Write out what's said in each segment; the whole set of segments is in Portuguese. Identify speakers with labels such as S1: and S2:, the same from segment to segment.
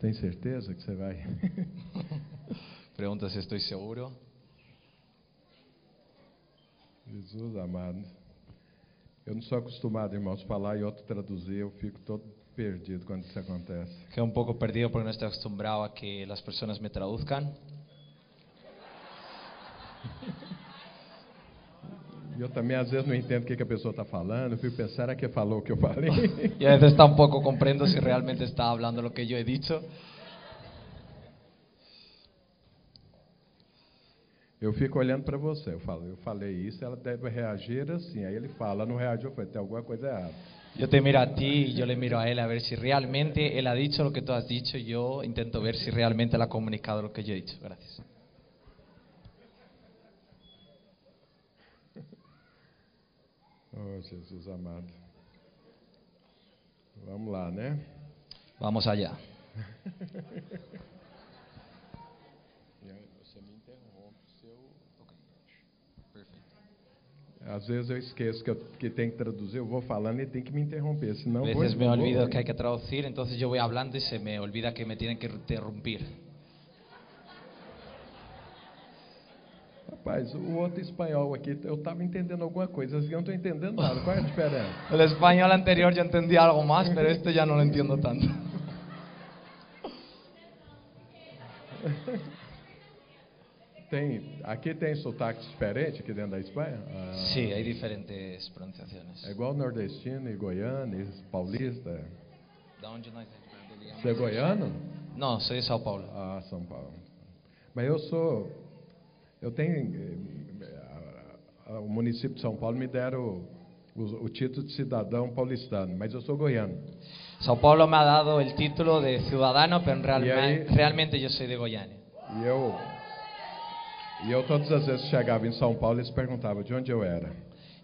S1: tem certeza que você vai?
S2: Pregunta si estoy seguro.
S1: Jesus amado. Eu não sou acostumado, irmãos, falar e outro traduzir, eu fico todo perdido quando isso acontece.
S2: Quedé un poco perdido porque no estoy acostumbrado a que las personas me traduzcan.
S1: E eu também às vezes não entendo o que, que a pessoa está falando, eu fico pensando, será que falou o que eu falei?
S2: Y a veces tampoco comprendo si realmente está hablando lo que yo he dicho.
S1: Eu fico olhando para você, eu falo, eu falei isso, ela deve reagir assim. Aí ele fala, não reagiu, eu falei, tem alguma coisa errada.
S2: Yo te miro a ti y yo le miro a él a ver si realmente él ha dicho lo que tú has dicho. y Yo intento ver si realmente él ha comunicado lo que yo he dicho. Gracias.
S1: Oh, Jesus amado. Vamos lá, né?
S2: Vamos allá.
S1: Às vezes eu esqueço que, eu, que tem que traduzir, eu vou falando e tem que me interromper, senão
S2: A
S1: eu
S2: veces
S1: vou,
S2: me
S1: vou-
S2: olvido que hay que traducir, entonces yo voy hablando y se me olvida que me tienen que interrumpir.
S1: Rapaz, o outro espanhol aqui, eu estava entendendo alguma coisa, assim, eu não estou entendendo nada. Qual é a diferença?
S2: El español anterior yo entendía algo más, pero este ya no lo entiendo tanto.
S1: Tem, aqui tem sotaque diferente aqui dentro da Espanha? Ah,
S2: Sí, hay diferentes pronunciaciones.
S1: É igual nordestino e goiano e paulista. Você é goiano?
S2: No, soy de Sao Paulo.
S1: Ah, São Paulo. Mas eu sou. Eu tenho. eh, a- a- O município de São Paulo me deram o, o- o título de cidadão paulistano, mas eu sou goiano.
S2: Sao Paulo me ha dado el título de ciudadano, pero en realma-
S1: Y ahí-
S2: realmente yo soy de Goiânia.
S1: E eu. E eu todas as vezes que chegava em São Paulo, eles perguntavam de onde eu era.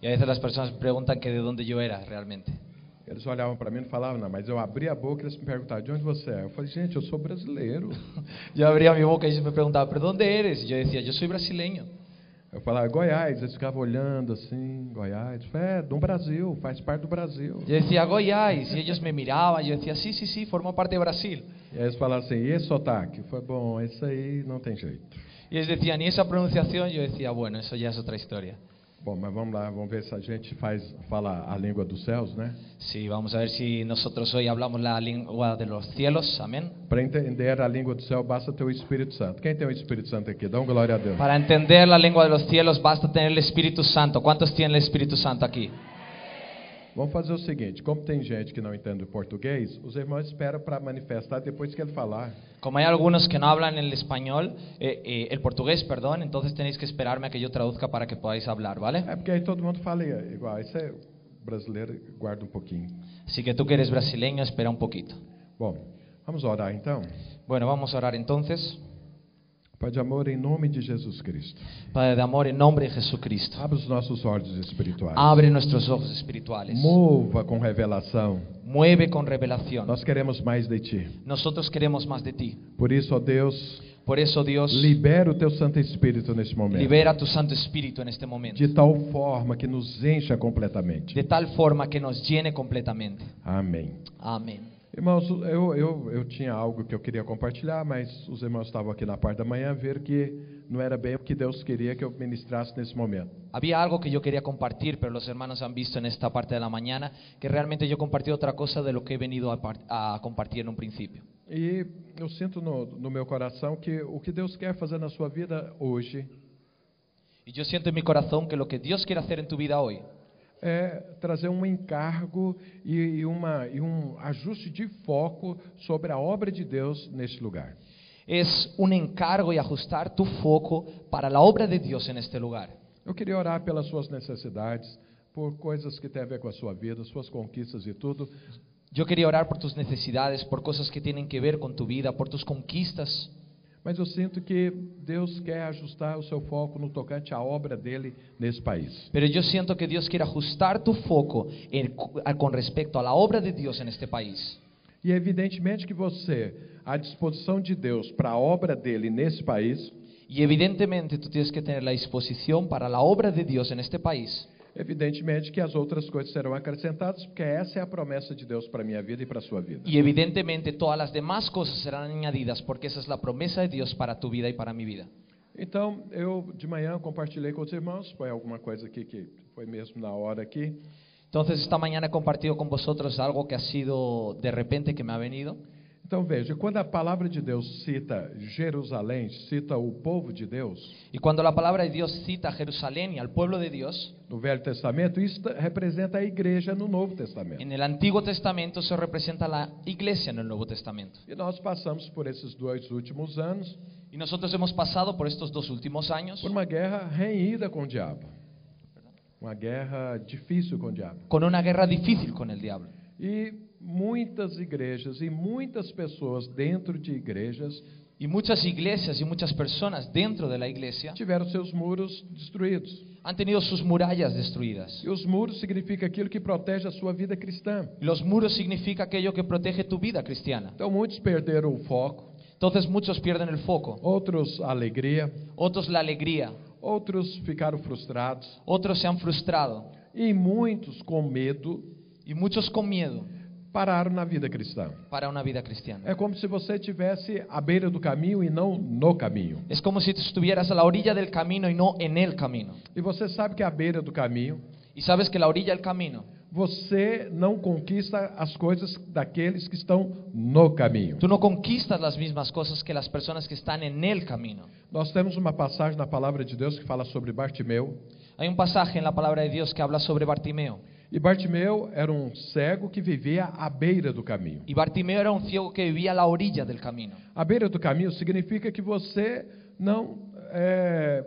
S2: Y a veces las personas me preguntan que de dónde yo era realmente.
S1: Eles olhavam para mim e não falavam, não, mas eu abria a boca e eles me perguntavam de onde você é. Eu falei, gente, eu sou brasileiro.
S2: Yo abría mi boca y ellos me preguntaban, ¿pero dónde eres? Y yo decía, yo soy brasileño.
S1: Eu falava, Goiás. Eles ficavam olhando assim, Goiás. Eu falei, é, do Brasil, faz parte do Brasil.
S2: Yo decía, Goiás. Y ellos me miraban. Yo decía, sí, sí, sí, formo parte de Brasil.
S1: E aí eles falaram assim, e esse sotaque? Foi bom, esse aí não tem jeito.
S2: Y ellos decían, ¿y esa pronunciação Yo decía, bueno, eso ya es otra historia.
S1: Bom, mas vamos lá, vamos ver se a gente faz, fala a língua dos céus, né?
S2: Sí, vamos a ver si nosotros hoy hablamos la lengua de los cielos. Amén.
S1: Para entender a língua do céu, basta ter o Espírito Santo. Quem tem o Espírito Santo aqui? Dá uma glória a Deus.
S2: Para entender la lengua de los cielos basta tener el Espíritu Santo. ¿Cuántos tienen el Espíritu Santo aquí?
S1: Vamos fazer o seguinte, como tem gente que não entende o português, os irmãos esperam para manifestar depois que ele falar.
S2: Como hay algunos que no hablan el español, eh, eh, el portugués, perdón, entonces tenéis que esperarme a que yo traduzca para que podáis hablar, ¿vale?
S1: É porque aí todo mundo fala igual, isso é brasileiro, guarda um pouquinho.
S2: Así que tú que eres brasileño, espera un poquito.
S1: Bom, vamos orar então?
S2: Bueno, vamos a orar entonces.
S1: Pai de amor, em nome de Jesus Cristo,
S2: Padre de amor, en nombre de Jesucristo,
S1: abre os nossos olhos espirituais.
S2: abre nuestros ojos espirituales.
S1: Mova com revelação.
S2: Mueve con revelación.
S1: Nós queremos mais de ti.
S2: Nosotros queremos más de ti.
S1: Por isso, ó Deus,
S2: Por eso, Dios,
S1: libera o teu Santo Espírito neste momento.
S2: libera tu Santo Espíritu en este momento.
S1: De tal forma que nos encha completamente.
S2: De tal forma que nos llene completamente.
S1: Amém.
S2: Amén.
S1: Irmãos, eu, eu, eu tinha algo que eu queria compartilhar, mas os irmãos estavam aqui na parte da manhã ver que não era bem o que Deus queria que eu ministrasse nesse momento.
S2: Había algo que yo quería compartir, pero los hermanos han visto en esta parte de la mañana que realmente yo compartí otra cosa de lo que he venido a, par- a compartir en un principio.
S1: E eu sinto no, no meu coração que o que Deus quer fazer na sua vida hoje
S2: Y yo siento en mi corazón que lo que Dios quiere hacer en tu vida hoy
S1: é trazer um encargo e, e uma, e um ajuste de foco sobre a obra de Deus neste lugar.
S2: es un encargo y ajustar tu foco para la obra de Dios en este lugar.
S1: Eu queria orar pelas suas necessidades, por coisas que têm a ver com a sua vida, suas conquistas e tudo.
S2: Yo quería orar por tus necesidades, por cosas que tienen que ver con tu vida, por tus conquistas,
S1: Mas eu sinto que Deus quer ajustar o seu foco no tocante à obra dele nesse país.
S2: pero yo siento que Dios quiere ajustar tu foco en- con respecto a la obra de Dios en este país.
S1: E é evidentemente que você, à disposição de Deus para a obra dele nesse país,
S2: Y evidentemente tú tienes que tener la disposición para la obra de Dios en este país.
S1: Evidentemente que as outras coisas serão acrescentadas, porque essa é a promessa de Deus para a minha vida e para a sua vida.
S2: Y evidentemente todas las demás cosas serán añadidas porque esa es la promesa de Dios para tu vida y para mi vida.
S1: Então, eu de manhã compartilhei com os irmãos, foi alguma coisa aqui que foi mesmo na hora aqui.
S2: Entonces esta mañana he compartido con vosotros algo que ha sido de repente que me ha venido.
S1: Então veja, quando a palavra de Deus cita Jerusalém, cita o povo de Deus,
S2: Y cuando la palabra de Dios cita a Jerusalén y al pueblo de Dios,
S1: no Velho Testamento, isso ta- representa a igreja no Novo Testamento.
S2: en el Antiguo Testamento se representa la iglesia en el Nuevo Testamento.
S1: E nós passamos por esses dois últimos anos
S2: Y nosotros hemos pasado por estos dos últimos años
S1: por uma guerra renhida com o diabo. Uma guerra difícil com o diabo.
S2: con una guerra difícil con el diablo.
S1: E muitas igrejas e muitas pessoas dentro de igrejas
S2: Y muchas iglesias y muchas personas dentro de la iglesia
S1: tiveram seus muros destruídos.
S2: han tenido sus murallas destruidas.
S1: E os muros significa aquilo que protege a sua vida cristã.
S2: Los muros significa aquello que protege tu vida cristiana.
S1: Então muitos perderam o foco,
S2: Entonces muchos pierden el foco,
S1: outros a alegria,
S2: otros la alegría,
S1: outros ficaram frustrados
S2: otros se han frustrado
S1: e muitos com medo
S2: y muchos con miedo
S1: pararam na vida cristã.
S2: para una vida cristiana.
S1: É como se você tivesse à beira do caminho e não no caminho.
S2: Es como si estuvieras a la orilla del camino y no en el camino.
S1: E você sabe que à beira do caminho
S2: Y sabes que la orilla del camino,
S1: você não conquista as coisas daqueles que estão no caminho.
S2: tú no conquistas las mismas cosas que las personas que están en el camino.
S1: Nós temos uma passagem na palavra de Deus que fala sobre Bartimeu.
S2: Hay un pasaje en la palabra de Dios que habla sobre Bartimeo.
S1: E Bartimeu era um cego que vivia à beira do caminho.
S2: Y Bartimeo era un ciego que vivía a la orilla del camino.
S1: À beira do caminho significa que você não é,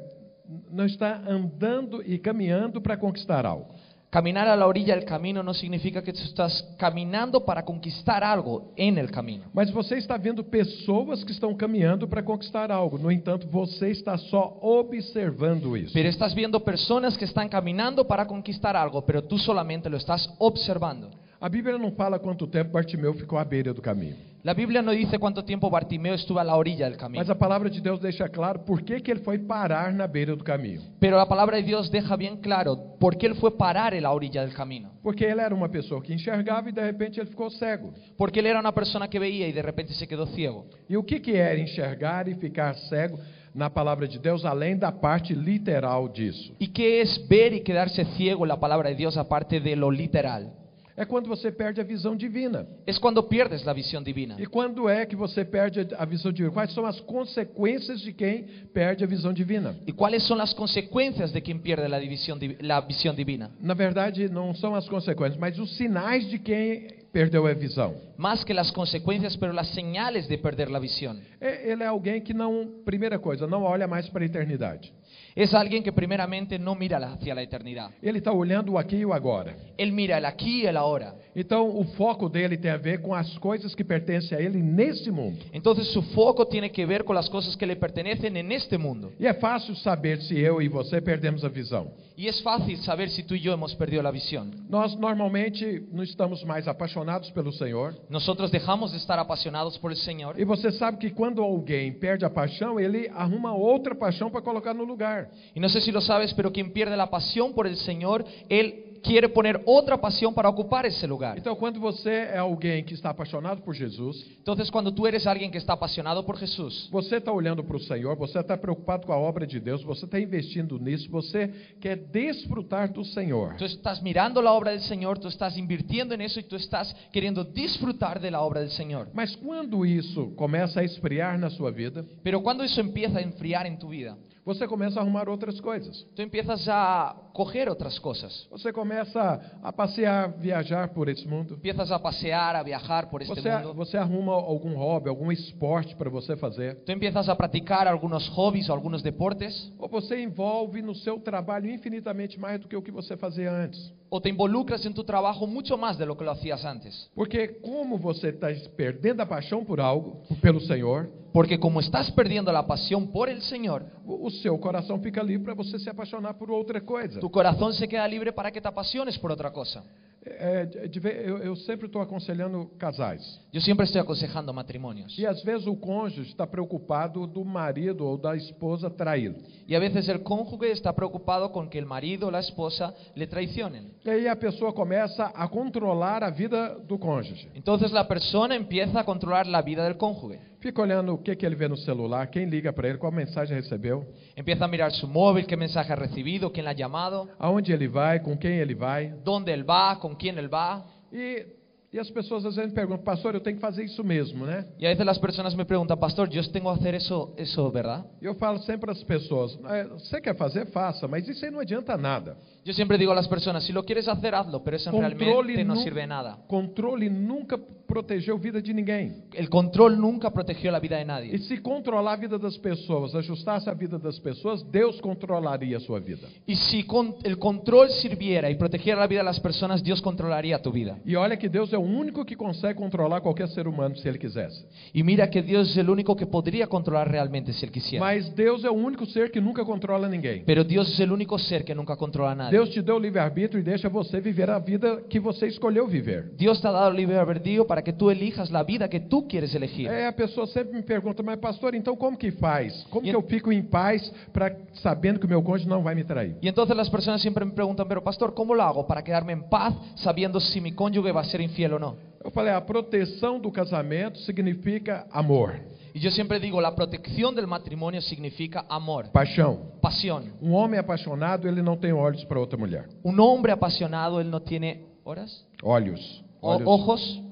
S1: não está andando e caminhando para conquistar algo.
S2: Caminar a la orilla del camino no significa que tú estás caminando para conquistar algo en el camino.
S1: Mas você está vendo pessoas que estão caminhando para conquistar algo. No entanto, você está só observando isso.
S2: Pero estás viendo personas que están caminando para conquistar algo, pero tú solamente lo estás observando.
S1: A Bíblia não fala quanto tempo Bartimeu ficou à beira do caminho.
S2: La Biblia no dice cuánto tiempo Bartimeo estuvo a la orilla del camino.
S1: Mas a palavra de Deus deixa claro por que, que ele foi parar na beira do caminho.
S2: Pero la palabra de Dios deja bien claro por qué él fue parar en la orilla del camino.
S1: Porque ele era uma pessoa que enxergava e de repente ele ficou cego.
S2: Porque él era una persona que veía y de repente se quedó ciego.
S1: E o que, que era enxergar e ficar cego na palavra de Deus, além da parte literal disso?
S2: ¿Y qué es ver y quedarse ciego en la palabra de Dios aparte de lo literal?
S1: É quando você perde a visão divina.
S2: Es cuando pierdes la visión divina.
S1: E quando é que você perde a visão divina? Quais são as consequências de quem perde a visão divina?
S2: ¿Y cuáles son las consecuencias de quien pierde la, división div- la visión divina?
S1: Na verdade, não são as consequências, mas os sinais de quem perdeu a visão.
S2: Más que las consecuencias, pero las señales de perder la visión.
S1: É- Ele é alguém que não, primeira coisa, não olha mais para a eternidade.
S2: Es alguien que primeramente no mira la- hacia la eternidad.
S1: Ele está olhando o aqui e o agora.
S2: Él mira el aquí y el ahora.
S1: Então, o foco dele tem a ver com as coisas que pertencem a ele nesse mundo.
S2: Entonces su foco tiene que ver con las cosas que le pertenecen en este mundo.
S1: E é fácil saber se eu e você perdemos a visão.
S2: Y es fácil saber si tú y yo hemos perdido la visión.
S1: Nós normalmente não estamos mais apaixonados pelo Senhor.
S2: Nosotros dejamos de estar apasionados por el Señor.
S1: E você sabe que quando alguém perde a paixão, ele arruma outra paixão para colocar no lugar.
S2: Y no sé si lo sabes, pero quien pierde la pasión por el Señor, él quiere poner otra pasión para ocupar ese lugar.
S1: Então, quando você é alguém que está apaixonado por Jesus,
S2: Entonces, cuando tú eres alguien que está apasionado por Jesús,
S1: você está olhando para o Senhor, você está preocupado com a obra de Deus, você está investindo nisso, você quer desfrutar do Senhor.
S2: tú estás mirando la obra del Señor, tú estás invirtiendo en eso y tú estás queriendo disfrutar de la obra del Señor.
S1: Mas quando isso começa a esfriar na sua vida,
S2: Pero cuando eso empieza a enfriar en tu vida,
S1: você começa a arrumar outras coisas.
S2: tú empiezas a coger otras cosas.
S1: Você começa a passear, viajar por esse mundo.
S2: Empiezas a pasear, a viajar por este
S1: Você,
S2: mundo.
S1: você arruma algum hobby, algum esporte para você fazer.
S2: Tú empiezas a practicar algunos hobbies o algunos deportes,
S1: Ou você envolve no seu trabalho infinitamente mais do que o que você fazia antes.
S2: o te involucras en tu trabajo mucho más de lo que lo hacías antes.
S1: Porque como você está perdendo a paixón por algo, pelo Senhor,
S2: Porque como estás perdiendo la pasión por el Señor,
S1: o o seu coração fica livre para você se apaixonar por outra coisa.
S2: tu corazón se queda libre para que te apasiones por otra cosa.
S1: é, de- de ver- eu, eu sempre estou aconselhando casais.
S2: Yo siempre estoy aconsejando matrimonios.
S1: E às vezes o cônjuge está preocupado do marido ou da esposa traí-lo.
S2: Y a veces el cónyuge está preocupado con que el marido o la esposa le traicionen.
S1: E aí a pessoa começa a controlar a vida do cônjuge.
S2: Entonces la persona empieza a controlar la vida del cónyuge.
S1: Fica olhando o que, que ele vê no celular, quem liga para ele, qual mensagem recebeu,
S2: Empieza a mirar su móvil, qué mensaje ha recibido, quién la ha llamado,
S1: aonde ele vai, com quem ele vai.
S2: dónde él va, con quién él va.
S1: E, e as pessoas às vezes me perguntam, pastor, eu tenho que fazer isso mesmo, né?
S2: Y a veces las personas me preguntan, pastor, yo tengo que hacer eso, eso, ¿verdad?
S1: E eu falo sempre para as pessoas, "É, você quer fazer, faça, mas isso aí não adianta nada.
S2: Yo siempre digo a las personas, si lo quieres hacer, hazlo, pero eso realmente no
S1: nu-
S2: sirve de nada.
S1: controle nunca protegeu a vida de ninguém.
S2: El control nunca protegió la vida de
S1: E
S2: nadie.
S1: se controlar a vida das pessoas, ajustasse a vida das pessoas, Deus controlaria a sua vida.
S2: Y si con- el control sirviera y protegiera la vida de las personas, Dios controlaría tu vida.
S1: E olha que Deus é o único que consegue controlar qualquer ser humano se ele quisesse.
S2: Y mira que Dios es el único que podría controlar realmente si Él quisiera.
S1: Mas Deus é o único ser que nunca controla ninguém.
S2: Pero Dios es el único ser que nunca controla a nadie.
S1: Deus te deu o livre-arbítrio e deixa você viver a vida que você escolheu viver.
S2: Dios te ha dado libre albedrío para que tú elijas la vida que tú quieres elegir.
S1: É, a pessoa sempre me pergunta, mas pastor, então como que faz? Como
S2: E-
S1: que eu fico em paz para sabendo que o meu cônjuge não vai me trair?
S2: Y entonces las personas siempre me preguntan, pero pastor, ¿cómo lo hago para quedarme en paz sabiendo si mi cónyuge va a ser infiel o no?
S1: Eu falei, a proteção do casamento significa amor,
S2: Y yo siempre digo, la protección del matrimonio significa amor,
S1: paixão.
S2: pasión.
S1: Um homem apaixonado, ele não tem olhos para outra mulher.
S2: Un hombre apasionado, él no tiene horas,
S1: Olhos.
S2: o-
S1: olhos.
S2: ojos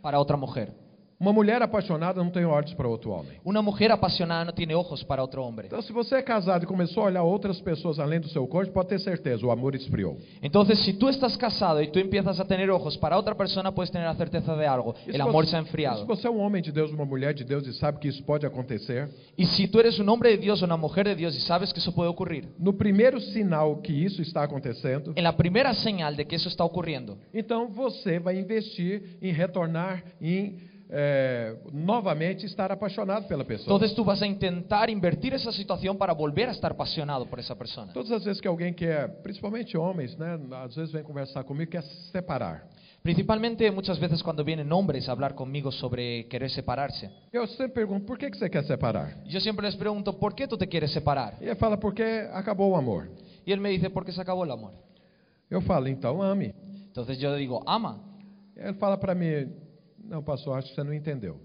S2: para otra mujer.
S1: Uma mulher apaixonada não tem olhos para outro homem.
S2: Una mujer apasionada no tiene ojos para otro hombre.
S1: Então, se você é casado e começou a olhar outras pessoas além do seu cônjuge, pode ter certeza, o amor esfriou.
S2: Entonces, si tú estás casado y tú empiezas a tener ojos para otra persona, puedes tener la certeza de algo.
S1: E se
S2: El amor
S1: você-
S2: se ha
S1: e Se
S2: enfriado.
S1: você é um homem de Deus, uma mulher de Deus e sabe que isso pode acontecer,
S2: Y si tú eres un hombre de Dios o una mujer de Dios y sabes que eso puede ocurrir,
S1: no primeiro sinal que isso está acontecendo,
S2: en la primera señal de que eso está ocurriendo,
S1: então você vai investir em retornar, em eh, novamente estar apaixonado pela pessoa.
S2: entonces tú vas a intentar invertir esa situación para volver a estar apasionado por essa persona.
S1: Todas as vezes que alguém quer, principalmente homens, né, às vezes vem conversar comigo, quer se separar.
S2: Principalmente muchas veces cuando vienen hombres a hablar conmigo sobre querer separarse.
S1: Eu sempre pergunto, por que, que você quer separar?
S2: Yo siempre les pregunto, ¿por qué tú te quieres separar?
S1: E ele fala, porque acabou o amor.
S2: Y él me dice, porque se acabó el amor.
S1: Eu falo, então ame.
S2: Entonces yo digo, ama.
S1: Ele fala para mí, não, pastor, acho que você não entendeu.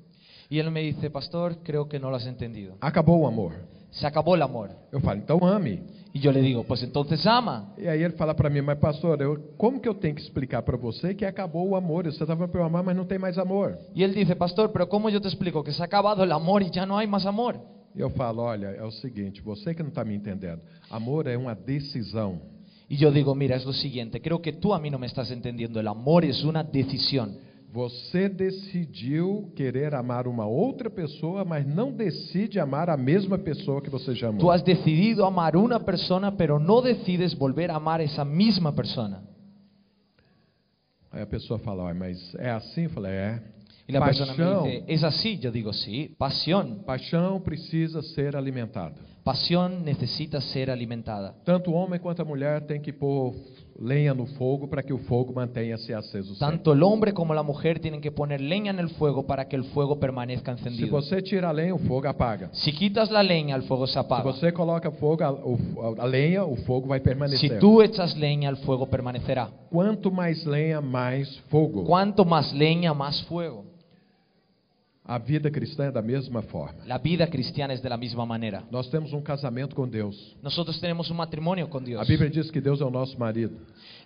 S2: Y él me dice, pastor, creo que no lo has entendido.
S1: Acabou o amor.
S2: Se acabó el amor.
S1: Eu falo, então ame.
S2: Y yo le digo, pues entonces ama.
S1: E aí ele fala para mim, mas pastor, eu, como que eu tenho que explicar para você que acabou o amor? Você estava para eu amar, mas não tem mais amor.
S2: Y él dice, pastor, pero ¿cómo yo te explico que se ha acabado el amor y ya no hay más amor?
S1: E eu falo, olha, é o seguinte, você que não está me entendendo. Amor é uma decisão.
S2: Y yo digo, mira, es lo siguiente, creo que tú a mí no me estás entendiendo, el amor es una decisión.
S1: Você decidiu querer amar uma outra pessoa, mas não decide amar a mesma pessoa que você já
S2: Tú
S1: amou.
S2: has decidido amar una persona, pero no decides volver a amar a esa misma persona.
S1: Aí a pessoa fala, "Olha, mas é assim? Eu falei, é.
S2: Y la persona
S1: paixão,
S2: me dice, ¿es así? Yo digo, sí, pasión.
S1: paixão precisa ser alimentada.
S2: Pasión necesita ser alimentada.
S1: Tanto o homem quanto a mulher tem que pôr lenha no fogo para que o fogo mantenha-se aceso. sempre.
S2: Tanto el hombre como la mujer tienen que poner leña en el fuego para que el fuego permanezca
S1: Se
S2: encendido.
S1: você tira a lenha, o fogo apaga.
S2: Si quitas la leña, el fuego se
S1: Se
S2: apaga.
S1: você coloca fogo, a, o- a lenha, o fogo vai permanecer.
S2: Si tú echas leña, el fuego permanecerá.
S1: Quanto mais lenha, mais fogo.
S2: Cuanto más leña, más fuego.
S1: A vida cristã é da mesma forma.
S2: La vida cristiana es de la misma manera.
S1: Nós temos um casamento com Deus.
S2: Nosotros tenemos un matrimonio con
S1: A
S2: Dios.
S1: Bíblia diz que Deus é o nosso marido.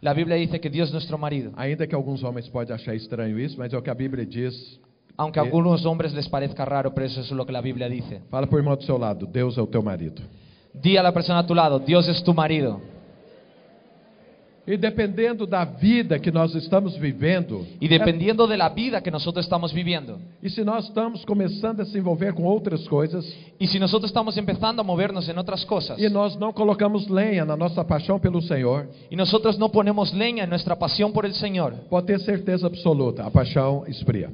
S2: La Biblia dice que Dios es nuestro marido.
S1: Ainda que alguns homens podem achar estranho isso, mas é o que a Bíblia diz.
S2: Aunque a
S1: Eh,
S2: algunos hombres les parezca raro, pero eso es lo que la Biblia dice.
S1: Fala para o irmão do seu lado, Deus é o teu marido.
S2: Di a la persona a tu lado, Dios es tu marido.
S1: E dependendo da vida que nós estamos vivendo, é,
S2: Y dependiendo de la vida que nosotros estamos viviendo,
S1: e se nós estamos começando a se envolver com outras coisas,
S2: y si nosotros estamos empezando a movernos en otras cosas,
S1: e nós não colocamos lenha na nossa paixão pelo Senhor,
S2: y nosotros no ponemos leña en nuestra pasión por el Señor,
S1: pode ter certeza absoluta, a paixão esfria.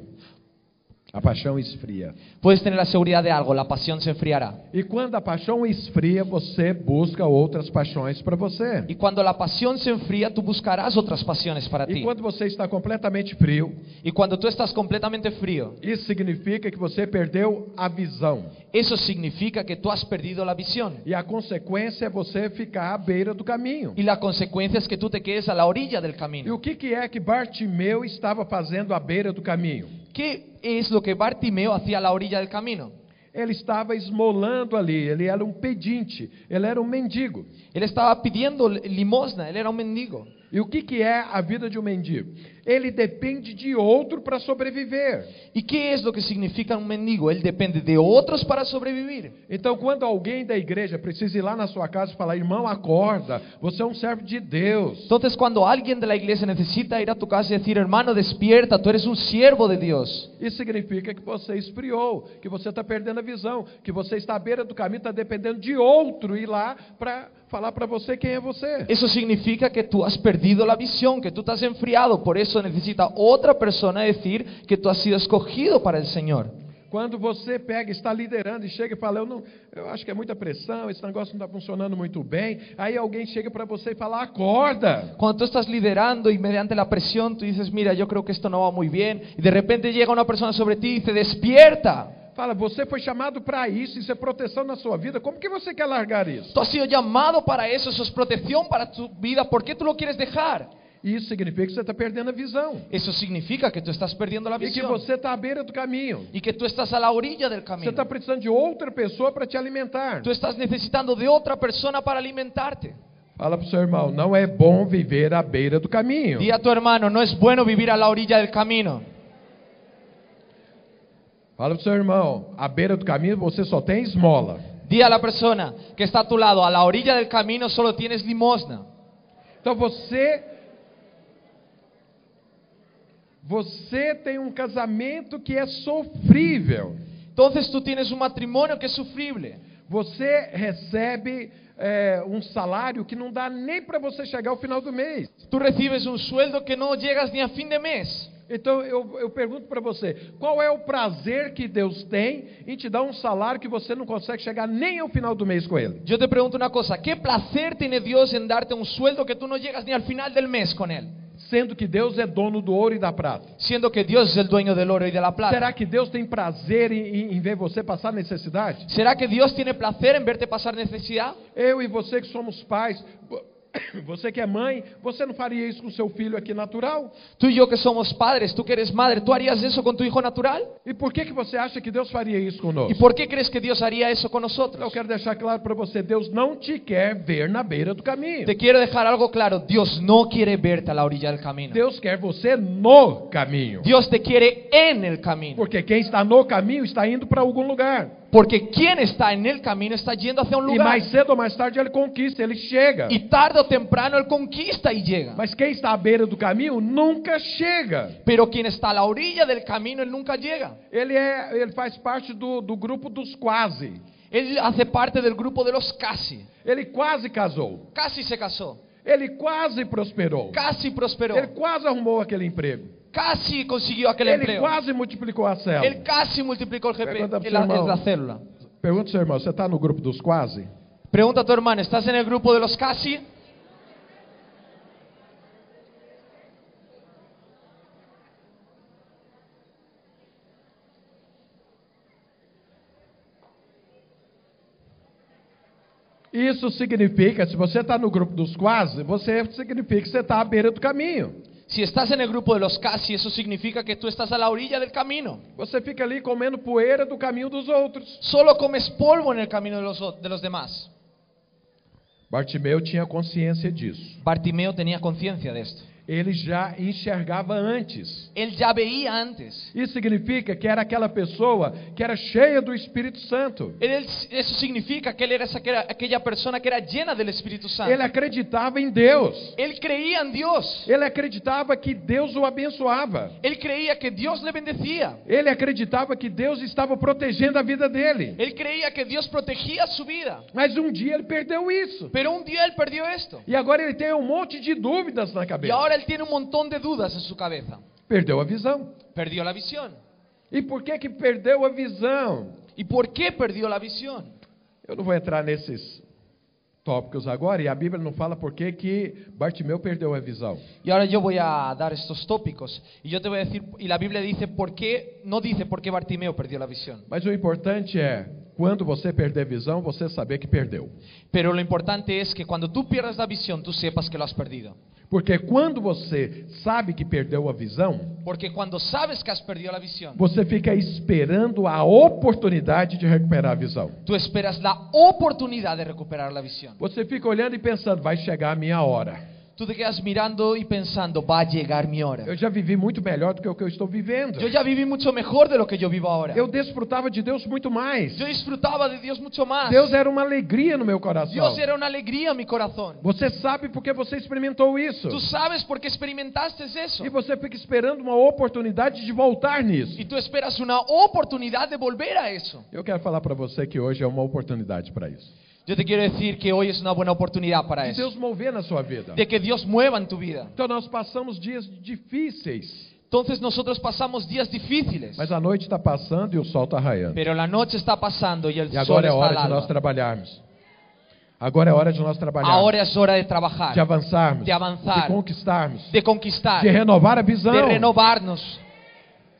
S1: A paixão esfria.
S2: Puedes tener la seguridad de algo, la pasión se enfriará.
S1: E quando a paixão esfria, você busca outras paixões para você.
S2: Y cuando la pasión se enfría, tú buscarás otras pasiones para
S1: E
S2: ti.
S1: quando você está completamente frio,
S2: Y cuando tú estás completamente frío,
S1: isso significa que você perdeu a visão.
S2: eso significa que tú has perdido la visión.
S1: E a consequência é você ficar à beira do caminho.
S2: Y la consecuencia es que tú te quedes a la orilla del
S1: E o
S2: camino.
S1: que, que é que Bartimeu estava fazendo à beira do caminho?
S2: ¿Qué es lo que Bartimeo hacía a la orilla del camino?
S1: Ele estava esmolando ali, ele era um pedinte, ele era um mendigo.
S2: Él estaba pidiendo limosna, él era un mendigo.
S1: E o que, que é a vida de um mendigo? Ele depende de outro para sobreviver.
S2: ¿Y qué es lo que significa un mendigo? Él depende de otros para sobrevivir.
S1: Então, quando alguém da igreja precisa ir lá na sua casa e falar, irmão, acorda, você é um servo de Deus.
S2: Entonces cuando alguien de la iglesia necesita ir a tu casa y decir, hermano, despierta, tú eres un siervo de Dios.
S1: Isso significa que você esfriou, que você está perdendo a visão, que você está à beira do caminho, está dependendo de outro ir lá para falar para você quem é você.
S2: Eso significa que tú has perdido la visión, que tú te has enfriado. Por eso necesita otra persona decir que tú has sido escogido para el Señor.
S1: Quando você pega, está liderando e chega e fala, eu, não, eu acho que é muita pressão, esse negócio não está funcionando muito bem. Aí alguém chega para você e fala, acorda.
S2: Cuando tú estás liderando y mediante la presión tú dices, mira, yo creo que esto no va muy bien, y de repente llega una persona sobre ti y dice, despierta,
S1: Fala, você foi chamado para isso, isso é proteção na sua vida, como que você quer largar isso?
S2: tú has sido llamado para eso, eso es protección para tu vida, ¿por qué tú lo quieres dejar?
S1: E Isso significa que você está perdendo a visão.
S2: Eso significa que tú estás perdiendo la
S1: E que
S2: visión
S1: você está à beira do caminho.
S2: y que tú estás a la orilla del
S1: Você
S2: camino,
S1: está precisando de outra pessoa para te alimentar.
S2: tú estás necesitando de otra persona para alimentarte.
S1: Fala para o seu irmão, não é bom viver à beira do caminho.
S2: Di a tu hermano, no es bueno vivir a la orilla del camino.
S1: Fala para o seu irmão, à beira do caminho você só tem esmola.
S2: Di a la persona que está a tu lado, a la orilla del camino solo tienes limosna.
S1: Então você você tem um casamento que é sofrível.
S2: Entonces tú tienes un matrimonio que es sufrible.
S1: Você recebe é, um salário que não dá nem para você chegar ao final do mês.
S2: Tú recibes un sueldo que no llegas ni a fin de mes.
S1: Então eu, eu pergunto para você, qual é o prazer que Deus tem em te dar um salário que você não consegue chegar nem ao final do mês com ele?
S2: Yo te pregunto una cosa, ¿qué placer tiene Dios en darte un sueldo que tú no llegas ni al final del mes con él?
S1: Sendo que Deus é dono do ouro e da prata.
S2: Siendo que Dios es el dueño del oro y de la plata.
S1: Será que Deus tem prazer em, em- em ver você passar necessidade?
S2: ¿Será que Dios tiene placer en verte pasar necesidad?
S1: Eu e você que somos pais, vo- você que é mãe, você não faria isso com seu filho aqui natural?
S2: Tú y yo que somos padres, tú que eres madre, ¿tú harías eso con tu hijo natural?
S1: E por que, que você acha que Deus faria isso
S2: ¿Y
S1: conosco? Então,
S2: por qué crees que Dios haría eso con
S1: Eu
S2: nosotros?
S1: quero deixar claro para você, Deus não te quer ver na beira do caminho.
S2: Te quiero dejar algo claro, Dios no quiere verte a la orilla del camino.
S1: Deus quer você no caminho.
S2: Dios te quiere en el camino.
S1: Porque quem está no caminho está indo para algum lugar.
S2: Porque quien está en el camino está yendo hacia un
S1: E
S2: Um lugar.
S1: mais cedo ou mais tarde ele conquista, ele chega.
S2: Y tarde o temprano él conquista y llega.
S1: Mas quem está à beira do caminho nunca chega.
S2: Pero quien está a la orilla del camino, él nunca llega.
S1: Ele, é, ele faz parte do, do grupo dos quase.
S2: Él hace parte del grupo de los casi.
S1: Ele quase casou.
S2: Casi se casó,
S1: Ele quase prosperou.
S2: casi prosperó,
S1: Ele quase arrumou aquele emprego.
S2: casi consiguió aquel
S1: Ele
S2: empleo.
S1: quase multiplicou a
S2: Él
S1: célula.
S2: casi multiplicó el GP,
S1: Pregunta a tu
S2: el- el-
S1: hermano.
S2: la célula.
S1: Pergunta ao seu irmão, você está no grupo dos quase?
S2: Pregunta a tu hermano, ¿estás en el grupo de los casi?
S1: Isso significa, se você está no grupo dos quase, você significa que você está à beira do caminho.
S2: Si estás en el grupo de los casi, eso significa que tú estás a la orilla del camino.
S1: Você fica ali comendo poeira do caminho dos outros.
S2: Solo comes polvo en el camino de los, o- de los demás.
S1: Bartimeu tinha consciência disso.
S2: Bartimeo tenía conciencia de esto.
S1: Ele já enxergava antes.
S2: Él ya veía antes.
S1: Isso significa que era aquela pessoa que era cheia do Espírito Santo.
S2: Él- eso significa que él era esa- que era aquella persona que era llena del Espíritu Santo.
S1: Ele acreditava em Deus.
S2: Él creía en Dios.
S1: Ele acreditava que Deus o abençoava.
S2: Él creía que Dios le bendecía.
S1: Ele acreditava que Deus estava protegendo a vida dele.
S2: Él creía que Dios protegía su vida.
S1: Mas um dia ele perdeu isso.
S2: Pero un día él perdió esto.
S1: E agora ele tem um monte de dúvidas na
S2: Y
S1: cabeça.
S2: ahora él tiene un montón de dudas en su cabeza.
S1: Perdeu a visão.
S2: Perdió la visión.
S1: E por que que perdeu a visão?
S2: ¿Y por qué perdió la visión?
S1: Eu não vou entrar nesses tópicos agora, e a Bíblia não fala por que que Bartimeu perdeu a visão.
S2: Y ahora yo voy a dar estos tópicos. Y yo te voy a decir, y la Biblia dice por qué, no dice por qué Bartimeo perdió la visión.
S1: Mas o importante é, quando você perder a visão, você saber que perdeu.
S2: Pero lo importante es que cuando tú pierdas la visión, tú sepas que lo has perdido.
S1: Porque quando você sabe que perdeu a visão,
S2: Porque cuando sabes que has perdido la visión,
S1: você fica esperando a oportunidade de recuperar a visão.
S2: tú esperas la oportunidad de recuperar la visión.
S1: Você fica olhando e pensando, vai chegar a minha hora.
S2: Tú te quedas mirando y pensando, va a llegar mi hora.
S1: Eu já vivi muito melhor do que o que eu estou vivendo.
S2: Yo ya viví mucho mejor de lo que yo vivo ahora.
S1: Eu desfrutava de Deus muito mais.
S2: Yo disfrutaba de Dios mucho más.
S1: Deus era uma alegria no meu coração.
S2: Dios era una alegría en mi corazón.
S1: Você sabe porque você experimentou isso.
S2: Tú sabes por qué experimentaste eso.
S1: E você fica esperando uma oportunidade de voltar nisso.
S2: Y tú esperas una oportunidad de volver a eso.
S1: Eu quero falar para você que hoje é uma oportunidade para isso.
S2: Yo te quiero decir que hoy es una buena oportunidad para
S1: De
S2: eso.
S1: Deus mover na sua vida.
S2: De que Dios mueva en tu vida.
S1: Então nós passamos dias difíceis,
S2: Entonces nosotros pasamos días difíciles.
S1: mas a noite está passando e o sol está raiando.
S2: Pero la noche está pasando y el
S1: E
S2: sol
S1: agora é
S2: está al
S1: hora de nós
S2: alba.
S1: trabalharmos. Agora é hora de nós trabalharmos,
S2: Ahora es hora de
S1: de
S2: trabajar,
S1: avançarmos,
S2: de avançar,
S1: de conquistarmos,
S2: de conquistar,
S1: de
S2: de
S1: renovar a visão.
S2: renovarnos.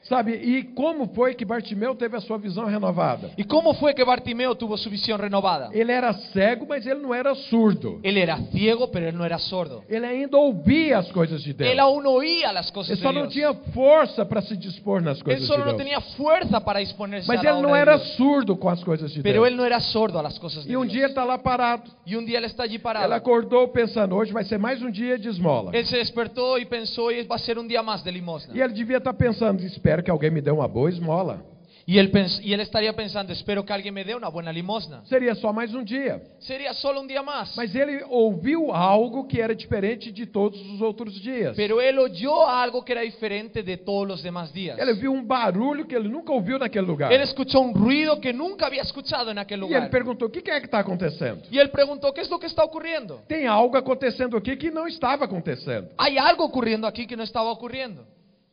S1: Sabe? E como foi que Bartimeu teve a sua visão renovada?
S2: ¿Y cómo fue que Bartimeo tuvo su visión renovada?
S1: Ele era cego, mas ele não era surdo.
S2: Él era ciego, pero él no era sordo.
S1: Ele ainda ouvia as coisas de
S2: Él
S1: Deus.
S2: aún oía las
S1: Ele
S2: cosas de
S1: só não
S2: Dios.
S1: tinha força para se dispor nas
S2: Él
S1: coisas de
S2: solo no
S1: Deus.
S2: tenía fuerza para disponerse
S1: Mas
S2: a la
S1: ele
S2: obra
S1: não
S2: de
S1: era
S2: Dios.
S1: surdo com as coisas de
S2: né, Pero
S1: Deus.
S2: él no era sordo a las cosas de
S1: E um
S2: Dios.
S1: dia ele está lá parado.
S2: Y un día él está allí
S1: Ela
S2: parado.
S1: acordou pensando, hoje vai ser mais um dia de esmola.
S2: Él se despertó y pensó, hoy va a ser un día más de limosna.
S1: E ele devia estar pensando, espero que alguém me dê uma boa esmola.
S2: Y él, pens- y él estaría pensando, espero que alguien me dé una buena limosna.
S1: Seria só mais um dia.
S2: Sería solo un día más.
S1: Mas ele ouviu algo que era diferente de todos os outros dias.
S2: Pero él oyó algo que era diferente de todos los demás días.
S1: Ele viu um barulho que ele nunca ouviu naquele lugar.
S2: Él escuchó un ruido que nunca había escuchado en aquel
S1: E ele
S2: lugar.
S1: perguntou: o que que é que está acontecendo?
S2: Y él preguntó, ¿qué es lo que está ocurriendo?
S1: Tem algo acontecendo aqui que não estava acontecendo.
S2: Hay algo ocurriendo aquí que no estaba ocurriendo.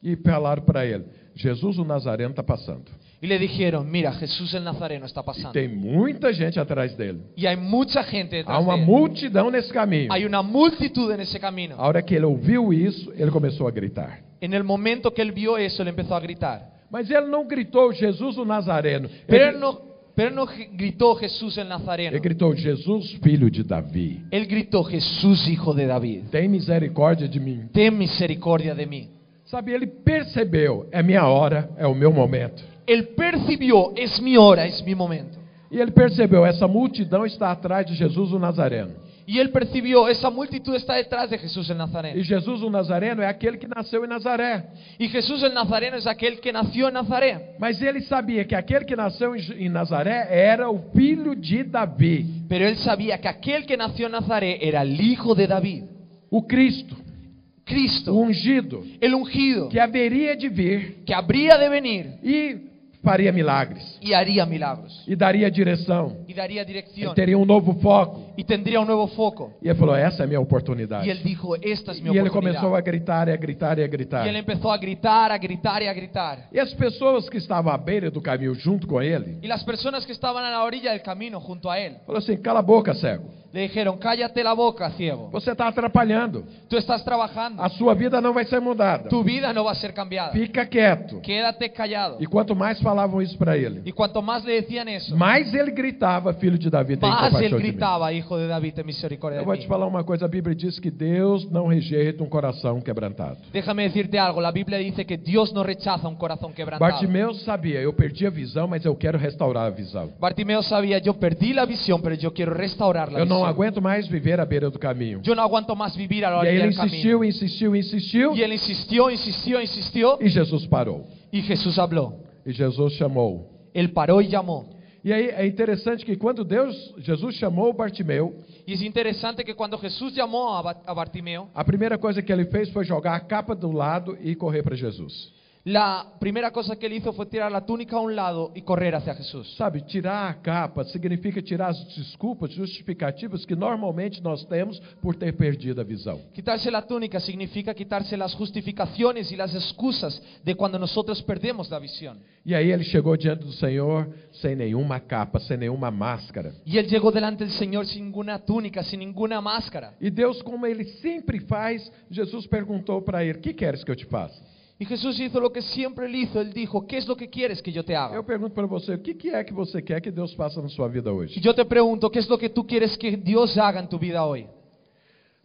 S1: E falaram para ele: Jesus o Nazareno está passando.
S2: Y le dijeron, mira, Jesús el Nazareno está
S1: E
S2: pasando.
S1: tem muita gente atrás dele.
S2: Y hay mucha gente
S1: Há
S2: detrás
S1: uma
S2: de él.
S1: multidão nesse caminho.
S2: Hay una multitud en ese camino.
S1: A hora que ele ouviu isso, ele começou a gritar.
S2: En el momento que él vio eso, él empezó a gritar.
S1: Mas ele não gritou Jesus o Nazareno.
S2: Pero
S1: Ele,
S2: él no, pero él no gritó Jesús el
S1: ele
S2: Nazareno.
S1: gritou Jesus, filho de Davi.
S2: Él gritó Jesús, hijo de David.
S1: Tem misericórdia de mim.
S2: Ten misericordia de mí.
S1: Sabe, ele percebeu, é minha hora, é o meu momento.
S2: Él percibió, es mi hora, es mi momento.
S1: E ele percebeu, essa multidão está atrás de Jesus o Nazareno.
S2: Y él percibió, esa multitud está detrás de Jesús el
S1: E
S2: Nazareno.
S1: Jesus o Nazareno é aquele que nasceu em Nazaré.
S2: Y Jesús el Nazareno es aquel que nació en Nazaret.
S1: Mas ele sabia que aquele que nasceu em J- em Nazaré era o filho de Davi,
S2: Pero él sabía que aquel que nació en Nazaret era el hijo de David,
S1: o Cristo, o
S2: Cristo,
S1: ungido,
S2: el ungido,
S1: que haveria de vir
S2: que habría de venir
S1: e faria milagres,
S2: y haría milagros,
S1: e daria direção,
S2: y daría
S1: e
S2: dirección,
S1: teria um novo foco.
S2: y tendría un nuevo foco.
S1: E ele falou: Essa é a minha
S2: Y
S1: oportunidade.
S2: él dijo, esta es mi
S1: E ele começou
S2: oportunidad.
S1: a gritar, e a gritar, e a gritar.
S2: Y él empezó a gritar, a gritar y a gritar.
S1: E as pessoas que estavam à beira do caminho junto com ele,
S2: Y las personas que estaban a la orilla del camino junto a él
S1: falou assim: Cala a boca, cego.
S2: le dijeron, cállate la boca, ciego.
S1: Você está atrapalhando.
S2: Tú estás trabajando.
S1: A sua vida não vai ser mudada.
S2: Tu vida no va a ser cambiada.
S1: Fica quieto.
S2: Quédate callado.
S1: E quanto mais falavam isso para ele,
S2: Y cuanto más le decían eso,
S1: mais ele gritava, filho de Davi, tem
S2: más él
S1: compaixão de mim.
S2: gritaba, hijo de David, ten misericordia
S1: Eu
S2: de
S1: vou te
S2: mí.
S1: falar uma coisa, a Bíblia diz que Deus não rejeita um coração quebrantado.
S2: Déjame decirte algo, la Biblia dice que Dios no rechaza un corazón quebrantado.
S1: Bartimeu sabia, eu perdi a visão, mas eu quero restaurar a visão.
S2: Bartimeo sabía, yo perdí la visión, pero yo quiero restaurar la
S1: Eu não
S2: visión.
S1: aguento mais viver à beira do caminho.
S2: Yo no aguanto más vivir a la
S1: E aí
S2: orilla
S1: ele
S2: del camino.
S1: insistiu, insistiu, insistiu,
S2: Y él insistió, insistió, insistió,
S1: e Jesus parou.
S2: y Jesús habló.
S1: E Jesus chamou.
S2: Él paró y llamó.
S1: E aí é interessante que quando Deus, Jesus chamou Bartimeu,
S2: Y es interesante que cuando Jesús llamó a, Ba- a Bartimeo,
S1: a primeira coisa que ele fez foi jogar a capa do lado e correr para Jesus.
S2: La primera cosa que él hizo fue tirar la túnica a un lado y correr hacia Jesús.
S1: Sabe, tirar a capa significa tirar as desculpas, justificativas que normalmente nós temos por ter perdido a visão.
S2: Quitarse la túnica significa quitarse las justificaciones y las excusas de cuando nosotros perdemos la visión.
S1: E aí ele chegou diante do Senhor sem nenhuma capa, sem nenhuma máscara.
S2: Y él llegó delante del Señor sin ninguna túnica, sin ninguna máscara.
S1: E Deus, como ele sempre faz, Jesus perguntou para ele: "Que queres que eu te faça?"
S2: Y Jesús hizo lo que siempre él hizo. Él dijo, ¿qué es lo que quieres que yo te
S1: Eu
S2: haga?
S1: pergunto para você, o que, que é que você quer que Deus faça na sua vida
S2: Y
S1: hoje?
S2: yo te pregunto, ¿qué es lo que tú quieres que Dios haga en tu vida hoy?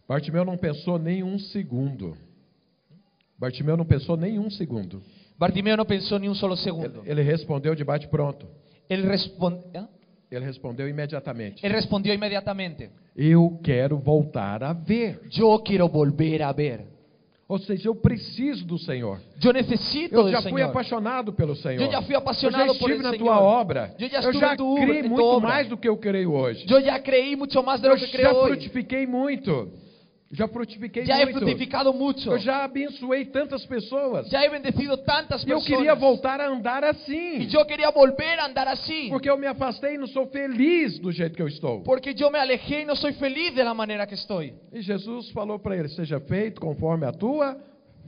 S1: Bartimeu não pensou nem um segundo. Bartimeu não pensou nem um segundo.
S2: Bartimeo no pensó ni un solo
S1: Ele,
S2: segundo.
S1: ele respondeu de bate pronto.
S2: Él, respon- ¿eh?
S1: Ele respondeu imediatamente.
S2: Él respondió inmediatamente,
S1: Eu quero voltar a ver.
S2: yo quiero volver a ver.
S1: Ou seja, eu preciso do Senhor.
S2: Yo necesito
S1: Eu
S2: del
S1: já fui
S2: Señor.
S1: apaixonado pelo Senhor.
S2: Eu já fui apaixonado
S1: Eu já
S2: por
S1: estive
S2: esse
S1: na
S2: Senhor.
S1: tua obra.
S2: Eu já
S1: eu
S2: estuve
S1: já
S2: em tua obra-
S1: criei
S2: em tua
S1: muito
S2: obra.
S1: mais do que eu creio hoje.
S2: Yo ya creí mucho más de
S1: eu
S2: lo que
S1: já
S2: creo hoy.
S1: frutifiquei muito. Já frutifiquei
S2: Ya he
S1: muito.
S2: fructificado mucho.
S1: Eu já abençoei tantas pessoas.
S2: Ya he bendecido tantas
S1: E eu queria
S2: personas.
S1: voltar a andar
S2: Y
S1: assim.
S2: yo quería volver a andar así.
S1: Porque eu me afastei e não sou feliz do jeito que eu estou.
S2: Porque yo me alejé y no soy feliz de la manera que estoy.
S1: E Jesus falou para ele: Seja feito conforme a tua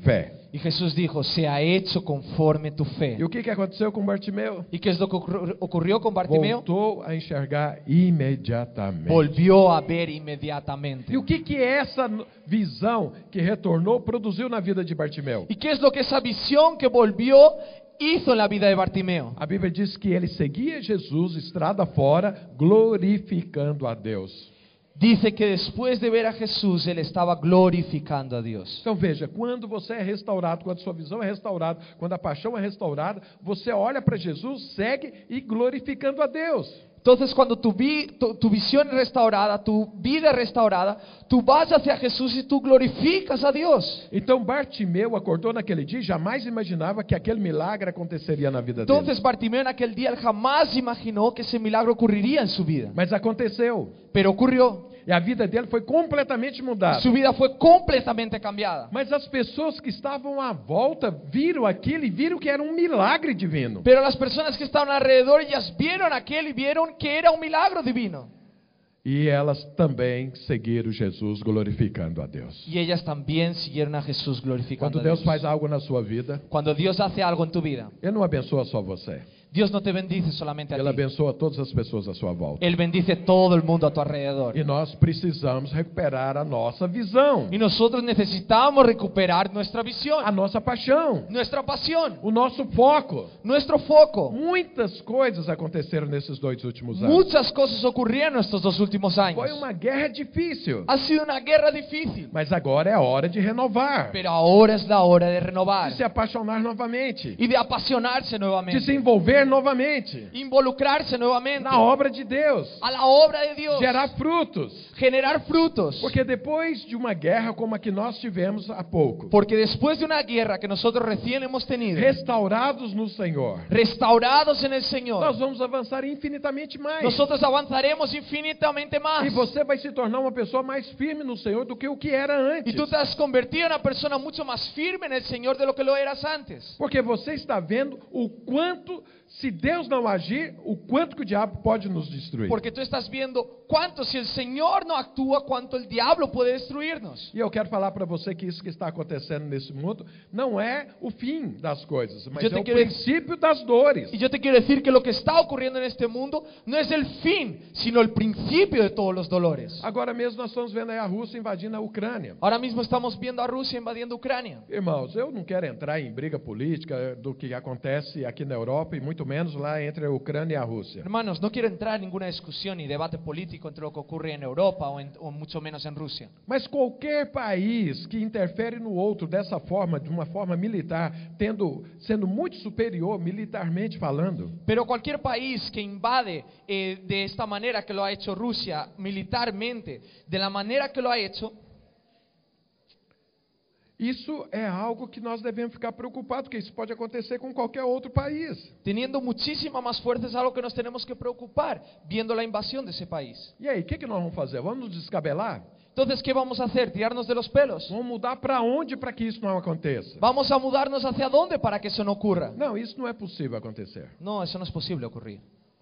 S1: fé.
S2: Y Jesús dijo, se ha hecho conforme tu fe.
S1: E o que, que aconteceu com Bartimeu?
S2: ¿Y qué es lo que ocurr- ocurrió con Bartimeo?
S1: Voltou a enxergar imediatamente.
S2: Volvió a ver inmediatamente.
S1: E o que, que essa n- visão que retornou produziu na vida de Bartimeu?
S2: ¿Y qué es lo que esa visión que volvió hizo en la vida de Bartimeo?
S1: A Bíblia diz que ele seguia Jesus estrada fora, glorificando a Deus.
S2: Dice que después de ver a Jesús, él estaba glorificando a Dios.
S1: Então veja, quando você é restaurado, quando sua visão é restaurada, quando a paixão é restaurada, você olha para Jesus, segue e glorificando a Deus.
S2: Entonces, cuando tu, vi- tu, tu visión es restaurada, tu vida es restaurada, tú vas hacia Jesús y tú glorificas a Dios.
S1: Então Bartimeu acordou naquele dia e jamais imaginava que aquele milagre aconteceria na vida dele.
S2: Entonces, Bartimeo en aquel día él jamás imaginó que ese milagro ocurriría en su vida.
S1: Mas aconteceu.
S2: Pero ocurrió.
S1: E a vida dele foi completamente mudada.
S2: Su vida fue completamente cambiada.
S1: Mas as pessoas que estavam à volta viram aquilo e viram que era um milagre divino.
S2: Pero las personas que estaban alrededor, ellas vieron aquel y vieron que era un milagro divino.
S1: E elas também seguiram Jesus glorificando a Deus.
S2: Y ellas también siguieron a Jesús glorificando
S1: Quando
S2: a
S1: Deus
S2: Dios.
S1: faz algo na sua vida,
S2: Cuando Dios hace algo en tu vida,
S1: Ele não abençoa só você.
S2: Dios no te bendice solamente
S1: Ele
S2: a ti.
S1: abençoa todas as pessoas à sua volta.
S2: Él bendice todo el mundo a tu alrededor.
S1: E nós precisamos recuperar a nossa visão,
S2: Y nosotros necesitamos recuperar nuestra
S1: a
S2: visión,
S1: nossa paixão,
S2: nuestra pasión,
S1: o nosso foco.
S2: nuestro foco.
S1: Muitas coisas aconteceram nesses dois últimos anos.
S2: Muchas cosas ocurrieron estos dos últimos años.
S1: Foi uma guerra difícil,
S2: Ha sido una guerra difícil,
S1: mas agora é a hora de renovar,
S2: pero ahora es la hora de
S1: de
S2: renovar
S1: se apaixonar novamente,
S2: y de apasionarse
S1: de se
S2: nuevamente,
S1: envolver novamente
S2: involucrarse nuevamente
S1: na obra de Deus,
S2: a la obra de Dios,
S1: gerar frutos.
S2: generar frutos.
S1: Porque depois de uma guerra como a que nós tivemos há pouco,
S2: Porque después de una guerra que nosotros recién hemos tenido,
S1: restaurados no Senhor,
S2: restaurados en el
S1: nós
S2: Señor,
S1: vamos avançar infinitamente mais.
S2: nosotros avanzaremos infinitamente
S1: E
S2: más.
S1: você vai se tornar uma pessoa mais firme no Senhor do que o que era
S2: Y
S1: antes.
S2: tú te has convertido en una persona mucho más firme en el Señor de lo que lo eras antes.
S1: Porque você está vendo o quanto, se Deus não agir, o quanto que o diabo pode nos destruir.
S2: Porque tú estás viendo cuánto, si el Señor no actúa, cuánto el diablo puede destruirnos.
S1: E eu quero falar para você que isso que está acontecendo nesse mundo não é o fim das coisas, mas
S2: Eu te
S1: é o
S2: quero-
S1: princípio das dores.
S2: Y yo te quiero decir que lo que está ocurriendo en este mundo no es el fin, sino el principio de todos los dolores.
S1: Agora mesmo nós estamos vendo aí a Rússia invadindo a Ucrânia.
S2: Ahora mismo estamos viendo a Rusia invadiendo Ucrania.
S1: Irmãos, eu não quero entrar em briga política eh, do que acontece aqui na Europa e muito menos lá entre a Ucrânia e a Rússia.
S2: Hermanos, no quiero entrar en ninguna discusión ni debate político entre lo que ocurre en Europa o, en- o mucho menos en Rusia.
S1: Mas qualquer país que interfere no outro dessa forma, de uma forma militar, tendo, sendo muito superior militarmente falando,
S2: Pero cualquier país que invade eh, de esta manera que lo ha hecho Rusia militarmente, de la manera que lo ha hecho,
S1: isso é algo que nós devemos ficar preocupados, porque isso pode acontecer com qualquer outro país.
S2: teniendo muchísima más fuerza, es algo que nos tenemos que preocupar viendo la invasión de ese país.
S1: E aí, o que, que nós vamos fazer? Vamos nos descabelar?
S2: Entonces, ¿qué vamos a hacer? ¿Tirarnos de los pelos?
S1: Vamos mudar para onde para que isso não aconteça?
S2: ¿Vamos a mudarnos hacia dónde para que eso no ocurra?
S1: Não, isso não é possível acontecer.
S2: No, eso no es posible ocurrir.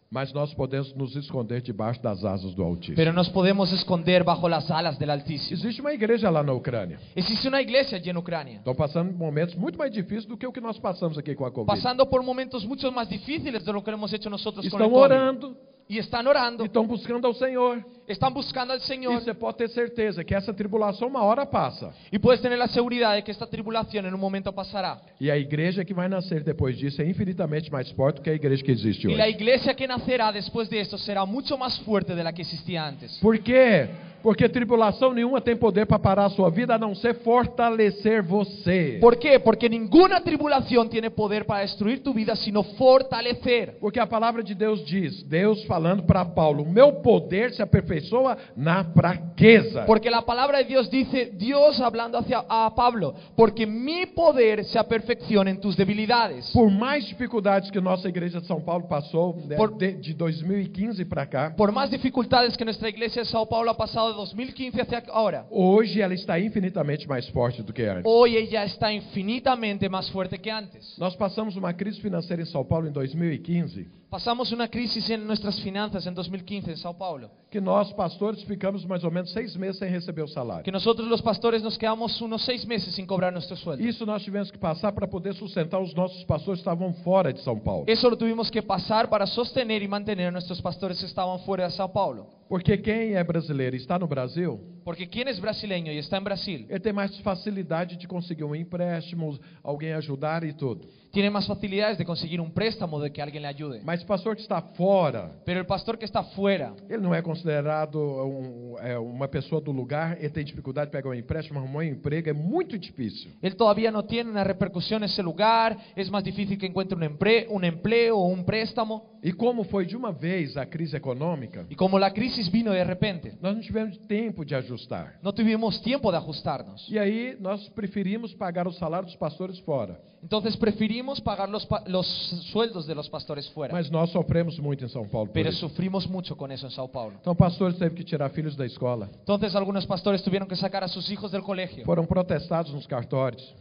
S1: Mas nós podemos nos esconder debaixo das asas do Altíssimo.
S2: Pero nos podemos esconder bajo las alas del Altísimo.
S1: Existe uma igreja lá na Ucrânia.
S2: Existe una iglesia allí en Ucrania,
S1: Estão passando momentos muito mais difíceis do que o que nós passamos aqui com a Covid.
S2: pasando por momentos mucho más difíciles de lo que hemos hecho nosotros con el
S1: Estão
S2: COVID.
S1: orando,
S2: Y están orando,
S1: estão buscando ao Senhor.
S2: están buscando al
S1: E
S2: Señor.
S1: você pode ter certeza que essa tribulação uma hora passa.
S2: Y puedes tener la seguridad de que esta tribulación en un momento pasará.
S1: E a igreja que vai nascer depois disso é infinitamente mais forte do que a igreja que existe
S2: Y la
S1: hoje.
S2: iglesia que nacerá después de esto será mucho más fuerte de la que existía antes.
S1: Por quê? Porque tribulação nenhuma tem poder para parar a sua vida a não ser fortalecer você.
S2: ¿Por qué? Porque ninguna tribulación tiene poder para destruir tu vida, sino fortalecer.
S1: Porque a palavra de Deus diz, Deus falando para Paulo, "O meu poder se aperfeiçoa na fraqueza.
S2: Porque la palabra de Dios dice, Dios hablando hacia a Pablo, porque mi poder se aperfecciona en tus debilidades.
S1: Por mais dificuldades que nossa igreja de São Paulo passou né,
S2: Por-
S1: de, de 2015 para cá,
S2: Por más dificultades que nuestra iglesia de Sao Paulo ha pasado de 2015 hacia
S1: Pues,
S2: ahora,
S1: hoje ela está infinitamente mais forte do que antes.
S2: hoy ella está infinitamente más fuerte que antes.
S1: Nós passamos uma crise financeira em São Paulo em 2015,
S2: Pasamos una crisis en nuestras finanzas en 2015 en Sao Paulo,
S1: que nós pastores ficamos mais ou menos seis meses sem receber o
S2: que
S1: salário.
S2: nosotros los pastores nos quedamos unos seis meses sin cobrar nuestro sueldo.
S1: Isso nós tivemos que passar para poder sustentar os nossos pastores que estavam fora de São Paulo.
S2: Eso lo tuvimos que pasar para sostener y mantener a nuestros pastores que estaban fuera de Sao Paulo.
S1: Porque quem é brasileiro e está no Brasil,
S2: Porque quien es brasileño y está en Brasil
S1: ele tem mais facilidade de conseguir um empréstimo, alguém ajudar e tudo.
S2: tiene más facilidades de conseguir un préstamo de que alguien le ayude.
S1: Mas pastor que está fora,
S2: Pero el pastor que está fuera
S1: Ele não é considerado um- é, uma pessoa do lugar, ele tem dificuldade de pegar um empréstimo, arrumar um emprego, é muito difícil.
S2: Él todavía no tiene una repercusión en ese lugar, es más difícil que encuentre un, empre- un empleo o un préstamo.
S1: E como foi de uma vez a crise econômica,
S2: Y como la crisis vino de repente,
S1: nós não tivemos tempo de ajustar.
S2: no tuvimos tiempo de ajustarnos.
S1: E aí nós preferimos pagar o salário dos pastores fora.
S2: Entonces preferimos pagar los, pa- los sueldos de los pastores fuera.
S1: Mas nós sofremos muito em São Paulo. Por
S2: Pero
S1: isso.
S2: sufrimos mucho con eso en Sao Paulo.
S1: Então pastores teve que tirar filhos da escola.
S2: Entonces algunos pastores tuvieron que sacar a sus hijos del colegio.
S1: Foram protestados nos cartórios.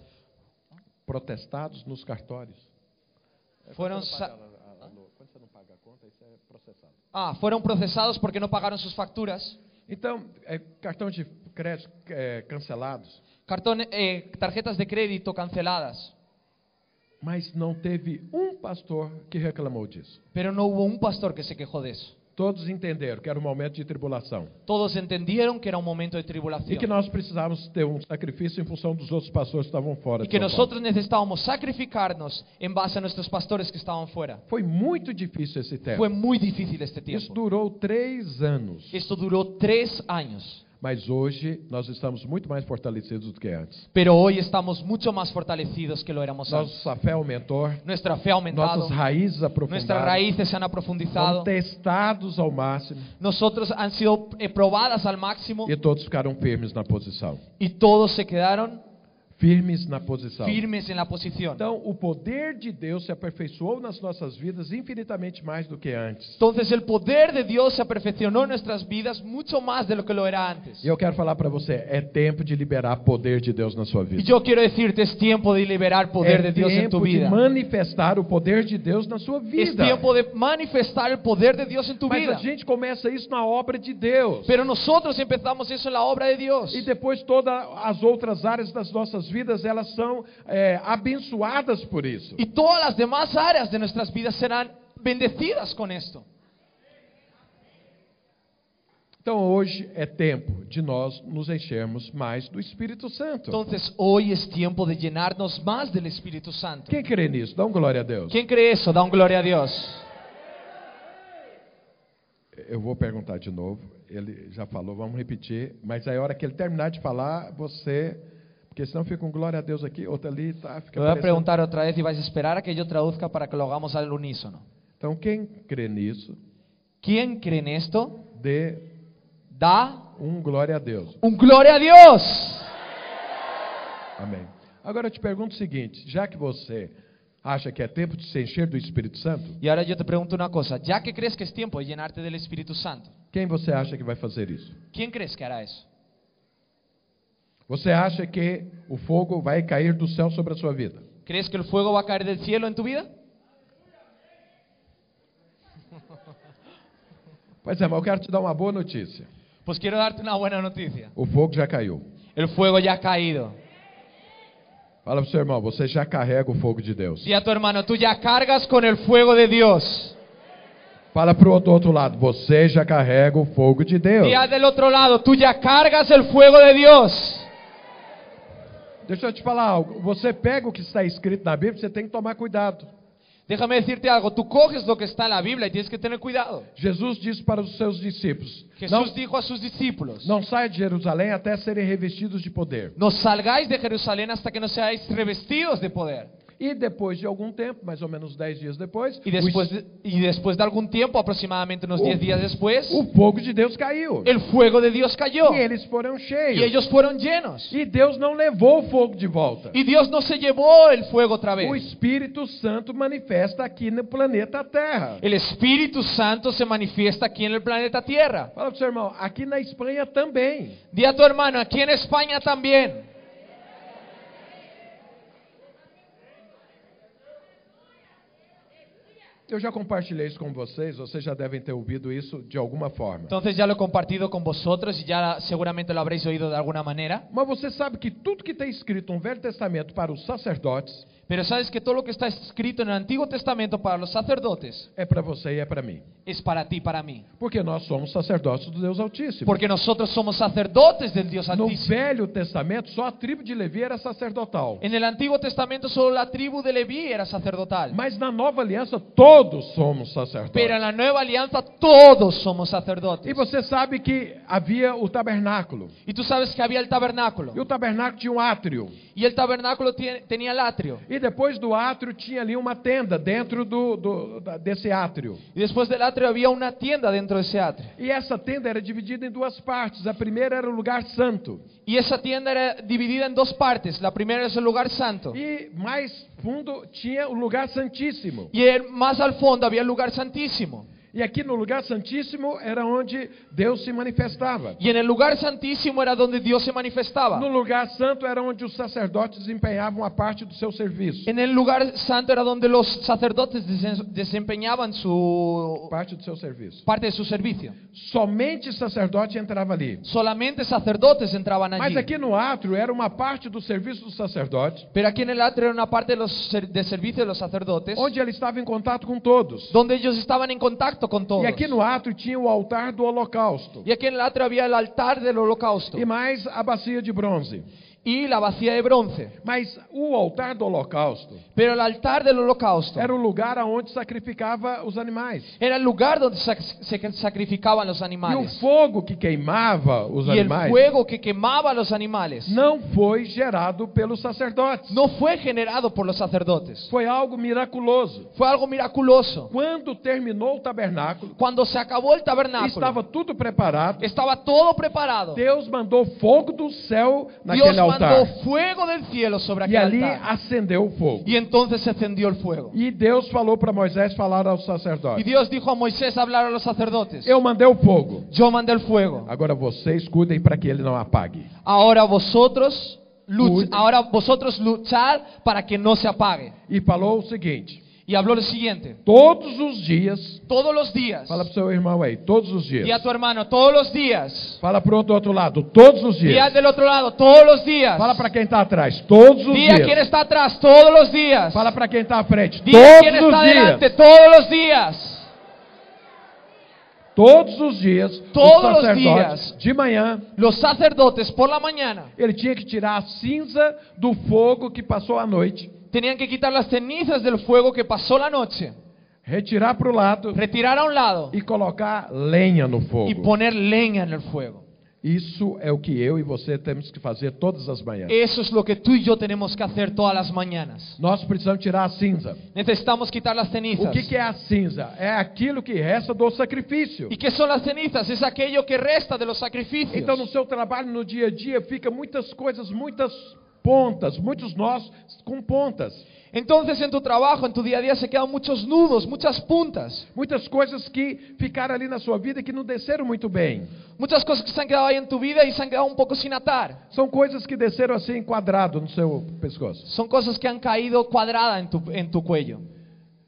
S1: Protestados nos cartórios.
S2: Fueron sa- Ah, fueron procesados porque no pagaron sus facturas.
S1: Então, é, cartão de crédito é, cancelados.
S2: Cartone- eh, tarjetas de crédito canceladas.
S1: Mas não teve um pastor que reclamou disso.
S2: Pero no hubo un pastor que se quejó de eso.
S1: Todos entenderam que era um momento de tribulação
S2: Todos entendieron que era un momento de
S1: e
S2: tribulación
S1: que nós precisávamos ter um sacrifício em função dos outros pastores que estavam fora.
S2: y
S1: de
S2: que
S1: São
S2: nosotros necesitábamos sacrificarnos en base a nuestros pastores que estaban fuera.
S1: Paulo. Foi muito difícil esse tempo.
S2: Fue muy difícil este
S1: Isso
S2: tiempo.
S1: durou três anos,
S2: Esto duró tres años,
S1: mas hoje nós estamos muito mais fortalecidos do que antes.
S2: pero hoy estamos mucho más fortalecidos que lo éramos antes.
S1: Nossa fé aumentou,
S2: Nuestra fe ha aumentado,
S1: nossas raízes
S2: nuestras
S1: aprofundaram,
S2: raíces se han
S1: foram
S2: aprofundizado,
S1: testados ao máximo
S2: nosotros han sido eh, probadas al máximo
S1: e todos ficaram firmes na posição.
S2: y todos se quedaron
S1: Firmes na posição.
S2: firmes en la posición.
S1: Então, o poder de Deus se aperfeiçoou nas nossas vidas infinitamente mais do que antes.
S2: Entonces el poder de Dios se aperfeccionó en nuestras vidas mucho más de lo que lo era antes.
S1: E eu quero falar para você, é tempo de liberar o poder de Deus na sua
S2: Y
S1: vida.
S2: yo quiero decirte, es tiempo de liberar poder
S1: é
S2: de Dios en tu
S1: tempo de
S2: vida.
S1: manifestar o poder de Deus na sua
S2: Es
S1: vida.
S2: tiempo de manifestar el poder de Dios en tu
S1: Mas
S2: vida.
S1: a gente começa isso na obra de Deus.
S2: Pero nosotros empezamos eso en la obra de Dios.
S1: E depois todas as outras áreas das nossas vidas, elas são é, abençoadas por isso.
S2: Y todas las demás áreas de nuestras vidas serán bendecidas con esto.
S1: Então hoje é tempo de nós nos enchermos mais do Espírito Santo.
S2: Entonces hoy es tiempo de llenarnos más del Espíritu Santo.
S1: Quem crê nisso? Dá um glória a Deus.
S2: ¿Quién cree eso? Da un gloria a Dios.
S1: Eu vou perguntar de novo. Ele já falou, vamos repetir. Mas aí, a hora que ele terminar de falar, você. Porque senão fica um glória a Deus aqui, outra ali, tá? Fica
S2: Te voy a
S1: parecendo-
S2: preguntar otra vez y vais a esperar a que yo traduzca para que lo hagamos al unísono.
S1: Então, quem crê nisso,
S2: ¿Quién cree en esto?
S1: dê
S2: Da
S1: um glória a Deus.
S2: un gloria a Dios.
S1: Amém. Agora eu te pergunto o seguinte: já que você acha que é tempo de se encher do Espírito Santo,
S2: Y ahora yo te pregunto una cosa, ya que crees que es tiempo de llenarte del Espíritu Santo,
S1: quem você acha que vai fazer isso?
S2: ¿quién crees que hará eso?
S1: Você acha que o fogo vai cair do céu sobre a sua vida?
S2: ¿Crees que el fuego va a caer del cielo en tu vida?
S1: Pois é, mas eu quero te dar uma boa notícia.
S2: Pues quiero darte una buena noticia.
S1: O fogo já caiu.
S2: El fuego ya ha caído.
S1: Fala para o seu irmão, você já carrega o fogo de Deus.
S2: Di a tu hermano, tú ya cargas con el fuego de Dios.
S1: Fala para o outro, outro lado, você já carrega o fogo de Deus.
S2: Di al del otro lado, tú ya cargas el fuego de Dios.
S1: Deixa eu te falar algo. Você pega o que está escrito na Bíblia, você tem que tomar cuidado.
S2: Déjame decirte algo, tú coges lo que está en la Biblia y tienes que tener cuidado.
S1: Jesus disse para os seus discípulos:
S2: Jesús
S1: não,
S2: dijo a sus discípulos,
S1: não saia de Jerusalém até serem revestidos de poder.
S2: no salgáis de Jerusalén hasta que no seáis revestidos de poder.
S1: E depois de algum tempo, mais ou menos 10 dias depois,
S2: Y después de, y después de algún tiempo, aproximadamente unos 10 días después,
S1: o, o fogo de Deus caiu.
S2: el fuego de Dios cayó
S1: E eles foram cheios.
S2: y ellos fueron llenos.
S1: E Deus não levou o fogo de volta.
S2: Y Dios no se llevó el fuego otra
S1: O
S2: vez.
S1: Espírito Santo manifesta aqui no planeta Terra.
S2: El Espíritu Santo se manifiesta aquí en el planeta Tierra.
S1: Fala pro seu irmão, aqui na Espanha também.
S2: Di a tu hermano, aquí en España también.
S1: Eu já compartilhei isso com vocês, vocês já devem ter ouvido isso de alguma forma.
S2: Entonces ya lo he compartido con vosotros y ya seguramente lo habréis oído de alguna manera.
S1: Mas você sabe que tudo que tem escrito no Velho Testamento para os sacerdotes
S2: Pero sabes que todo lo que está escrito en el Antiguo Testamento para los sacerdotes
S1: é para você e é para mim.
S2: es para ti, para mí.
S1: Porque nós somos sacerdotes do Deus Altíssimo.
S2: Porque é nosotros somos sacerdotes del Dios
S1: no
S2: Altísimo.
S1: Velho Testamento, só a tribo de Levi era sacerdotal.
S2: En el Antiguo Testamento solo la tribu de Leví era sacerdotal.
S1: Mas na Nova Aliança, todos somos
S2: Pero en
S1: sacerdotes.
S2: la nueva alianza todos somos
S1: E
S2: sacerdotes.
S1: você sabe que havia o tabernáculo.
S2: Y tú sabes que había el tabernáculo.
S1: E o tabernáculo tinha um átrio.
S2: Y el tabernáculo tie- tenía el atrio.
S1: E depois do átrio tinha ali uma tenda dentro do, do- da- desse átrio.
S2: Y después del atrio había una tienda dentro de ese atrio.
S1: E essa tenda era dividida em duas partes. A primeira era o lugar santo.
S2: Y esa tienda era dividida en dos partes. La primera es el lugar santo.
S1: E mais fundo tinha o lugar santíssimo.
S2: Y el- más al fondo había el lugar santísimo.
S1: E aqui no lugar santíssimo era onde Deus se manifestava.
S2: Y en el lugar santísimo era donde Dios se manifestaba.
S1: No lugar santo era onde os sacerdotes desempenhavam a parte do seu serviço.
S2: En el lugar santo era donde los sacerdotes desen- desempeñaban su
S1: Parte do seu serviço.
S2: parte de su servicio.
S1: Somente sacerdote entrava ali.
S2: Solamente sacerdotes entraban
S1: Mas
S2: allí.
S1: aqui no átrio era uma parte do serviço do sacerdote,
S2: Pero aquí en el atrio era una parte de, los ser- de servicio de los sacerdotes
S1: onde ele estava em contato com todos.
S2: donde ellos estaban en contacto con todos.
S1: E aqui no átrio tinha o altar do holocausto.
S2: Y aquí en el atrio había el altar del holocausto
S1: E mais a bacia de bronze.
S2: y la vacía de bronce.
S1: Mas o altar do holocausto
S2: Pero el altar del holocausto
S1: era o lugar aonde sacrificava os animais.
S2: era el lugar donde sac- se sacrificaban los
S1: E o
S2: animales.
S1: fogo que queimava os
S2: Y el
S1: animais
S2: fuego que quemaba a los animales
S1: não foi gerado pelos sacerdotes.
S2: no fue generado por los sacerdotes.
S1: Foi algo miraculoso.
S2: Fue algo miraculoso.
S1: Quando terminou o tabernáculo,
S2: Cuando se acabó el
S1: estava
S2: tabernáculo,
S1: tudo preparado.
S2: estaba todo preparado.
S1: Deus mandou fogo do céu
S2: Dios
S1: naquele
S2: mandó
S1: altar.
S2: fuego del cielo sobre
S1: E ali
S2: aquel altar.
S1: acendeu o fogo.
S2: Y entonces se encendió el fuego.
S1: E Deus falou para Moisés falar aos
S2: Y
S1: sacerdotes.
S2: Dios dijo a Moisés hablar a los sacerdotes.
S1: Eu mandei o fogo.
S2: Yo mandé el fuego.
S1: Agora vocês cuidem para que ele não apague.
S2: Ahora vosotros luch-
S1: Uy.
S2: ahora vosotros luchar para que no se apague.
S1: E falou o seguinte:
S2: Y habló lo siguiente.
S1: todos os dias,
S2: Todos los días.
S1: fala para o seu irmão aí, todos os
S2: Y a
S1: dias.
S2: tu hermano todos los días.
S1: Fala para o outro, outro lado, todos os
S2: Y al
S1: dias.
S2: del otro lado todos los días.
S1: Fala para quem está atrás, todos os
S2: Di a quien
S1: dias.
S2: está atrás todos los días.
S1: Fala para quem está à frente,
S2: Di a quien
S1: todos
S2: está
S1: os
S2: delante
S1: dias.
S2: todos los días.
S1: Todos os dias, os
S2: Todos os
S1: sacerdotes,
S2: dias.
S1: de manhã,
S2: Los sacerdotes por la mañana
S1: ele tinha que tirar a cinza do fogo que passou a noite,
S2: tenían que quitar las cenizas del fuego que pasó la noche,
S1: retirar para o lado
S2: retirar a un lado
S1: e colocar lenha no
S2: y
S1: fogo.
S2: poner leña en el fuego.
S1: Isso é o que eu e você temos que fazer todas as manhãs.
S2: Eso es lo que tú y yo tenemos que hacer todas las mañanas.
S1: Nós precisamos tirar a cinza.
S2: Necesitamos quitar las
S1: O
S2: cenizas.
S1: que, que é a cinza? É aquilo que resta do sacrifício.
S2: ¿Y qué son las cenizas? Es aquello que resta de los sacrificios.
S1: Então, no seu trabalho, no dia a dia, fica muitas coisas, muitas pontas, muitos nós com pontas.
S2: Entonces en tu trabajo, en tu día a día se quedan muchos nudos, muchas puntas,
S1: Muitas coisas que ficaram ali na sua vida que não desceram muito bem.
S2: muchas cosas que se han quedado ahí en tu vida y se han quedado un poco sin atar.
S1: São coisas que desceram assim quadrado no seu pescoço.
S2: Son cosas que han caído cuadrada en tu, en tu cuello.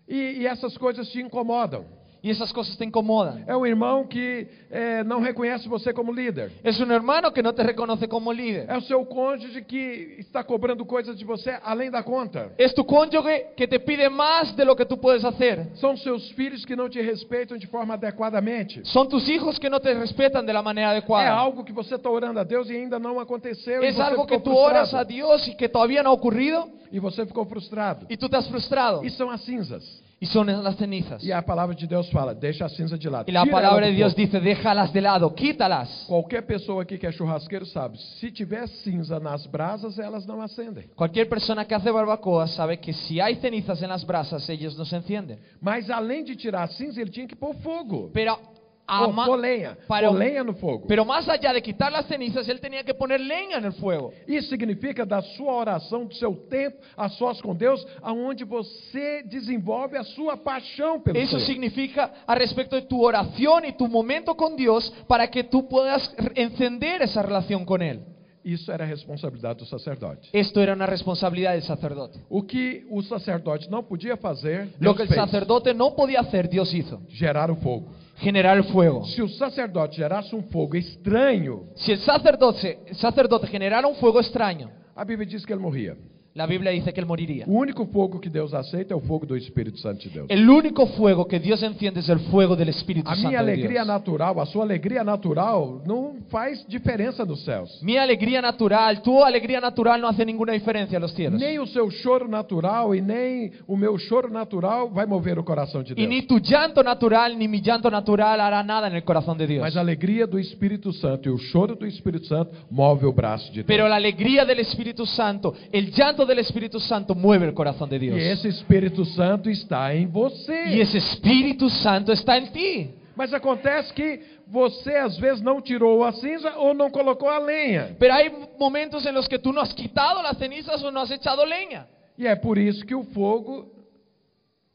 S1: E, e essas coisas te incomodam.
S2: Y esas cosas te incomodan.
S1: É um irmão que eh, não reconhece você como líder.
S2: Es un hermano que no te reconoce como
S1: É
S2: líder.
S1: o seu cônjuge que está cobrando coisas de você além da conta.
S2: Es tu cónyuge que te pide más de lo que tú puedes hacer.
S1: São seus filhos que não te respeitam de forma adequadamente.
S2: Son tus hijos que no te respetan de la manera
S1: É
S2: adecuada.
S1: algo que você está orando a Deus e ainda não aconteceu. e
S2: Es
S1: você
S2: é algo que
S1: ficou
S2: tú oras a
S1: frustrado.
S2: Dios y que todavía no ha ocurrido
S1: E você ficou frustrado.
S2: y tú te has frustrado.
S1: E são as cinzas.
S2: Y son las cenizas.
S1: E
S2: Y
S1: a palavra de Deus fala: deixa a cinza de lado.
S2: la
S1: Tira ela
S2: palabra
S1: do
S2: de Dios
S1: fogo.
S2: dice, déjalas de lado, quítalas.
S1: Qualquer pessoa aqui que é churrasqueiro sabe: se tiver cinza nas brasas, elas não acendem.
S2: Cualquier persona que hace barbacoa sabe que si hay cenizas en las brasas, ellos no se encienden.
S1: Mas além de tirar a cinza, ele tinha que pôr fogo.
S2: Pero, a
S1: Pô,
S2: ma-
S1: pôr lenha.
S2: para-
S1: Pôr lenha no fogo.
S2: pero más allá de quitar las cenizas, él tenía que poner leña en el fuego.
S1: Isso significa da sua oração, do seu tempo a sós com Deus, aonde você desenvolve a sua paixão pelo
S2: Eso
S1: Senhor.
S2: significa a respecto de tu oración y tu momento con Dios para que tú puedas r- encender esa relación con Él.
S1: Isso era a responsabilidade do sacerdote.
S2: Esto era una responsabilidad del sacerdote.
S1: O que o sacerdote não podia fazer,
S2: Lo
S1: Deus
S2: que el
S1: fez.
S2: sacerdote no podía hacer, Dios hizo.
S1: gerar o fogo.
S2: Generar el fuego.
S1: Se o sacerdote gerasse um fogo estranho,
S2: Si el sacerdote, el sacerdote generara un fuego extraño,
S1: a Bíblia diz que ele morria.
S2: la Biblia dice que él moriría.
S1: O único fogo que Deus aceita é o fogo do Espírito Santo de Deus.
S2: El único fuego que Dios enciende es el fuego del Espíritu
S1: A minha
S2: Santo. de
S1: alegria
S2: Dios.
S1: natural, a sua alegria natural, não faz diferença nos céus.
S2: Mi alegría natural, tu alegría natural no hace ninguna diferencia en los cielos.
S1: Nem o seu choro natural e nem o meu choro natural vai mover o coração de
S2: Y
S1: Deus.
S2: ni tu llanto natural ni mi llanto natural hará nada en el corazón de Dios.
S1: Mas a alegria do Espírito Santo e o choro do Espírito Santo move o braço de
S2: Pero
S1: Deus.
S2: la alegría del Espíritu Santo, el llanto del Espíritu Santo mueve el corazón de Dios.
S1: E esse Espírito Santo está
S2: Y
S1: em você.
S2: ese Espíritu Santo está en ti.
S1: Mas acontece que você às vezes não tirou a cinza ou não colocou a lenha.
S2: Pero hay momentos en los que tú no has quitado las cenizas o no has echado leña.
S1: E é por isso que o fogo,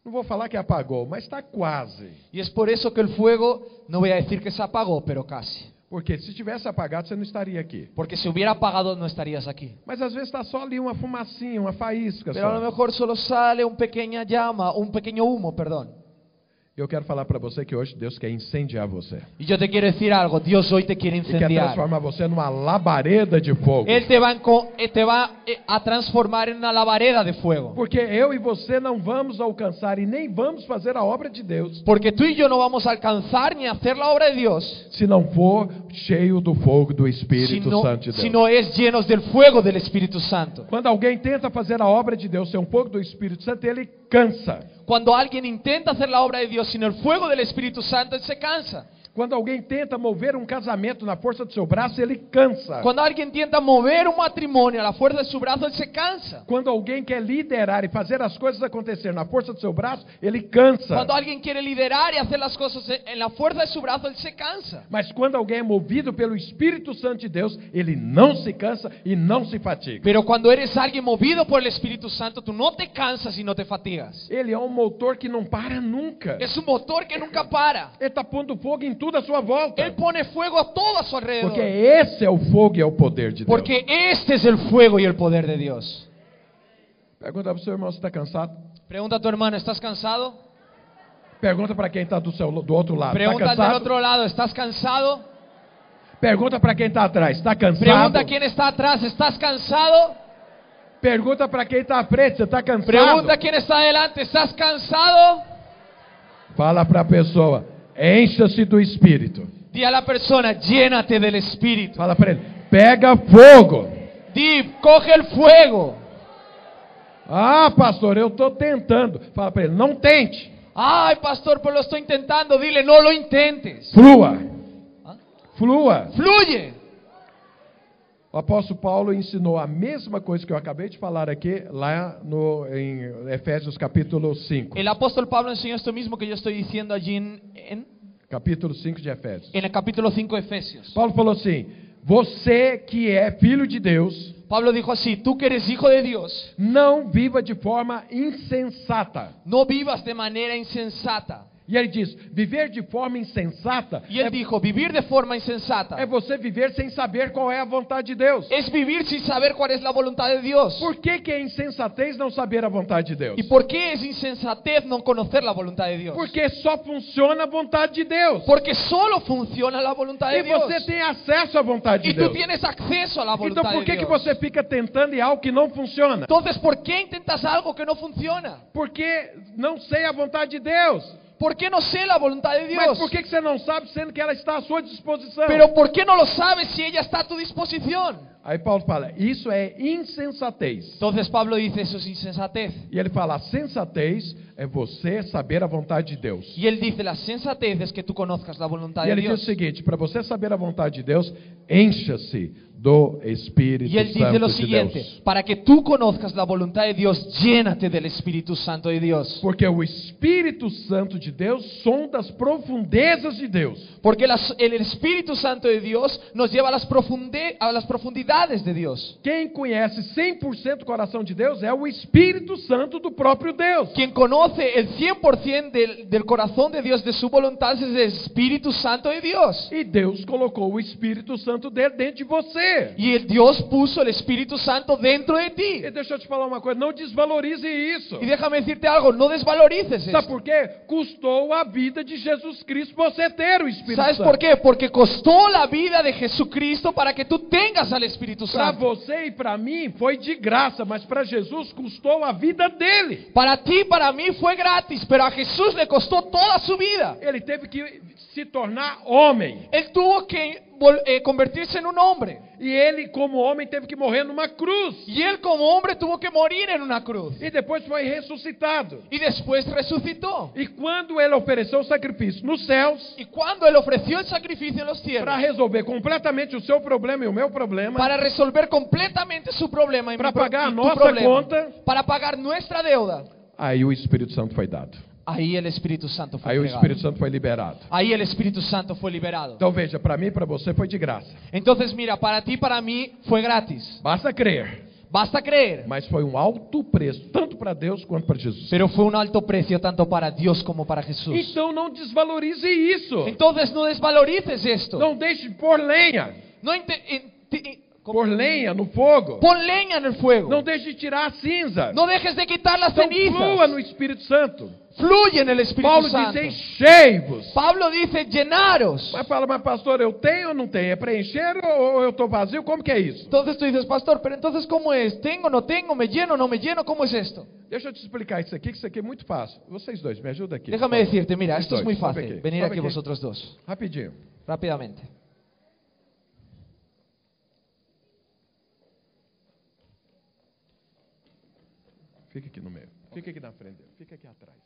S1: não vou falar que apagou, mas está quase.
S2: Y es por eso que el fuego, no voy a decir que se apagó, pero casi.
S1: Porque se tivesse apagado, você não estaria aqui.
S2: Porque si hubiera apagado no estarías aquí.
S1: Mas às vezes está só ali uma fumacinha, uma faísca.
S2: Pero a lo
S1: Só.
S2: mejor solo sale un pequeña llama, un pequeño humo, perdón.
S1: Eu quero falar para você que hoje Deus quer incendiar você.
S2: Y yo te quiero decir algo, Dios hoy te quiere
S1: E quer
S2: incendiar.
S1: transformar você numa labareda de fogo.
S2: Él te va, a enco- eh, te va eh, a transformar en una lavareda de fuego.
S1: Porque eu e você não vamos alcançar e nem vamos fazer a obra de Deus
S2: Porque tú y yo no vamos a alcanzar ni a hacer la obra de Dios
S1: se não for cheio do fogo do
S2: si
S1: Espírito
S2: no,
S1: Santo de Deus.
S2: si no es llenos del fuego del Espíritu Santo.
S1: Quando alguém tenta fazer a obra de Deus sem um pouco do Espírito Santo, ele cansa.
S2: Cuando alguien intenta hacer la obra de Dios sin el fuego del Espíritu Santo, él se cansa.
S1: Quando alguém tenta mover um casamento na força do seu braço, ele cansa.
S2: Cuando alguien intenta mover un matrimonio a la fuerza de su brazo, él se cansa.
S1: Quando alguém quer liderar e fazer as coisas acontecer na força do seu braço, ele cansa.
S2: Cuando alguien quiere liderar y hacer las cosas en la fuerza de su brazo, él se cansa.
S1: Mas quando alguém é movido pelo Espírito Santo de Deus, ele não se cansa e não se fatiga.
S2: Pero cuando eres alguien movido por el Espíritu Santo, tú no te cansas y no te fatigas.
S1: Ele é um motor que não para nunca.
S2: Es un motor que nunca para.
S1: Ele está pondo fogo em tudo à sua volta.
S2: Él pone fuego a todo a su
S1: Porque
S2: alrededor.
S1: esse é o fogo e é o poder de Deus.
S2: Porque este es el fuego y el poder de Dios.
S1: Pergunta para o seu irmão se está cansado.
S2: Pregunta a tu hermano, ¿estás cansado?
S1: Pergunta para quem está do, seu- do outro lado. Ah, Está
S2: Pregunta al del
S1: cansado?
S2: otro lado, ¿estás cansado?
S1: Pergunta para quem está atrás. Está cansado?
S2: Pregunta a quién está atrás, ¿estás cansado?
S1: Pergunta para quem está à frente. Você está cansado?
S2: Pregunta a quién está adelante, ¿estás cansado?
S1: Fala para a pessoa. Encha-se do Espírito.
S2: Di a la persona, llénate del Espíritu.
S1: Fala para ele. Pega fogo.
S2: Di, coge el fuego.
S1: Ah, pastor, eu estou tentando. Fala para ele. Não tente.
S2: Ay, pastor, pero lo estoy intentando. Dile, no lo intentes.
S1: Flua.
S2: Hã?
S1: Flua.
S2: Fluye.
S1: O apóstolo Paulo ensinou a mesma coisa que eu acabei de falar aqui, lá no, em Efésios capítulo 5.
S2: El apóstol Pablo enseñó esto mismo que yo estoy diciendo allí en, en,
S1: Capítulo 5 de Efésios.
S2: en el capítulo 5 de Efesios.
S1: Paulo falou assim: Você que é filho de Deus,
S2: Pablo dijo así, tú que eres hijo de Dios,
S1: Não viva de forma insensata.
S2: no vivas de manera insensata.
S1: E ele diz: viver de forma insensata
S2: Y él dijo, vivir de forma insensata
S1: é você viver sem saber qual é a vontade de Deus.
S2: es vivir sin saber cuál es la voluntad de Dios.
S1: Por que, que é insensatez não saber a vontade de Deus?
S2: ¿Y por qué es insensatez no conocer la voluntad de Dios?
S1: Porque só funciona a vontade de Deus.
S2: Porque solo funciona la voluntad
S1: E
S2: de Dios.
S1: você tem acesso à vontade de
S2: Y tú
S1: Deus.
S2: tienes acceso a la
S1: Então
S2: voluntad
S1: por
S2: de
S1: que, que
S2: Dios.
S1: você fica tentando em algo que não funciona?
S2: Entonces, ¿por qué intentas algo que no funciona?
S1: Porque não sei a vontade de Deus.
S2: ¿Por qué no sé la voluntad de Dios?
S1: Mas por que, que você não sabe sendo que ela está à sua disposição?
S2: Pero ¿por qué no lo sabes si ella está a tu disposición?
S1: Aí Paulo fala: isso é insensatez.
S2: Entonces Pablo dice, eso es insensatez.
S1: E ele fala: a sensatez é você saber a vontade de Deus.
S2: Y él dice, la sensatez es que tú conozcas la voluntad
S1: E
S2: de
S1: ele diz o
S2: Dios.
S1: seguinte: para você saber a vontade de Deus, encha-se do Espírito
S2: Y él dice
S1: Santo
S2: lo
S1: de
S2: siguiente,
S1: Deus.
S2: para que tú conozcas la voluntad de Dios, llénate del Espíritu Santo de Dios.
S1: Porque o Espírito Santo de Deus sonda as profundezas de Deus.
S2: Porque las- el Espíritu Santo de Dios nos lleva a las, profunde- a las profundidades de Dios.
S1: Quem conhece 100% o coração de Deus é o Espírito Santo do próprio Deus.
S2: Quien conoce el 100% del, del corazón de Dios, de su voluntad, es el Espíritu Santo de Dios.
S1: E Deus colocou o Espírito Santo dele dentro de você.
S2: Y el Dios puso el Espíritu Santo dentro de ti.
S1: E deixa eu te falar uma coisa, não desvalorize isso.
S2: Y déjame decirte algo, no desvalorices
S1: Sabe
S2: esto.
S1: por quê? Custou a vida de Jesus Cristo você ter o Espírito
S2: ¿Sabes
S1: Santo.
S2: por qué? Porque costó la vida de Jesucristo para que tú tengas al Espíritu
S1: Para
S2: Santo.
S1: você e para mim foi de graça, mas para Jesus custou a vida dele.
S2: Para ti, para mí fue gratis, pero a Jesús le costó toda su vida.
S1: Ele teve que se tornar homem.
S2: Él tuvo que vol- eh, convertirse en un hombre.
S1: E ele, como homem, teve que morrer numa cruz.
S2: Y él como hombre tuvo que morir en una cruz.
S1: E depois foi ressuscitado.
S2: Y después resucitó.
S1: E quando ele ofereceu o sacrifício nos céus,
S2: Y cuando él ofreció el sacrificio en los
S1: para
S2: cielos
S1: resolver completamente o seu problema e o meu problema,
S2: para resolver completamente su problema y,
S1: Para
S2: mi pro-
S1: pagar
S2: y
S1: nuestra
S2: tu problema,
S1: cuenta.
S2: para pagar nuestra deuda,
S1: aí o Espírito Santo foi dado.
S2: ahí el Espíritu Santo fue
S1: Aí o
S2: entregado.
S1: Espírito Santo foi liberado.
S2: Ahí el Espíritu Santo fue liberado.
S1: Então veja, para mim e para você foi de graça.
S2: Entonces, mira, para ti, para mí fue gratis.
S1: Basta crer.
S2: Basta creer.
S1: Mas foi um alto preço, tanto para Deus quanto para Jesus.
S2: Pero fue un alto precio tanto para Dios como para Jesús.
S1: Então não desvalorize isso.
S2: Entonces, no desvalorices esto.
S1: Não deixe pôr lenha,
S2: No inte- in- ti- in-
S1: pôr lenha no fogo.
S2: pon leña en el fuego.
S1: Não deixe de tirar a cinza.
S2: No dejes de quitar las
S1: Então flua
S2: cenizas.
S1: no Espírito Santo.
S2: Fluye en el Espíritu
S1: Paulo
S2: Santo.
S1: diz enchei-vos.
S2: Pablo dice, llenaros.
S1: Mas fala, mas pastor, eu tenho ou não tenho? É preencher ou ou eu estou vazio? Como que é isso?
S2: Entonces tú dices, pastor, pero entonces ¿cómo es? ¿Tengo, no tengo? ¿Me lleno, no me lleno? ¿Cómo es esto?
S1: Deixa eu te explicar isso aqui, que isso aqui é muito fácil. Vocês dois, me ajuda aqui.
S2: Déjame
S1: por favor.
S2: decirte, mira, esto es muy
S1: Sobe
S2: fácil.
S1: aquí,
S2: Venir
S1: sobe
S2: aquí
S1: aquí.
S2: vosotros dos,
S1: Rapidinho.
S2: rápidamente.
S1: Fica aqui no meio. Fica aqui na frente dele. Fica aqui atrás.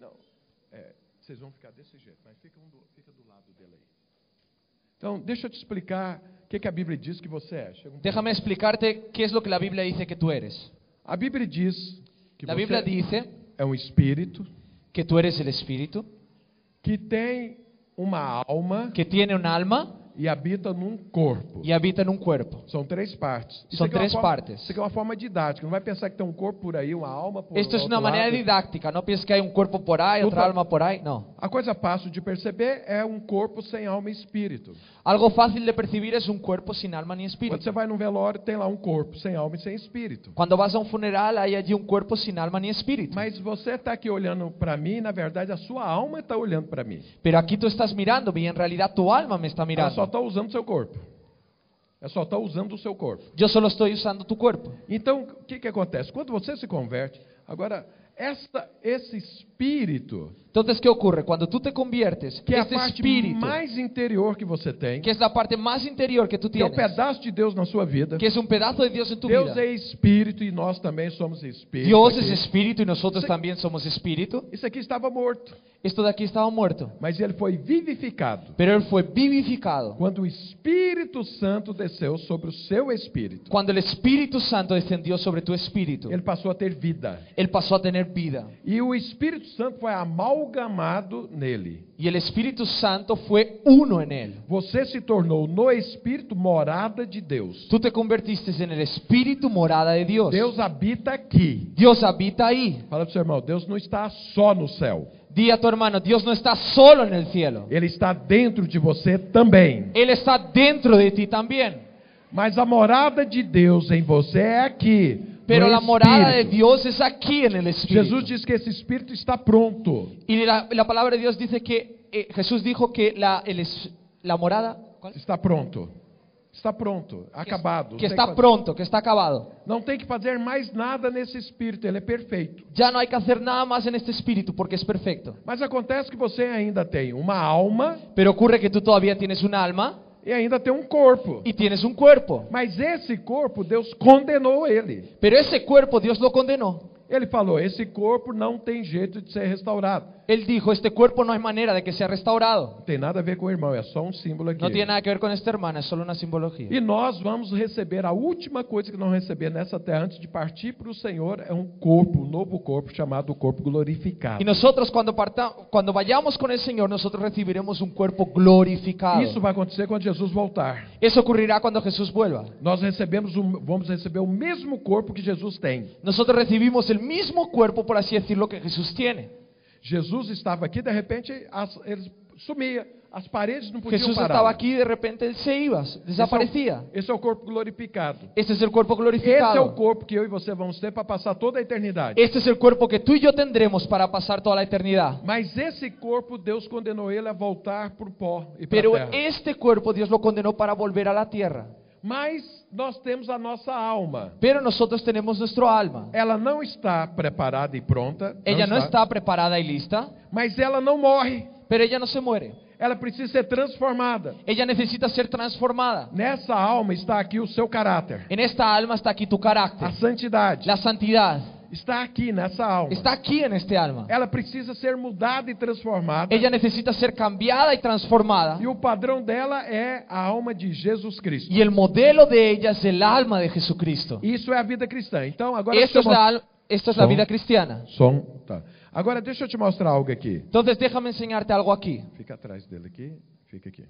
S1: Não. é, vocês vão ficar desse jeito, mas fica, um do, fica do lado dele aí. Então, deixa eu te explicar o que, que a Bíblia diz que você é. Chega um pouco.
S2: Déjame explicarte qué es lo que la Biblia dice que tú eres.
S1: A Bíblia diz que
S2: La
S1: você
S2: Biblia dice
S1: é um espírito
S2: que tú eres el espíritu,
S1: que tem uma alma
S2: que tiene un alma
S1: e habita num corpo.
S2: y habita en un cuerpo.
S1: São três partes.
S2: São
S1: aqui é uma
S2: três
S1: forma-
S2: partes.
S1: Isso aqui é uma forma didática. Não vai pensar que tem um corpo por aí, uma alma por ah,
S2: Esto es
S1: outro
S2: una manera
S1: lado.
S2: didáctica, no pienses que hay un cuerpo por ahí,
S1: Tú
S2: otra
S1: pa-
S2: alma por ahí, no.
S1: A coisa fácil de perceber é um corpo sem alma e espírito.
S2: Algo fácil de percibir es un cuerpo sin alma ni
S1: Quando
S2: espíritu.
S1: você vai num velório, tem lá um corpo sem alma e sem espírito.
S2: Cuando vas a un funeral hay allí un cuerpo sin alma ni espíritu.
S1: Mas você está aqui olhando para mim, e, na verdade a sua alma está olhando para mim.
S2: Pero aquí tú estás mirándome y en realidad tu alma me está
S1: Ela só
S2: mirando.
S1: está usando seu corpo. Ela só está usando o seu corpo.
S2: Yo solo estoy usando tu cuerpo.
S1: Então, o que, que acontece? Quando você se converte, agora, esta, esse espírito,
S2: Entonces, ¿qué ocurre? Cuando tú te conviertes,
S1: que é a
S2: este
S1: parte
S2: espíritu,
S1: mais interior que você tem,
S2: que é
S1: que
S2: es la parte más interior que tú
S1: é o
S2: tienes,
S1: pedaço de Deus na sua vida.
S2: que é es un pedazo de Dios en tu
S1: Deus
S2: vida.
S1: é espírito e nós também somos espírito.
S2: Dios
S1: aqui.
S2: es espíritu y nosotros
S1: Sí.
S2: también somos espíritu.
S1: Isso aqui estava morto.
S2: Esto de aquí estaba muerto,
S1: mas ele foi vivificado
S2: pero él fue vivificado
S1: quando o Espírito Santo desceu sobre o seu espírito.
S2: cuando el Espíritu Santo descendió sobre tu espíritu.
S1: Ele passou a ter vida.
S2: Él pasó a tener vida
S1: E o Espírito Santo foi amalgamado nele.
S2: y el Espíritu Santo fue uno en él.
S1: Você se tornou no Espírito morada de Deus.
S2: Tú te convertiste en el Espíritu morada de Dios.
S1: Deus habita aqui.
S2: Dios habita ahí.
S1: Fala para o seu irmão, Deus não está só no céu.
S2: Di a tu hermano, Dios no está solo en el cielo.
S1: Ele está dentro de você também.
S2: Él está dentro de ti también.
S1: Mas a morada de Deus em você é aqui. no
S2: Pero la morada de
S1: Espírito.
S2: Dios es aquí en el Espíritu.
S1: Jesus diz que esse Espírito está pronto.
S2: Y la, la palabra de Dios dice que eh, Jesús dijo que la, el es- la morada ¿cuál?
S1: Está pronto. Está pronto. Acabado. Não
S2: que
S1: tem
S2: está
S1: fazer-
S2: pronto, que está acabado.
S1: Não tem que fazer mais nada nesse Espírito, ele é perfeito.
S2: Ya no hay que hacer nada más en este Espíritu porque es perfecto.
S1: Mas acontece que você ainda tem uma alma
S2: Pero ocurre que tú todavía tienes un alma
S1: e ainda tem um corpo.
S2: y tienes un cuerpo.
S1: Mas esse corpo, Deus condenou ele.
S2: Pero ese cuerpo Dios lo condenó.
S1: Ele falou: esse corpo não tem jeito de ser restaurado.
S2: Él dijo, este cuerpo no hay manera de que sea restaurado.
S1: Não tem nada a ver com o irmão, é só um símbolo aqui.
S2: No tiene nada que ver con esta hermana, es solo una simbología.
S1: E nós vamos receber a última coisa que nós receber nessa terra antes de partir para o Senhor é um corpo, um novo corpo chamado corpo glorificado.
S2: Y nosotros cuando, parta, cuando vayamos con el Señor, nosotros recibiremos un cuerpo glorificado.
S1: Isso vai acontecer quando Jesus voltar.
S2: Eso ocurrirá cuando Jesús vuelva.
S1: Nós recebemos um, vamos receber o mesmo corpo que Jesus tem.
S2: Nosotros recibimos el mismo cuerpo, por así decirlo, que Jesús tiene.
S1: Jesus estava aqui, de repente as, ele sumia, as paredes não podiam
S2: Jesús
S1: parar.
S2: estaba aquí y de repente él se iba,
S1: Esse é o-
S2: desaparecía.
S1: Esse é o corpo glorificado.
S2: Este es el cuerpo
S1: Esse é o
S2: glorificado.
S1: corpo que eu e você vamos ter para passar toda a eternidade.
S2: Este es el cuerpo que tú y yo tendremos para pasar toda la eternidad.
S1: Mas esse corpo, Deus condenou ele a voltar para o pó e para a
S2: Pero
S1: terra.
S2: este cuerpo Dios lo condenó para volver a la tierra.
S1: Mas nós temos a nossa alma.
S2: Pero nosotros tenemos nuestro alma.
S1: Ela não está preparada e pronta.
S2: Ella no está preparada y lista,
S1: Mas ela não morre.
S2: pero ella no se muere.
S1: Ela precisa ser transformada.
S2: Ella necesita ser transformada.
S1: Nessa alma está aqui o seu caráter.
S2: En esta alma está aquí tu carácter.
S1: A santidade
S2: La santidad
S1: está aqui nessa alma.
S2: está aquí en este alma.
S1: Ela precisa ser mudada e transformada.
S2: Ella necesita ser cambiada y transformada.
S1: E o padrão dela é a alma de Jesus Cristo.
S2: Y el modelo de ella es el alma de Jesucristo.
S1: Isso é a vida cristã. Então, agora
S2: Esto es
S1: deixa eu
S2: la,
S1: mos-
S2: al- esto es la
S1: Son-
S2: vida cristiana.
S1: Som, tá. Agora deixa eu te mostrar algo aqui.
S2: Entonces déjame enseñarte algo aquí.
S1: Fica atrás dele aqui, fica aqui.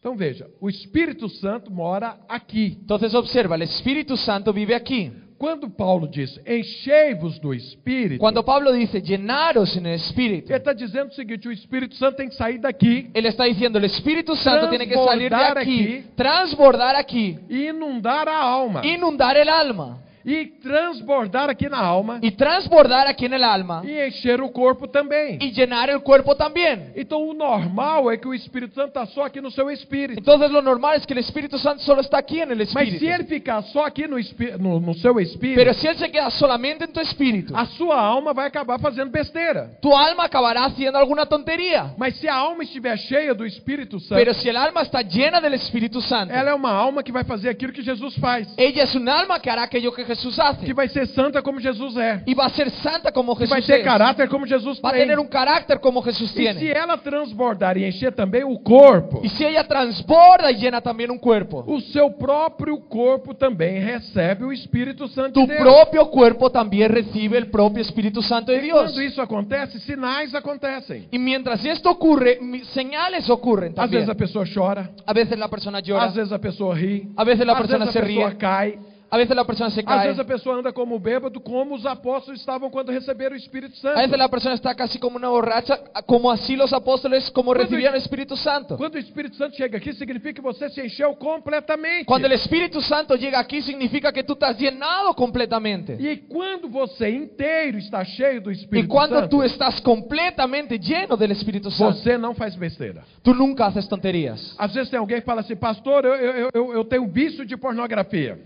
S1: Então veja, o Espírito Santo mora aqui.
S2: Entonces observa, el Espíritu Santo vive aquí.
S1: Quando Paulo diz, enchei-vos do Espírito,
S2: Cuando Pablo dice, llenaros en el Espíritu,
S1: ele está dizendo o seguinte, o Espírito Santo tem que sair daqui
S2: él está diciendo, el Espíritu Santo tiene que salir de
S1: Transbordar
S2: aquí,
S1: aquí.
S2: transbordar aquí,
S1: e inundar a alma.
S2: inundar el alma
S1: E transbordar aqui na alma
S2: y transbordar aquí en el alma
S1: e encher o corpo também.
S2: y llenar el cuerpo también.
S1: Então o normal é que o Espírito Santo está só aqui no seu espírito.
S2: Entonces lo normal es que el Espíritu Santo solo está aquí en el
S1: Mas se ele
S2: Espíritu.
S1: ficar só aqui no, espí- no- no seu
S2: Pero
S1: espírito,
S2: si él se queda solamente en tu espíritu,
S1: a sua alma vai acabar fazendo besteira.
S2: tu alma acabará haciendo alguna tontería.
S1: Mas se a alma estiver cheia do Espírito Santo,
S2: Pero si el alma está llena del Espíritu Santo,
S1: ela é uma alma que vai fazer aquilo que Jesus faz,
S2: ella es un alma que hará aquello que Jesús
S1: que
S2: hace
S1: vai ser santa como Jesus é,
S2: y va a ser santa como
S1: que vai
S2: Jesús
S1: ter
S2: es. Va
S1: caráter como Jesus
S2: a tener un
S1: tem.
S2: carácter como Jesús
S1: E se
S2: tiene.
S1: ela transbordar e encher também o corpo,
S2: Y si ella transborda y llena también un cuerpo,
S1: o seu próprio corpo também recebe o Espírito Santo
S2: tu
S1: de Deus.
S2: propio cuerpo también recibe el propio Espíritu Santo de Dios.
S1: Quando isso acontece, sinais acontecem.
S2: Y mientras esto ocurre, mi- señales ocurren
S1: Às vezes
S2: también.
S1: a pessoa chora,
S2: A veces la persona llora,
S1: às vezes a pessoa ri,
S2: A veces la persona
S1: às vezes
S2: se
S1: a pessoa
S2: ríe.
S1: cai,
S2: a veces la persona se
S1: às
S2: cae,
S1: vezes a pessoa anda como bêbado, como os apóstolos estavam quando receberon o Espírito
S2: a
S1: Santo.
S2: veces la persona está casi como una borracha, como así los apóstoles, como
S1: Cuando-
S2: recibían el Espíritu Santo.
S1: Quando o Espírito Santo chega aqui, significa que você se encheu completamente.
S2: Cuando el Espíritu Santo llega aquí significa que tú estás llenado completamente.
S1: E quando você inteiro está cheio do
S2: Y
S1: Espírito
S2: cuando tú
S1: Santo,
S2: estás completamente lleno del Espíritu Santo,
S1: você não faz besteira.
S2: tú nunca haces tonterías.
S1: Às vezes tem alguém que fala assim, pastor, eu, eu, eu, eu tenho um vício de pornografia.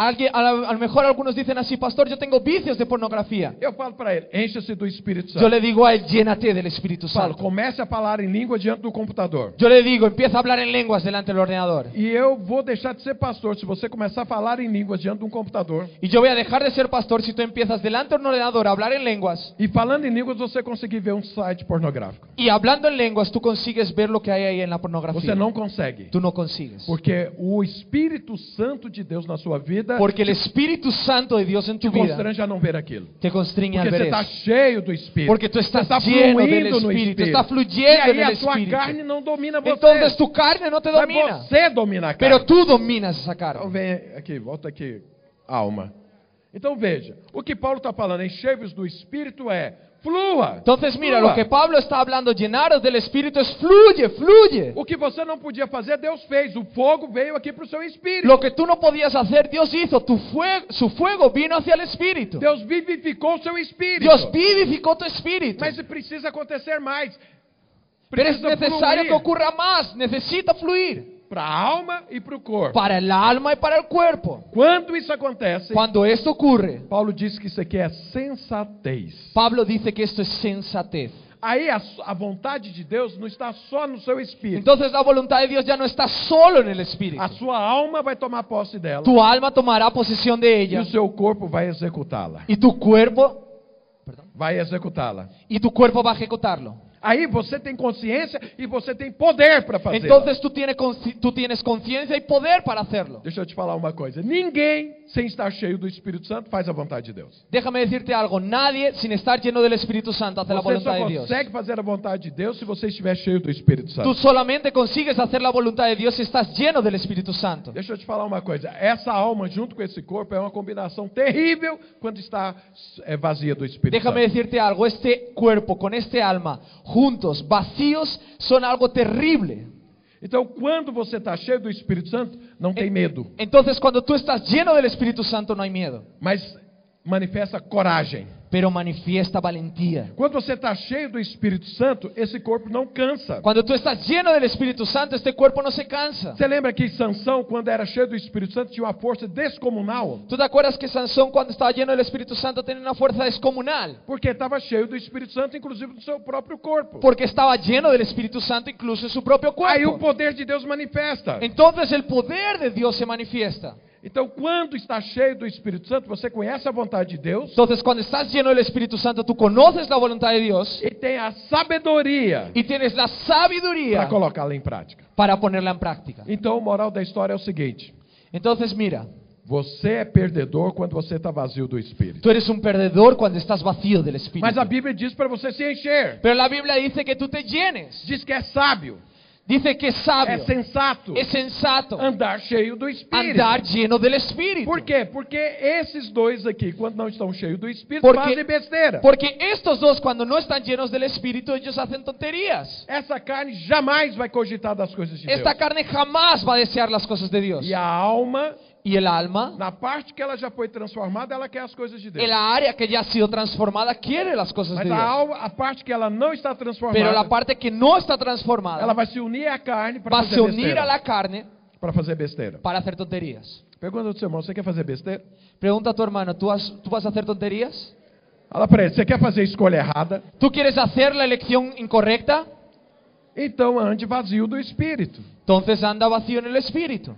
S2: Alguien, a, la- a lo mejor algunos dicen así, pastor, yo tengo vicios de pornografía.
S1: Eu falo para ele, encha-se do Espírito
S2: Yo
S1: Santo.
S2: le digo a él, llénate del Espíritu
S1: Falo,
S2: Santo.
S1: comece a falar em língua diante do computador.
S2: Yo le digo, empieza a hablar en lenguas delante del ordenador.
S1: E eu vou deixar de ser pastor se você começar a falar em línguas diante de um computador.
S2: Y yo voy a dejar de ser pastor si tú empiezas delante de un ordenador a hablar en lenguas.
S1: E falando em línguas, você conseguir ver um site pornográfico.
S2: Y hablando en lenguas, tú consigues ver lo que hay ahí en la pornografía.
S1: Você não consegue.
S2: Tú no consigues.
S1: Porque o Espírito Santo de Deus na sua vida
S2: Porque el Espíritu Santo de Dios en
S1: te
S2: tu vida
S1: constrange a não ver aquilo.
S2: te constringe al
S1: Porque você
S2: ver
S1: está
S2: eso.
S1: cheio do Espírito.
S2: Porque tá tú estás
S1: você está
S2: lleno del
S1: fluindo no
S2: Espíritu, está
S1: E
S2: fluyendo
S1: aí
S2: en el
S1: a sua carne
S2: Espíritu.
S1: não domina você.
S2: Entonces tu carne no te
S1: Mas
S2: Então domina,
S1: você domina a carne.
S2: pero tú dominas esa
S1: Então
S2: carne.
S1: vem aqui, volta aqui, alma. Então veja, o que Paulo está falando, enchei-vos do Espírito é, flua.
S2: Entonces mira,
S1: flua.
S2: lo que Pablo está hablando, llenaros del Espíritu es fluye, fluye.
S1: O que você não podia fazer, Deus fez. O fogo veio aqui para o seu espírito.
S2: Lo que tú no podías hacer, Dios hizo. Tu fue- su fuego vino hacia el Espíritu.
S1: Deus vivificou o seu espírito.
S2: Dios vivificó tu espíritu.
S1: Mas precisa acontecer mais.
S2: Pero es
S1: Precisa
S2: necesario que
S1: fluir
S2: ocurra más. Necesita fluir
S1: para a alma e para o corpo.
S2: para el alma y para el cuerpo.
S1: Quando isso acontece,
S2: Cuando esto ocurre,
S1: Paulo diz que isso aqui é sensatez.
S2: Pablo dice que esto es sensatez.
S1: Aí a, su- a vontade de Deus não está só no seu espírito.
S2: Entonces la voluntad de Dios ya no está solo en el
S1: A
S2: espíritu.
S1: sua alma vai tomar posse dela.
S2: Então, Tu alma tomará posesión de
S1: e
S2: ella
S1: o seu corpo vai executá-la.
S2: y tu cuerpo perdón,
S1: Vai executá-la.
S2: y tu cuerpo va a ejecutarlo.
S1: Aí você tem consciência e você tem poder para fazer.
S2: Entonces tú tienes consci- tú tienes conciencia y poder para hacerlo.
S1: Deixa eu te falar uma coisa. Ninguém, sem estar cheio do Espírito Santo, faz a vontade de Deus.
S2: Déjame decirte algo, nadie sin estar lleno del Espíritu Santo hace la
S1: Você
S2: voluntad
S1: só
S2: de Dios.
S1: consegue fazer a vontade de Deus se você estiver cheio do Espírito
S2: Tú
S1: Santo.
S2: solamente consigues hacer la voluntad de Dios si estás lleno del Espíritu Santo.
S1: Deixa eu te falar uma coisa. Essa alma, junto com esse corpo, é uma combinação terrível quando está é, vazia do Espírito
S2: Déjame
S1: Santo.
S2: decirte algo, este cuerpo con este alma, juntos, vacíos, son algo terrible.
S1: Então, quando você está cheio do Espírito Santo, não tem medo,
S2: Entonces cuando tú estás lleno del Espíritu Santo no hay miedo,
S1: mas manifesta coragem.
S2: pero manifiesta valentía.
S1: Quando você está cheio do Espírito Santo, esse corpo não cansa.
S2: Cuando tú estás lleno del Espíritu Santo, este cuerpo no se cansa.
S1: Você lembra que Sansão, quando era cheio do Espírito Santo, tinha uma força descomunal?
S2: ¿Tú te acuerdas que Sansón cuando estaba lleno del Espíritu Santo tenía una fuerza descomunal?
S1: Porque estava cheio do Espírito Santo, inclusive do seu próprio corpo.
S2: Porque estaba lleno del Espíritu Santo incluso en su propio
S1: Aí o
S2: cuerpo.
S1: poder de Deus manifesta.
S2: Entonces el poder de Dios se manifiesta.
S1: Então, quando está cheio do Espírito Santo, você conhece a vontade de Deus
S2: Entonces cuando estás lleno del Espíritu Santo, tú conoces la voluntad de Dios
S1: e tem a sabedoria
S2: y tienes la
S1: para
S2: sabiduría
S1: colocá-la em prática.
S2: para ponerla en práctica.
S1: Então, o moral da história é o seguinte:
S2: Entonces mira,
S1: você é perdedor quando você está vazio do Espírito.
S2: tú eres un perdedor cuando estás vacío del Espíritu.
S1: Mas a Bíblia diz para você se encher.
S2: Pero la Biblia dice que tú te llenes.
S1: Diz que é sábio,
S2: Dice que es
S1: é
S2: sabio,
S1: sensato.
S2: es sensato
S1: andar cheio do Espírito.
S2: é andar lleno del Espíritu.
S1: Por quê? Porque esses dois aqui, quando não estão cheios do Espírito,
S2: Porque-
S1: fazem besteira.
S2: Porque estos dos cuando no están llenos del Espíritu, ellos hacen tonterías.
S1: Essa carne jamais vai cogitar das coisas de Deus.
S2: Esta carne jamás va a desear las cosas de Dios.
S1: E a alma,
S2: Y el alma,
S1: na parte que ela já foi transformada, ela quer as coisas de Deus.
S2: el área que ya ha sido transformada, quiere las cosas de
S1: Mas a,
S2: Dios.
S1: alma, a parte que ela não está transformada,
S2: Pero la parte que no está
S1: ela
S2: transformada
S1: vai se unir à carne para
S2: va a
S1: fazer
S2: se unir
S1: besteira.
S2: a la carne
S1: Para fazer besteira.
S2: para hacer tonterías.
S1: Pergunta do seu irmão, você quer fazer besteira?
S2: Pregunta a tu hermano, ¿tú, has- ¿tú vas a hacer tonterías?
S1: Fala para ele, você quer fazer escolha errada?
S2: ¿Tú quieres hacer la elección incorrecta?
S1: Então ande vazio do Espírito.
S2: Entonces anda vacío en el espíritu.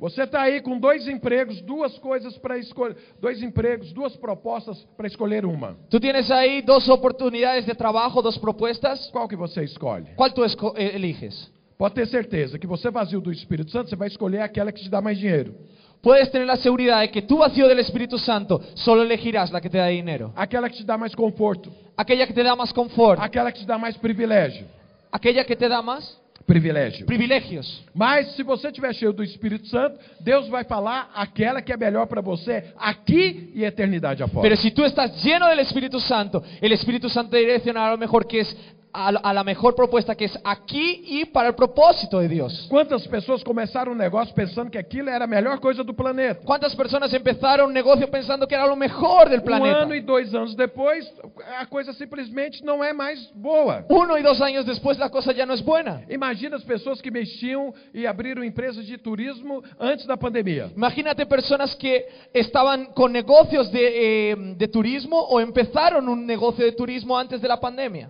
S1: Você está aí com dois empregos, duas coisas para escolher, dois empregos, duas propostas para escolher uma.
S2: Tú tienes ahí dos oportunidades de trabajo, dos propuestas.
S1: Qual que você escolhe?
S2: ¿Cuál tú esco- eh, eliges?
S1: Pode ter certeza que você vazio do Espírito Santo, você vai escolher aquela que te dá mais dinheiro,
S2: Puedes tener la seguridad de que tú vacío del Espíritu Santo solo elegirás la que te da dinero,
S1: aquela que te dá mais conforto,
S2: aquella que te da más confort,
S1: aquela que te dá mais privilégio,
S2: aquella que te da más
S1: privilégio.
S2: privilegios.
S1: Mas se você estiver cheio do Espírito Santo, Deus vai falar aquela que é melhor para você aqui e eternidade
S2: Pero
S1: após.
S2: si tú estás lleno del Espíritu Santo, el Espíritu Santo te direccionará a lo mejor que es a, la- a la mejor propuesta que es aquí y para el propósito de Dios.
S1: Quantas pessoas começaram um negócio pensando que aquilo era a melhor coisa do planeta?
S2: ¿Cuántas personas empezaron un negocio pensando que era lo mejor del
S1: Um
S2: planeta?
S1: ano e dois anos depois, a coisa simplesmente não é mais boa.
S2: Uno y dos años después la cosa ya no es buena.
S1: Imagina as pessoas que mexiam e abriram empresas de turismo antes da pandemia.
S2: Imagínate personas que estaban con negocios de, eh, de turismo o empezaron un negocio de turismo antes de la pandemia.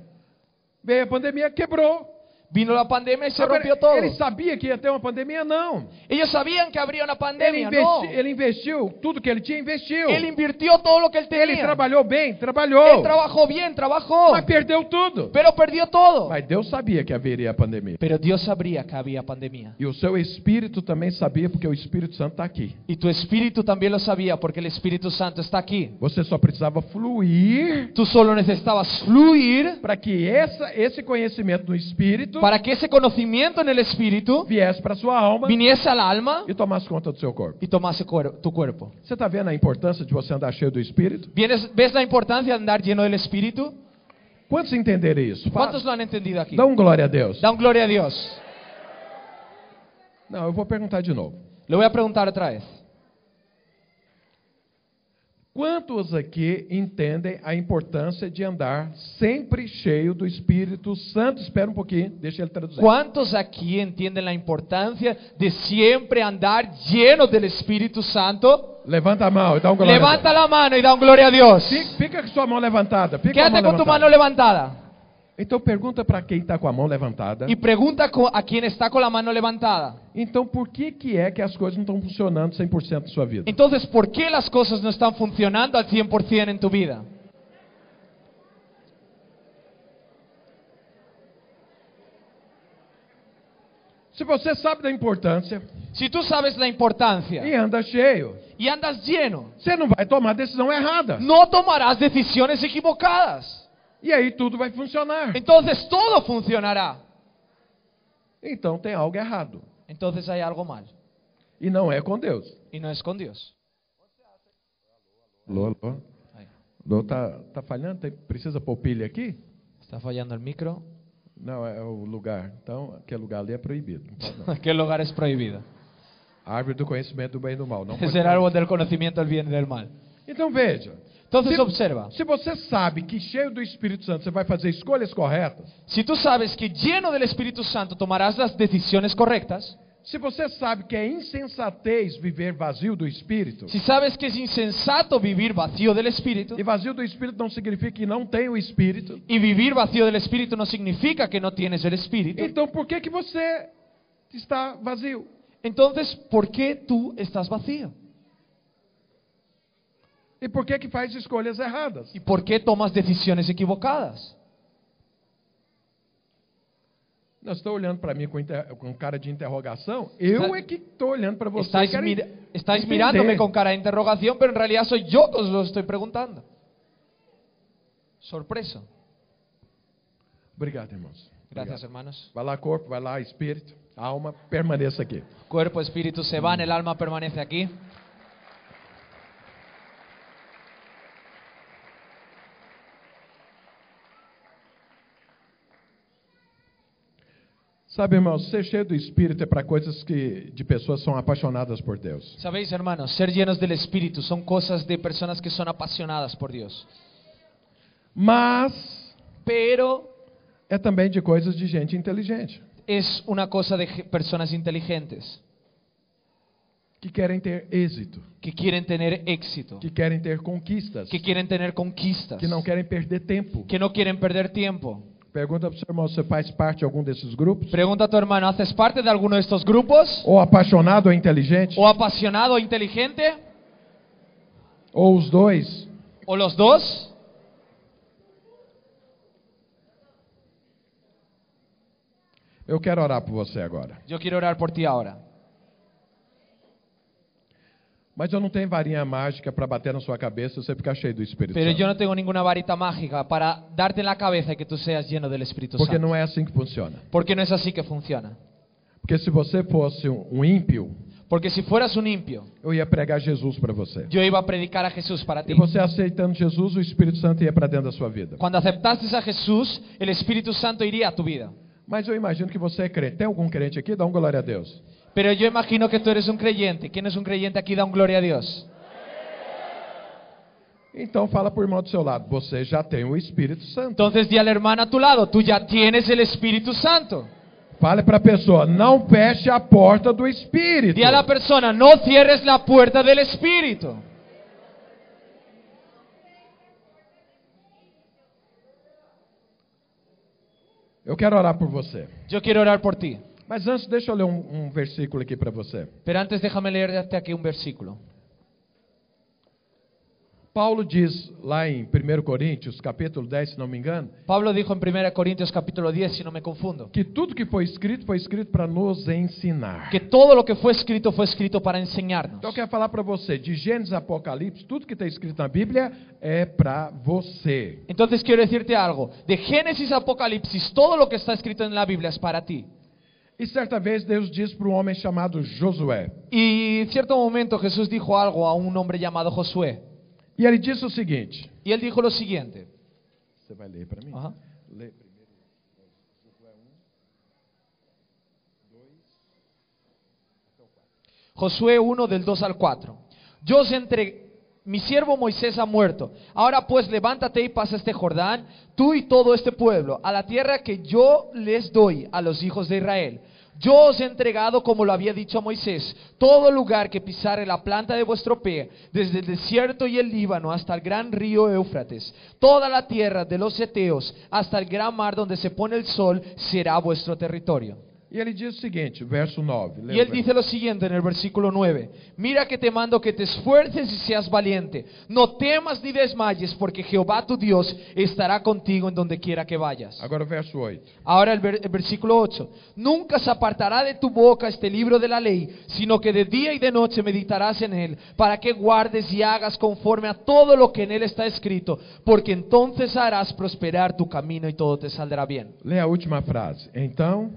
S1: Veio a pandemia, quebrou.
S2: Vino la pandemia y se
S1: Agora,
S2: rompió todo.
S1: Ele sabia que ia ter uma pandemia? Não.
S2: Ellos sabían que habría una
S1: Ele,
S2: pandemia,
S1: investi-
S2: no.
S1: ele investiu tudo que ele tinha, investiu.
S2: Él invirtió todo lo que él
S1: Ele
S2: tenía.
S1: trabalhou bem,
S2: Él
S1: trabalhou.
S2: trabajó bien, trabajó,
S1: Mas perdeu tudo.
S2: pero perdió todo.
S1: Mas Deus sabia que haveria a pandemia.
S2: Pero Dios sabría que había pandemia.
S1: E o seu espírito também sabia, porque o Espírito Santo está aqui.
S2: Y tu espíritu también lo sabía porque el Espíritu Santo está aquí.
S1: Você só precisava fluir
S2: Tú solo necesitabas fluir
S1: para que essa, esse conhecimento do Espírito
S2: para que ese conocimiento en el espíritu
S1: viesse para sua alma
S2: viniese al alma
S1: e tomasse conta do seu corpo.
S2: y tomase cuer- tu cuerpo.
S1: Você está vendo a importância de você andar cheio do Espírito?
S2: ¿Vienes- ¿Ves la importancia de andar lleno del espíritu?
S1: Quantos entenderam isso? Fala.
S2: ¿Cuántos lo han entendido aquí?
S1: Dá um glória a Deus.
S2: Da un gloria a Dios.
S1: Não, eu vou perguntar de novo.
S2: Lo voy a preguntar otra vez.
S1: Quantos aqui entendem a importância de andar sempre cheio do Espírito Santo? Espera um pouquinho, deixa ele traduzir.
S2: ¿Cuántos aquí entienden la importancia de siempre andar llenos del Espíritu Santo?
S1: Levanta a mão e dá um glória
S2: Levanta
S1: a
S2: la mano y da un gloria a Dios.
S1: Deus. Fica, fica com sua mão levantada. Fica com a
S2: Quédate
S1: mão
S2: con tu
S1: levantada.
S2: mano levantada
S1: Então pergunta para quem está com a mão levantada.
S2: y pregunta co- a quien está con la mano levantada.
S1: Então por que, que é que as coisas não estão funcionando 100% na sua vida?
S2: Entonces, ¿por qué las cosas no están funcionando al 100% en tu vida?
S1: Se você sabe da importância
S2: Si tú sabes la importancia
S1: e anda cheio,
S2: y andas lleno,
S1: você não vai tomar a decisão errada.
S2: no tomarás decisiones equivocadas.
S1: E aí tudo vai funcionar.
S2: Entonces todo funcionará.
S1: Então tem algo errado.
S2: Entonces hay algo mal
S1: E não é com Deus.
S2: y no es con Dios.
S1: Lô, lô.
S2: Ahí.
S1: Lô tá, tá falhando? Tem- precisa pôr pilha aqui?
S2: Está fallando el micro.
S1: Não, é o lugar. Então, aquele lugar ali é proibido. Não pode, não.
S2: Aquel lugar es prohibido.
S1: Árvore do conhecimento do bem e do mal. Não
S2: Es
S1: pode
S2: el árbol del conocimiento del bien y del mal.
S1: Então veja.
S2: Entonces
S1: Sí.
S2: observa,
S1: Se você sabe que cheio do Espírito Santo você vai fazer escolhas corretas,
S2: si tú sabes que lleno del Espíritu Santo tomarás las decisiones correctas,
S1: se você sabe que é insensatez viver vazio do Espírito,
S2: si sabes que es insensato vivir vacío del Espíritu,
S1: e vazio do Espírito não significa que não tem o Espírito,
S2: y vivir vacío del Espíritu no significa que no tienes el Espíritu,
S1: então por que, que você está vazio?
S2: entonces ¿por qué tú estás vacío?
S1: E por que, que faz escolhas erradas?
S2: ¿Y por qué tomas decisiones equivocadas?
S1: Não, você está olhando para mim com, inter- com cara de interrogação? Eu
S2: Está-
S1: é que estou olhando para você.
S2: Estáis,
S1: quero
S2: mira-
S1: en-
S2: estáis
S1: entender.
S2: mirándome con cara de interrogación, pero en realidad soy yo que os lo estoy preguntando. Sorpresa.
S1: Obrigado, irmãos.
S2: Gracias,
S1: Obrigado.
S2: hermanos.
S1: Vai lá, corpo, vai lá, espírito, alma, permaneça aqui.
S2: Cuerpo, espíritu se van, el alma permanece aquí.
S1: Sabe, irmãos, ser cheio do espírito é para coisas que de pessoas que são apaixonadas por Deus.
S2: Sabéis, hermanos, ser llenos del espíritu son cosas de personas que son apasionadas por Dios.
S1: Mas
S2: Pero
S1: é também de coisas de gente inteligente,
S2: es una cosa de ge- personas inteligentes
S1: que querem ter êxito,
S2: que quieren tener éxito,
S1: que querem ter conquistas,
S2: que quieren tener conquistas,
S1: que não querem perder tempo.
S2: que no quieren perder tiempo.
S1: Pergunta para o seu irmão, você faz parte de algum desses grupos?
S2: Pregunta a tu hermano, ¿haces parte de alguno de estos grupos?
S1: Ou apaixonado ou inteligente?
S2: ¿O apasionado o inteligente?
S1: Ou os dois?
S2: ¿O los dos?
S1: Eu quero orar por você agora.
S2: Yo quiero orar por ti ahora.
S1: Mas eu não tenho varinha mágica para bater na sua cabeça e você ficar cheio do Espírito
S2: Pero
S1: Santo.
S2: yo no tengo ninguna varita mágica para darte en la cabeza y que tú seas lleno del Espíritu
S1: Porque
S2: Santo.
S1: não é assim que funciona.
S2: Porque no es así que funciona.
S1: Porque se você fosse um um ímpio,
S2: Porque si fueras un impío,
S1: eu ia pregar Jesus para você.
S2: yo iba a predicar a Jesús para
S1: E
S2: ti.
S1: você aceitando Jesus, o Espírito Santo ia para dentro da sua vida.
S2: Cuando aceptaste a Jesús, el Espíritu Santo iría a tu vida.
S1: Mas eu imagino que você é crente. Tem algum crente aqui? Dá um glória a Deus.
S2: Pero yo imagino que tú eres un creyente. ¿Quién es un creyente aquí? Da un gloria a Dios.
S1: Então fala para o irmão do seu lado, você já tem o Espírito Santo.
S2: Entonces di al hermano a tu lado, tú ya tienes el Espíritu Santo.
S1: Fale para a pessoa, não feche a porta do Espírito.
S2: Di a la persona, no cierres la puerta del Espíritu.
S1: Eu quero orar por você.
S2: Yo quiero orar por ti.
S1: Mas antes, deixa eu ler um, um versículo aqui para você.
S2: Pero antes déjame leerte aquí un versículo.
S1: Paulo diz lá em 1 Coríntios, capítulo 10, se não me engano,
S2: Pablo dijo en 1 Corintios capítulo 10, si no me confundo,
S1: que tudo que foi escrito foi escrito para nos ensinar.
S2: que todo lo que fue escrito fue escrito para enseñarnos.
S1: Então eu quero falar para você, de Gênesis a Apocalipse, tudo que está escrito na Bíblia é para você.
S2: Entonces quiero decirte algo, de Génesis a Apocalipsis, todo lo que está escrito en la Biblia es para ti.
S1: E certa vez Deus diz para um homem chamado Josué.
S2: Y en cierto momento Jesús dijo algo a un hombre llamado Josué,
S1: E ele disse o seguinte:
S2: y él dijo lo siguiente.
S1: Você vai ler para mim?
S2: Ajá.
S1: Lê primeiro.
S2: Josué
S1: Josué 1, 2.
S2: 1 del 2 al 4. Yo os entre mi siervo Moisés ha muerto. Ahora pues levántate y pasa este Jordán, tú y todo este pueblo, a la tierra que yo les doy a los hijos de Israel. Yo os he entregado, como lo había dicho a Moisés, todo lugar que pisare la planta de vuestro pie, desde el desierto y el Líbano hasta el gran río Éufrates, toda la tierra de los Eteos hasta el gran mar donde se pone el sol, será vuestro territorio.
S1: E ele diz o seguinte, verso 9. lê
S2: Y
S1: o
S2: él
S1: verso.
S2: dice lo siguiente en el versículo 9, mira que te mando que te esfuerces y seas valiente, no temas ni desmayes, porque Jehová tu Dios estará contigo en donde quiera que vayas.
S1: Agora o verso 8.
S2: Ahora el, ver- el versículo 8, nunca se apartará de tu boca este libro de la ley, sino que de día y de noche meditarás en él, para que guardes y hagas conforme a todo lo que en él está escrito, porque entonces harás prosperar tu camino y todo te saldrá bien.
S1: Lê a última frase. Então,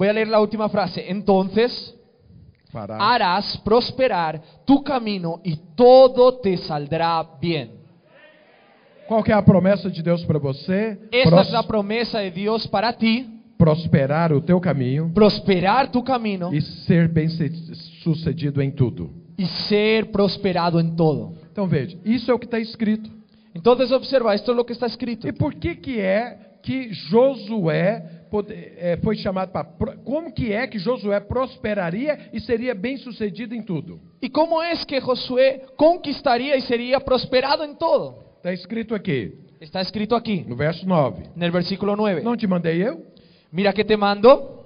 S2: Voy a leer la última frase, entonces...
S1: fará.
S2: harás prosperar tu camino y todo te saldrá bien.
S1: Qual que é a promessa de Deus para você?
S2: Esta
S1: Pros-
S2: es la promesa de Dios para ti,
S1: prosperar o teu caminho
S2: prosperar tu camino
S1: e ser bem-sucedido em tudo.
S2: y ser prosperado en todo.
S1: Então veja, isso é o que está escrito.
S2: Entonces observa, esto es lo que está escrito.
S1: E por que que é que Josué pode- eh, foi chamado para como que é que Josué prosperaria e seria bem-sucedido em tudo?
S2: ¿Y cómo es que Josué conquistaría y sería prosperado en todo?
S1: Está escrito aqui,
S2: Está escrito aquí,
S1: no verso 9.
S2: en el versículo 9.
S1: Não te mandei eu?
S2: Mira que te mando.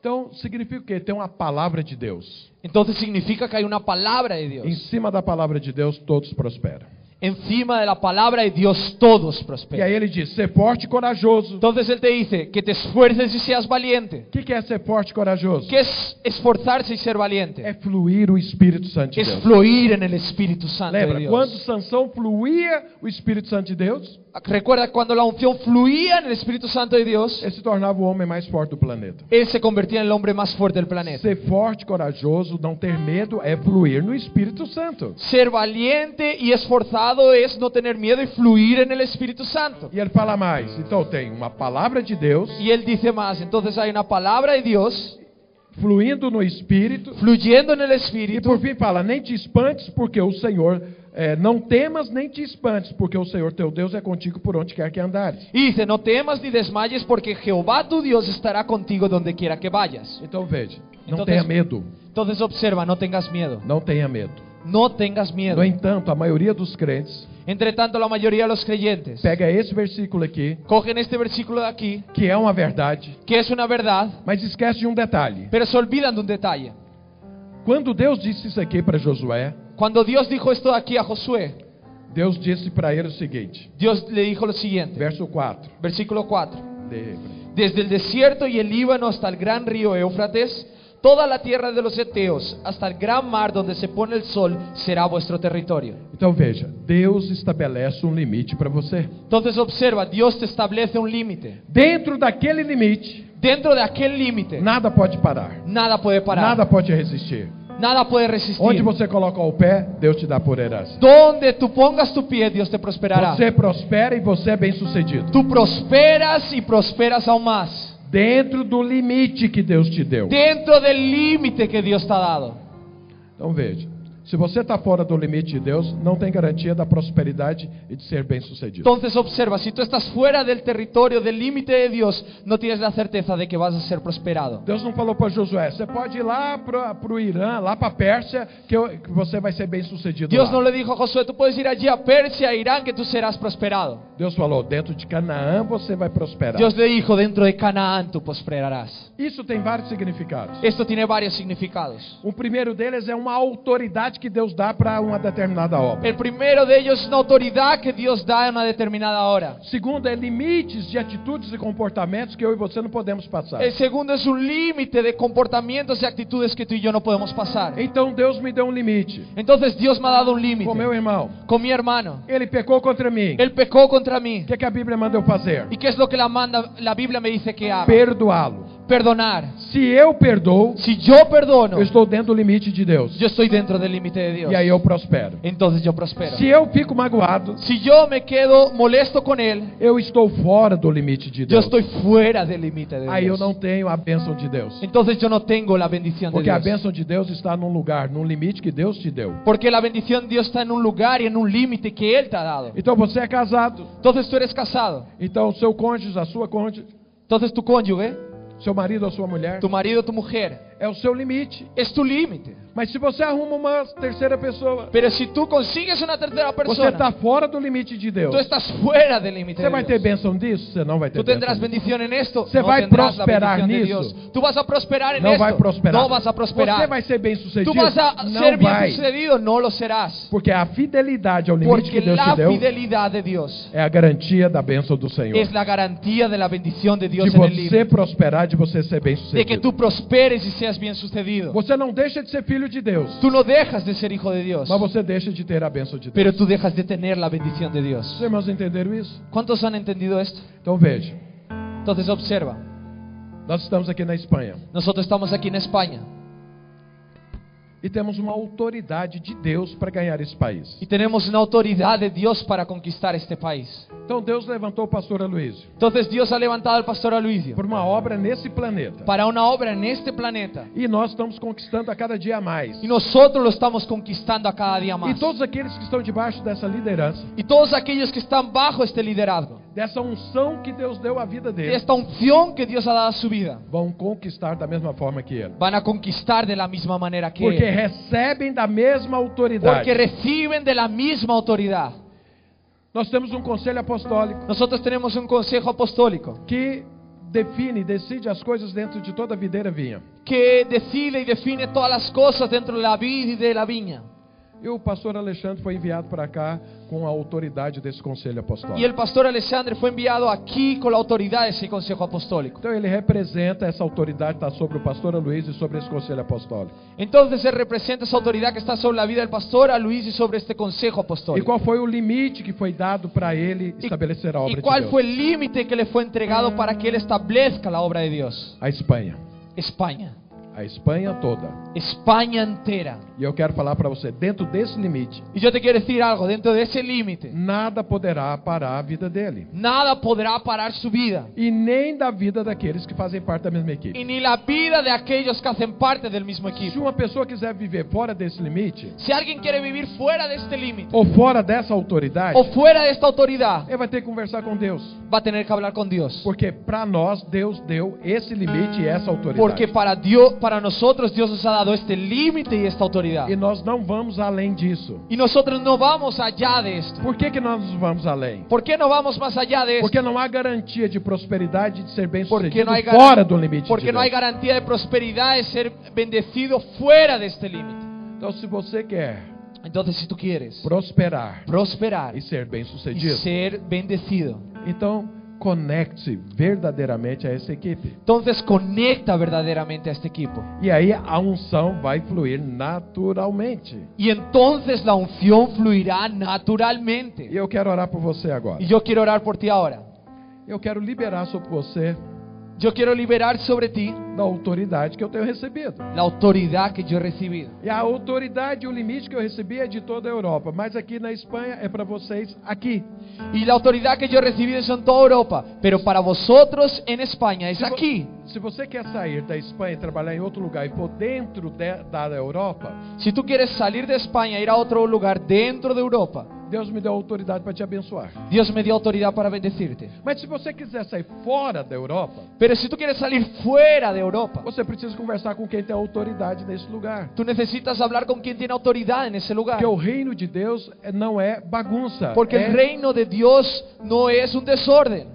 S1: Então significa o quê? Tem uma palavra de Deus.
S2: Entonces significa que hay una palabra de
S1: Em
S2: Dios.
S1: cima da palavra de Deus todos prosperam.
S2: Encima de la palabra de Dios todos
S1: E
S2: prosperan.
S1: aí ele diz: "Ser forte e corajoso".
S2: Entonces Él te dice que te esfuerces y seas valiente.
S1: O que, que é ser forte e corajoso?
S2: ¿Qué es esforzarse y ser
S1: É
S2: valiente?
S1: fluir o Espírito Santo de
S2: Es
S1: Deus.
S2: fluir en el Espíritu Santo de
S1: Lembra, quando
S2: Dios.
S1: Sansão fluía o Espírito Santo de Deus,
S2: Recuerda, cuando la unción fluía en el Espíritu Santo de Dios,
S1: ele se tornava o homem mais forte do planeta.
S2: Él se convertía en el hombre más fuerte del planeta.
S1: Ser forte, corajoso, não ter medo é fluir no Espírito Santo.
S2: Ser valiente y esforzado es no tener miedo y fluir en el Espíritu Santo.
S1: E ele fala mais. Então tem uma palavra de Deus,
S2: Y Él dice más, entonces hay una palabra de Dios
S1: fluindo no Espírito,
S2: fluyendo en el
S1: e por
S2: Espíritu.
S1: fim fala: nem te espantes, porque o Senhor eh, não temas, nem te espantes, porque o Senhor teu Deus é contigo por onde quer que andares.
S2: Y dice, no temas ni desmayes porque Jehová tu Dios estará contigo donde quiera que vayas.
S1: Então veja, não
S2: Então,
S1: tenha
S2: Deus-
S1: medo,
S2: Entonces observa, no tengas miedo.
S1: não tenha medo.
S2: No tengas miedo.
S1: No entanto, a maioria dos crentes
S2: Entre tanto, la mayoría de los creyentes
S1: pega esse versículo aqui,
S2: cogen este versículo de aquí,
S1: que é uma verdade,
S2: que es una verdad,
S1: mas esquece de um detalhe.
S2: pero se olvidan de un detalle.
S1: Quando Deus disse isso aqui para Josué,
S2: Cuando Dios dijo esto de aquí a Josué,
S1: Deus disse para ele o seguinte,
S2: Dios le dijo lo siguiente,
S1: verso 4.
S2: versículo 4.
S1: lê pra mim.
S2: Desde el desierto y el Líbano hasta el gran río Éufrates, toda la tierra de los Eteos, hasta el gran mar donde se pone el sol, será vuestro territorio.
S1: Então veja, Deus estabelece um limite para você.
S2: Entonces observa, Dios te establece un límite.
S1: Dentro daquele limite,
S2: Dentro de aquel límite,
S1: nada pode parar,
S2: nada puede parar,
S1: nada pode resistir.
S2: nada puede resistir.
S1: Onde você colocar o pé, Deus te dá por herança.
S2: Donde tú pongas tu pie, Dios te prosperará.
S1: Você prospera e você é bem-sucedido.
S2: Tú prosperas y prosperas aún más.
S1: Dentro do limite que Deus te deu.
S2: Dentro del límite que Dios te ha dado.
S1: Então veja, se você está fora do limite de Deus, não tem garantia da prosperidade e de ser bem-sucedido.
S2: Entonces observa, si tú estás fuera del territorio, del límite de Dios, no tienes la certeza de que vas a ser prosperado.
S1: Deus não falou para Josué, você pode ir lá para o Irã, lá para a Pérsia, que, eu- que você vai ser bem-sucedido
S2: Dios
S1: lá.
S2: no le dijo a Josué, tú puedes ir allí a Persia, a Irán, que tú serás prosperado.
S1: Deus falou, dentro de Canaã você vai prosperar.
S2: Dios le dijo, dentro de Canaán tú prosperarás.
S1: Isso tem vários significados.
S2: Esto tiene varios significados.
S1: O primeiro deles é uma autoridade que Deus dá para uma determinada obra.
S2: El primero de ellos es una autoridad que Dios da en una determinada hora.
S1: Segundo é limites de atitudes e comportamentos que eu e você não podemos passar.
S2: El segundo es un límite de comportamientos y actitudes que tú y yo no podemos pasar.
S1: Então Deus me deu um limite.
S2: Entonces Dios me ha dado un límite
S1: Com meu irmão,
S2: con mi hermano.
S1: ele pecou contra mim.
S2: Él pecó contra mí.
S1: O que, que a Bíblia manda eu fazer?
S2: ¿Y qué es lo que la, manda, la Biblia me dice que haga?
S1: Perdoá-lo.
S2: Perdonar.
S1: Se eu perdoo,
S2: Si yo perdono,
S1: eu estou dentro do limite de Deus.
S2: yo estoy dentro del límite de Dios.
S1: E aí eu prospero.
S2: Entonces yo prospero.
S1: Se eu fico magoado,
S2: Si yo me quedo molesto con Él,
S1: eu estou fora do limite de
S2: yo
S1: Deus.
S2: estoy fuera del límite de
S1: Aí eu
S2: Dios.
S1: não tenho a bênção de Deus.
S2: Entonces yo no tengo la bendición de
S1: Porque a
S2: Dios.
S1: bênção de Deus está num lugar, num limite que Deus te deu.
S2: Porque la bendición de Dios está en un lugar y en un límite que Él te ha dado.
S1: Então você é casado.
S2: Entonces tú eres casado.
S1: Então o seu cônjuge, a sua cônjuge,
S2: Entonces tu cónyuge,
S1: seu marido, a sua mulher,
S2: tu marido, tu mujer,
S1: é o seu limite.
S2: es tu límite.
S1: Mas se você arruma uma terceira pessoa,
S2: Pero si tú consigues una tercera
S1: você
S2: persona,
S1: está fora do limite de Deus.
S2: tú estás fuera del límite.
S1: Você vai
S2: de
S1: ter
S2: Dios.
S1: bênção disso? Você não vai ter
S2: Tú tendrás
S1: bênção disso.
S2: bendición en esto.
S1: Você
S2: no
S1: vai
S2: tendrás la
S1: prosperar
S2: bendición de
S1: nisso?
S2: Dios. Tú vas a prosperar en
S1: Não
S2: esto.
S1: vai prosperar.
S2: No vas a
S1: Você
S2: prosperar.
S1: vai ser bem sucedido?
S2: Tú vas a ser
S1: Não
S2: bien
S1: vai.
S2: sucedido, no lo serás.
S1: Porque a fidelidade ao limite
S2: Porque
S1: que Deus
S2: la
S1: te deu
S2: fidelidad de Dios
S1: é a garantia da bênção do Senhor.
S2: es la garantía de la bendición de
S1: De
S2: Dios en el
S1: você
S2: libro.
S1: prosperar, de você ser bem
S2: De que
S1: sucedido.
S2: tú prosperes y seas bien sucedido.
S1: Você não deixa de ser filho de Deus,
S2: Tú no dejas de ser hijo de Dios,
S1: mas você deixa de ter a bênção de Deus.
S2: pero tú dejas de tener la bendición de
S1: Os
S2: Dios.
S1: irmãos entenderam isso?
S2: ¿Cuántos han entendido esto?
S1: Então veja,
S2: Entonces observa,
S1: nós estamos aqui na Espanha
S2: nosotros estamos aquí en España
S1: e temos uma autoridade de Deus para ganhar esse país.
S2: y tenemos una autoridad de Dios para conquistar este país.
S1: Então Deus levantou o pastor Aloysio
S2: Entonces Dios ha levantado al pastor Aloysio
S1: por uma obra nesse planeta.
S2: para una obra en este planeta
S1: E nós estamos conquistando a cada dia a mais.
S2: y nosotros lo estamos conquistando a cada día
S1: E
S2: más.
S1: todos aqueles que estão debaixo dessa liderança,
S2: Y todos aquellos que están bajo este liderazgo,
S1: dessa unção que Deus deu à vida
S2: de
S1: dele,
S2: esta unción que Dios ha dado a su vida,
S1: vão conquistar da mesma forma que ele.
S2: van a conquistar de la misma manera que
S1: Porque
S2: él,
S1: recebem da mesma autoridade.
S2: porque reciben de la misma autoridad.
S1: Nós temos um conselho apostólico
S2: Nosotros tenemos un consejo apostólico
S1: que define, decide as coisas dentro de toda a videira vinha.
S2: que decide y define todas las cosas dentro de la vid y de la viña.
S1: E o pastor Alexandre foi enviado para cá com a autoridade desse conselho
S2: Y el
S1: apostólico.
S2: pastor Alexandre fue enviado aquí con la autoridad de ese consejo apostólico.
S1: Então ele representa essa autoridade que está sobre o pastor Luiz e sobre esse conselho apostólico.
S2: Entonces él representa esa autoridad que está sobre la vida del pastor a Luis y sobre este consejo
S1: E
S2: apostólico.
S1: qual foi o limite que foi dado para ele estabelecer a obra
S2: ¿Y
S1: de
S2: cuál
S1: Deus?
S2: fue el límite que le fue entregado para que él establezca la obra de Dios?
S1: A Espanha.
S2: España.
S1: A Espanha toda.
S2: España entera.
S1: E eu quero falar para você, dentro desse limite,
S2: Y yo te quiero decir algo, dentro de ese límite,
S1: nada poderá parar a vida dele.
S2: nada podrá parar su vida.
S1: E nem da vida daqueles que fazem parte da mesma
S2: Y
S1: equipe.
S2: ni la vida de aquellos que hacen parte del mismo
S1: Se
S2: equipo.
S1: uma pessoa quiser viver fora desse limite,
S2: Si alguien quiere vivir fuera de este límite
S1: ou fora dessa autoridade,
S2: o fuera de esta autoridad,
S1: ele vai ter que conversar com Deus.
S2: va a tener que hablar con Dios.
S1: Porque para nós, Deus deu esse limite e essa
S2: Porque
S1: autoridade.
S2: para Dios, para nosotros Dios nos ha dado este límite y esta autoridad.
S1: E nós não vamos além disso.
S2: Y nosotros no vamos allá de esto.
S1: Por que, que nós não vamos além?
S2: ¿Por qué no vamos más allá de esto?
S1: Porque não há garantia de prosperidade e de ser bem
S2: Porque
S1: sucedido
S2: no hay, gar-
S1: fora do limite
S2: porque
S1: de
S2: no hay
S1: Deus.
S2: garantía de prosperidad de ser bendecido fuera de este límite.
S1: Então, se você quer
S2: Entonces, si tú quieres
S1: prosperar
S2: prosperar
S1: Ah, e ser bem
S2: y
S1: sucedido,
S2: ser bendecido,
S1: Então, conecte-se verdadeiramente a essa equipe.
S2: entonces conecta verdaderamente a este equipo.
S1: E aí a unção vai fluir naturalmente.
S2: Y entonces la unción fluirá
S1: E
S2: naturalmente.
S1: eu quero orar por você agora.
S2: Y yo quiero orar por ti ahora.
S1: Eu quero liberar sobre você
S2: Yo quiero liberar sobre ti
S1: da autoridade que eu tenho recebido.
S2: la autoridad que yo he recibido.
S1: E a autoridade, o limite que eu recebi é de toda a Europa, mas aqui na Espanha é para vocês aqui.
S2: Y la autoridad que yo he recibido es en toda Europa, pero para vosotros en España es
S1: Se vo-
S2: aquí.
S1: Se você quer sair da Espanha e trabalhar em outro lugar e for dentro de- da Europa,
S2: Si tú quieres salir de España e ir a otro lugar dentro de Europa,
S1: Deus me deu autoridade para te abençoar.
S2: Dios me dio autoridad para bendecirte.
S1: Mas se você quiser sair fora da Europa,
S2: Pero si tú quieres salir fuera de Europa,
S1: você precisa conversar com quem tem autoridade nesse lugar.
S2: tú necesitas hablar con quien tiene autoridad en ese lugar.
S1: Porque o reino de Deus é- não é bagunça.
S2: Porque
S1: é
S2: el reino de Dios no es un desorden.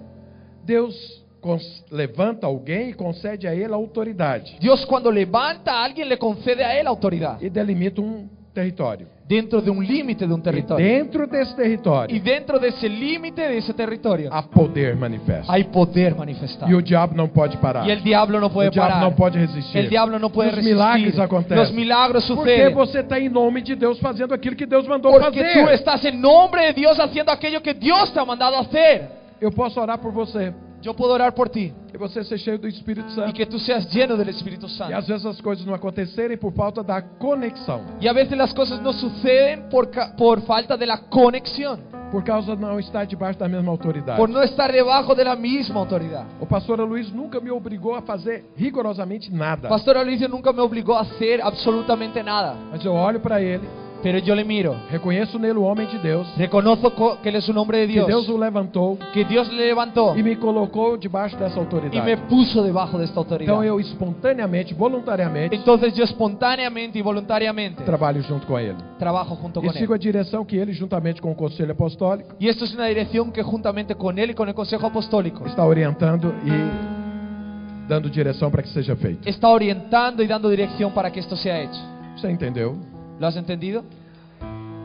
S1: Deus cons- levanta alguém e concede a ele a autoridade
S2: Dios cuando levanta a alguien le concede a él autoridad
S1: e delimita um território.
S2: dentro de un límite de un
S1: E
S2: territorio.
S1: dentro desse
S2: Y
S1: território
S2: dentro de ese límite de esse territorio
S1: há poder manifesto.
S2: hay poder manifestado.
S1: E o diabo não pode parar.
S2: Y el diablo no puede
S1: o diabo
S2: parar.
S1: não pode resistir.
S2: El diablo no puede
S1: Os
S2: resistir.
S1: milagres acontecem.
S2: Los milagros
S1: Porque
S2: suceden.
S1: você está em nome de Deus fazendo aquilo que Deus mandou
S2: Porque
S1: fazer.
S2: tú estás en nombre de Dios haciendo aquello que Dios te ha mandado hacer.
S1: Eu posso orar por você.
S2: Yo puedo orar por ti
S1: E você ser cheio do Espírito
S2: y
S1: Santo.
S2: que tú seas lleno del Espíritu
S1: E
S2: Santo.
S1: às vezes as coisas não acontecerem por falta da conexão.
S2: Y a veces las cosas no suceden por, ca- por falta de la conexión,
S1: Por causa de não estar debaixo da mesma autoridade.
S2: por no estar debajo de la misma autoridad.
S1: O pastor Luiz nunca me obrigou a fazer rigorosamente nada.
S2: Pastor Alicia nunca me obligó a hacer absolutamente nada,
S1: Mas eu olho para ele,
S2: pero yo le miro.
S1: reconheço nele o homem de Deus.
S2: Reconozco co- que él es un hombre de
S1: Que Deus
S2: Dios,
S1: o levantou
S2: que Dios le levantó
S1: e me colocou debaixo
S2: y
S1: dessa
S2: me
S1: autoridade.
S2: puso debajo de esta autoridad.
S1: Então eu espontaneamente, voluntariamente,
S2: Entonces yo espontáneamente y voluntariamente
S1: trabalho junto com ele.
S2: trabajo junto
S1: E
S2: con
S1: sigo a
S2: él.
S1: direção que ele, juntamente com o Conselho Apostólico,
S2: Y esto es una dirección que juntamente con él y con el Consejo Apostólico
S1: está orientando e dando direção para que seja feito.
S2: está orientando y dando dirección para que esto sea hecho.
S1: Você entendeu?
S2: ¿Lo has entendido?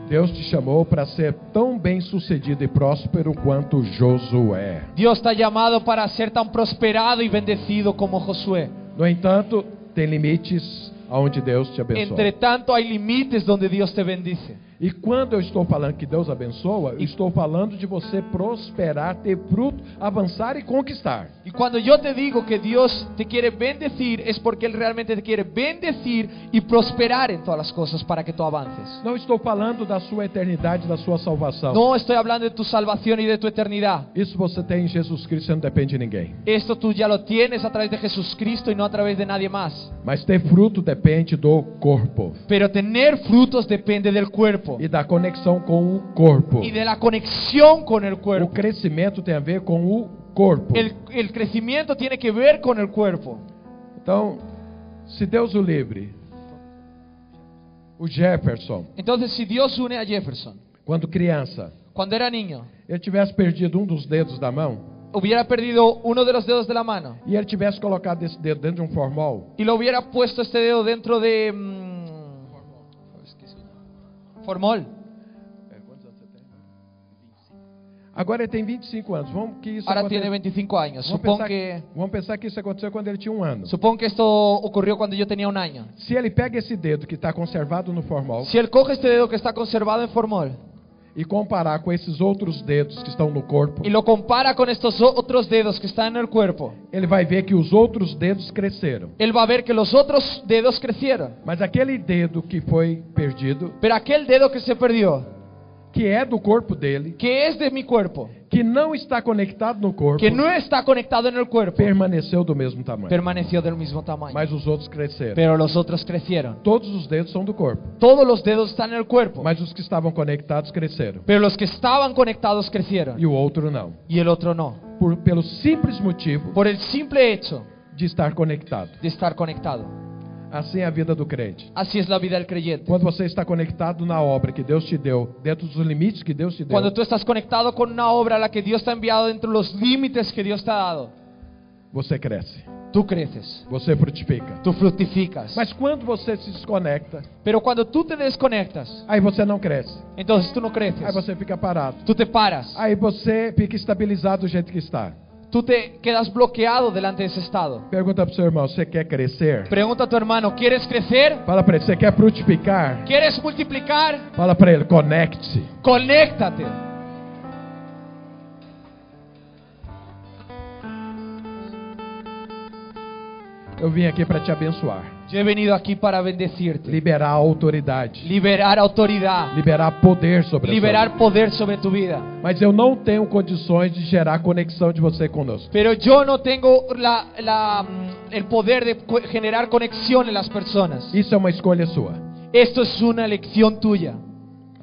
S1: Deus te chamou para ser tão bem sucedido e próspero quanto Josué.
S2: Dios te ha llamado para ser tan prosperado y bendecido como Josué.
S1: No entanto, tem limites aonde Deus te abençoa.
S2: Entre tanto hay límites donde Dios te bendice.
S1: E quando eu estou falando que Deus abençoa, eu
S2: E-
S1: estou falando de você prosperar, ter fruto, avançar e conquistar.
S2: Y cuando yo te digo que Dios te quiere bendecir, es porque Él realmente te quiere bendecir y prosperar en todas las cosas para que tú avances.
S1: Não estou falando da sua eternidade, da sua salvação.
S2: No estoy hablando de tu salvación y de tu eternidad.
S1: Isso você tem em Jesus Cristo, você não depende de ninguém.
S2: Esto tú ya lo tienes a través de Jesucristo e no a través de nadie más.
S1: Mas ter fruto depende do corpo
S2: Pero tener frutos depende del cuerpo
S1: e da conexão com o corpo.
S2: y de la conexión con el
S1: O
S2: cuerpo.
S1: crescimento tem a ver com o corpo.
S2: El, el crecimiento tiene que ver con el cuerpo.
S1: Então, se Deus o livre, o Jefferson,
S2: Entonces, si Dios une a Jefferson,
S1: quando criança,
S2: cuando era niño,
S1: ele tivesse perdido um dos dedos da mão
S2: hubiera perdido uno de los dedos de la mano
S1: e ele tivesse colocado esse dedo dentro de um formol,
S2: y lo hubiera puesto este dedo dentro de mm, formol.
S1: agora ele tem 25 anos. Vamos que isso
S2: Ahora
S1: aconte-
S2: tiene 25 años.
S1: Vamos,
S2: Supongo
S1: pensar que...
S2: que
S1: vamos pensar que isso aconteceu quando ele tinha um ano.
S2: supongo que esto ocurrió cuando yo tenía un año.
S1: Se ele pega esse dedo que está conservado no formol
S2: Si él coge este dedo que está conservado en formol
S1: e comparar com esses outros dedos que estão no corpo,
S2: y lo compara con estos o- otros dedos que están en el cuerpo,
S1: ele vai ver que os outros dedos cresceram.
S2: él va a ver que los otros dedos crecieron,
S1: Mas aquele dedo que foi perdido,
S2: pero aquel dedo que se perdió,
S1: que é do corpo dele,
S2: que es de mi cuerpo,
S1: que não está conectado no corpo,
S2: que é- no está conectado en el cuerpo,
S1: permaneceu do mesmo tamanho.
S2: permaneció del mismo tamaño.
S1: Mas os outros cresceram.
S2: Pero los otros crecieron.
S1: Todos os dedos são do corpo,
S2: Todos los dedos están en el cuerpo.
S1: mas os que estavam conectados cresceram
S2: Pero los que estaban conectados crecieron.
S1: e o outro não,
S2: Y el otro no.
S1: por, pelo simples motivo
S2: Por el simple hecho
S1: de estar conectado.
S2: de estar conectado.
S1: Assim é a vida do crente.
S2: Así es la vida del creyente.
S1: Quando você está conectado na obra que Deus te deu, dentro dos limites que Deus te deu,
S2: Cuando tú estás conectado con una obra a la que Dios te ha enviado dentro de los límites que Dios te ha dado,
S1: você cresce,
S2: tú creces,
S1: você frutifica.
S2: tú frutificas.
S1: Mas quando você se desconecta,
S2: Pero cuando tú te desconectas,
S1: aí você não cresce,
S2: entonces tú no
S1: aí
S2: creces.
S1: você fica parado,
S2: Tú te paras.
S1: aí você fica estabilizado do jeito que está.
S2: Tú te quedas bloqueado delante de ese estado.
S1: Pergunta pro seu irmão, você quer crescer?
S2: Pregunta a tu hermano, ¿quieres crecer?
S1: Fala para ele, você quer frutificar?
S2: ¿Quieres multiplicar?
S1: Fala para ele, conecte-se.
S2: Conéctate.
S1: Eu vim aqui para te abençoar,
S2: Yo he venido aquí para bendecirte,
S1: liberar autoridade,
S2: liberar autoridad,
S1: liberar poder sobre a sua vida.
S2: liberar poder sobre tu vida.
S1: Mas eu não tenho condições de gerar conexão de você conosco.
S2: Pero yo no tengo la- la- el poder de co- generar conexión en las personas.
S1: Isso é uma escolha sua.
S2: Esto es una elección tuya.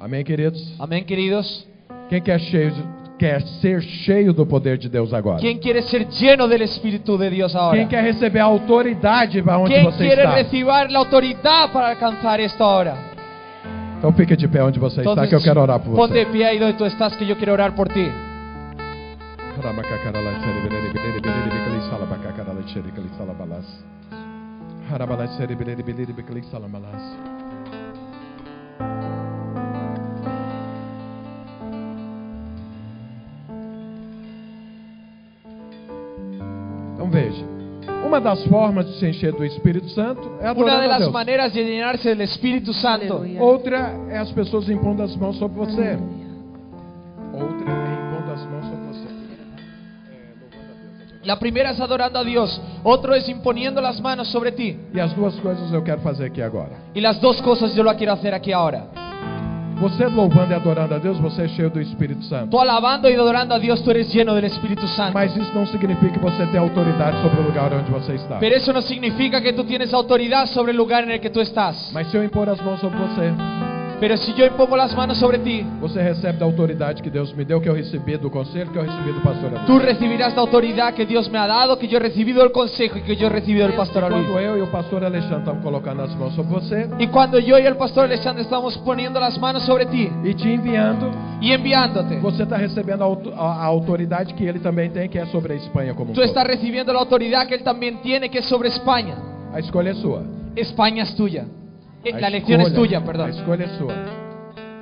S1: Amém, queridos?
S2: Amén, queridos.
S1: Quem quer, cheio de- quer ser cheio do poder de Deus agora?
S2: ¿Quién quiere ser lleno del Espíritu de Dios ahora?
S1: Quem quer receber a autoridade para onde
S2: ¿Quién
S1: você
S2: quiere
S1: está?
S2: recibir la autoridad para alcanzar esto ahora?
S1: Então fique de pé onde você está que eu quero orar por
S2: ponte de
S1: você.
S2: pie ahí donde tú estás que yo quiero orar por ti.
S1: Então veja, uma das formas de se encher do Espírito Santo
S2: Una
S1: é adorar
S2: de
S1: a
S2: las
S1: Deus.
S2: maneras de llenarse del Espíritu Santo
S3: Aleluya.
S1: Outra é as pessoas impondo as mãos sobre você. Outra é impondo as mãos sobre você.
S2: La primera es adorando a Dios, otro es imponiendo las manos sobre ti.
S1: E as duas coisas eu quero fazer aqui agora.
S2: Y las dos cosas yo lo quiero hacer aquí ahora.
S1: Você louvando e adorando a Deus, você é cheio do Espírito Santo.
S2: Tú alabando y adorando a Dios, tú eres lleno del Espíritu Santo.
S1: Mas isso não significa que você tem autoridade sobre o lugar onde você está.
S2: Pero eso no significa que tú tienes autoridad sobre el lugar en el que tú estás.
S1: Mas se eu impor as mãos sobre você,
S2: Pero si yo impongo las manos sobre ti,
S1: você recebe da autoridade que Deus me deu, que eu recebi do conselho, que eu recebi do pastor Abel.
S2: tú recibirás la autoridad que Dios me ha dado, que yo he recibido el consejo y que yo he recibido del pastor
S1: Quando
S2: Luis.
S1: eu e o pastor Alexandre estamos colocando as mãos sobre você
S2: Y cuando yo y el pastor Alexander estamos poniendo las manos sobre ti
S1: e te enviando,
S2: y enviándote,
S1: você está recebendo a, auto- a- a autoridade que ele também tem, que é sobre a Espanha como um
S2: tú
S1: todo.
S2: estás recibiendo la autoridad que él también tiene, que es sobre España.
S1: A escolha é sua.
S2: España es tuya. Eh,
S1: A
S2: La elección es
S1: escolha-
S2: tuya,
S1: A
S2: perdón.
S1: escolha é sua.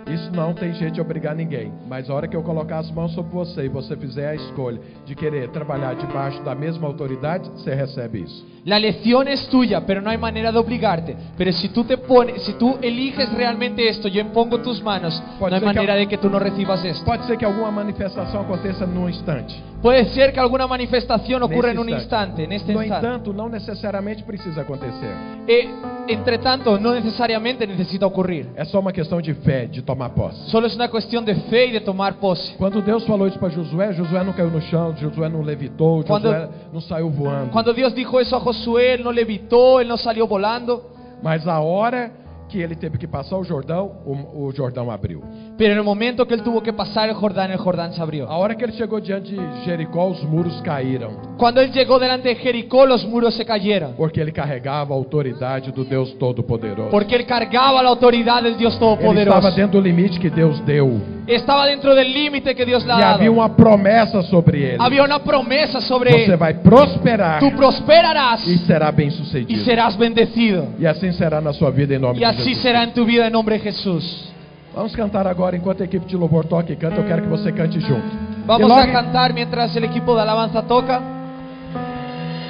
S1: Isso não tem jeito de obrigar ninguém. Mas a hora que eu colocar as mãos sobre você e você fizer a escolha de querer trabalhar debaixo da mesma autoridade, você recebe isso.
S2: La elección es tuya, pero no hay manera de obligarte. Pero si tú te pones, si tú eliges realmente esto, yo impongo tus manos,
S1: Pode
S2: no hay
S1: ser que
S2: manera
S1: al-
S2: de que tú no recibas esto.
S1: Pode ser que alguma manifestação aconteça num instante.
S2: Puede ser que alguna manifestación ocurra
S1: nesse
S2: en un instante, en este
S1: No
S2: instante.
S1: entanto, não necessariamente precisa acontecer.
S2: Eh, entre tanto, no necesariamente necesita ocurrir.
S1: É só uma questão de fé, de tomar posse.
S2: Solo es una cuestión de fe y de tomar pose.
S1: Quando Deus falou isso para Josué, Josué não caiu no chão, Josué não levitou,
S2: Quando-
S1: Josué não saiu voando.
S2: Cuando Dios dijo eso a Josué, él no levitó, él no salió volando.
S1: Mas a hora que ele teve que passar o Jordão, o- o Jordão abriu.
S2: Pero en el momento que él tuvo que pasar el Jordán, el Jordán se abrió.
S1: A hora que ele chegou diante de Jericó, os muros caíram,
S2: Cuando él llegó delante de Jericó, los muros se cayeron.
S1: porque ele carregava a autoridade do Deus Todo-Poderoso.
S2: Porque é él cargaba la autoridad del Dios
S1: Ele estava
S2: Todopoderoso.
S1: dentro do limite que Deus deu.
S2: Estaba dentro del límite que Dios le ha
S1: E havia
S2: dado.
S1: uma promessa sobre ele.
S2: Había una promesa sobre
S1: Você
S2: él.
S1: vai prosperar
S2: Tú prosperarás
S1: e será
S2: y
S1: bem-sucedido.
S2: serás bendecido.
S1: E assim será na sua vida em nome
S2: Y
S1: de
S2: así
S1: Jesus.
S2: assim será en tu vida en nombre de Jesús.
S1: Vamos cantar agora enquanto a equipe de louvor toca e canta. Eu quero que você cante junto. e
S2: Vamos
S1: logo,
S2: a cantar mientras el equipo de alabanza toca.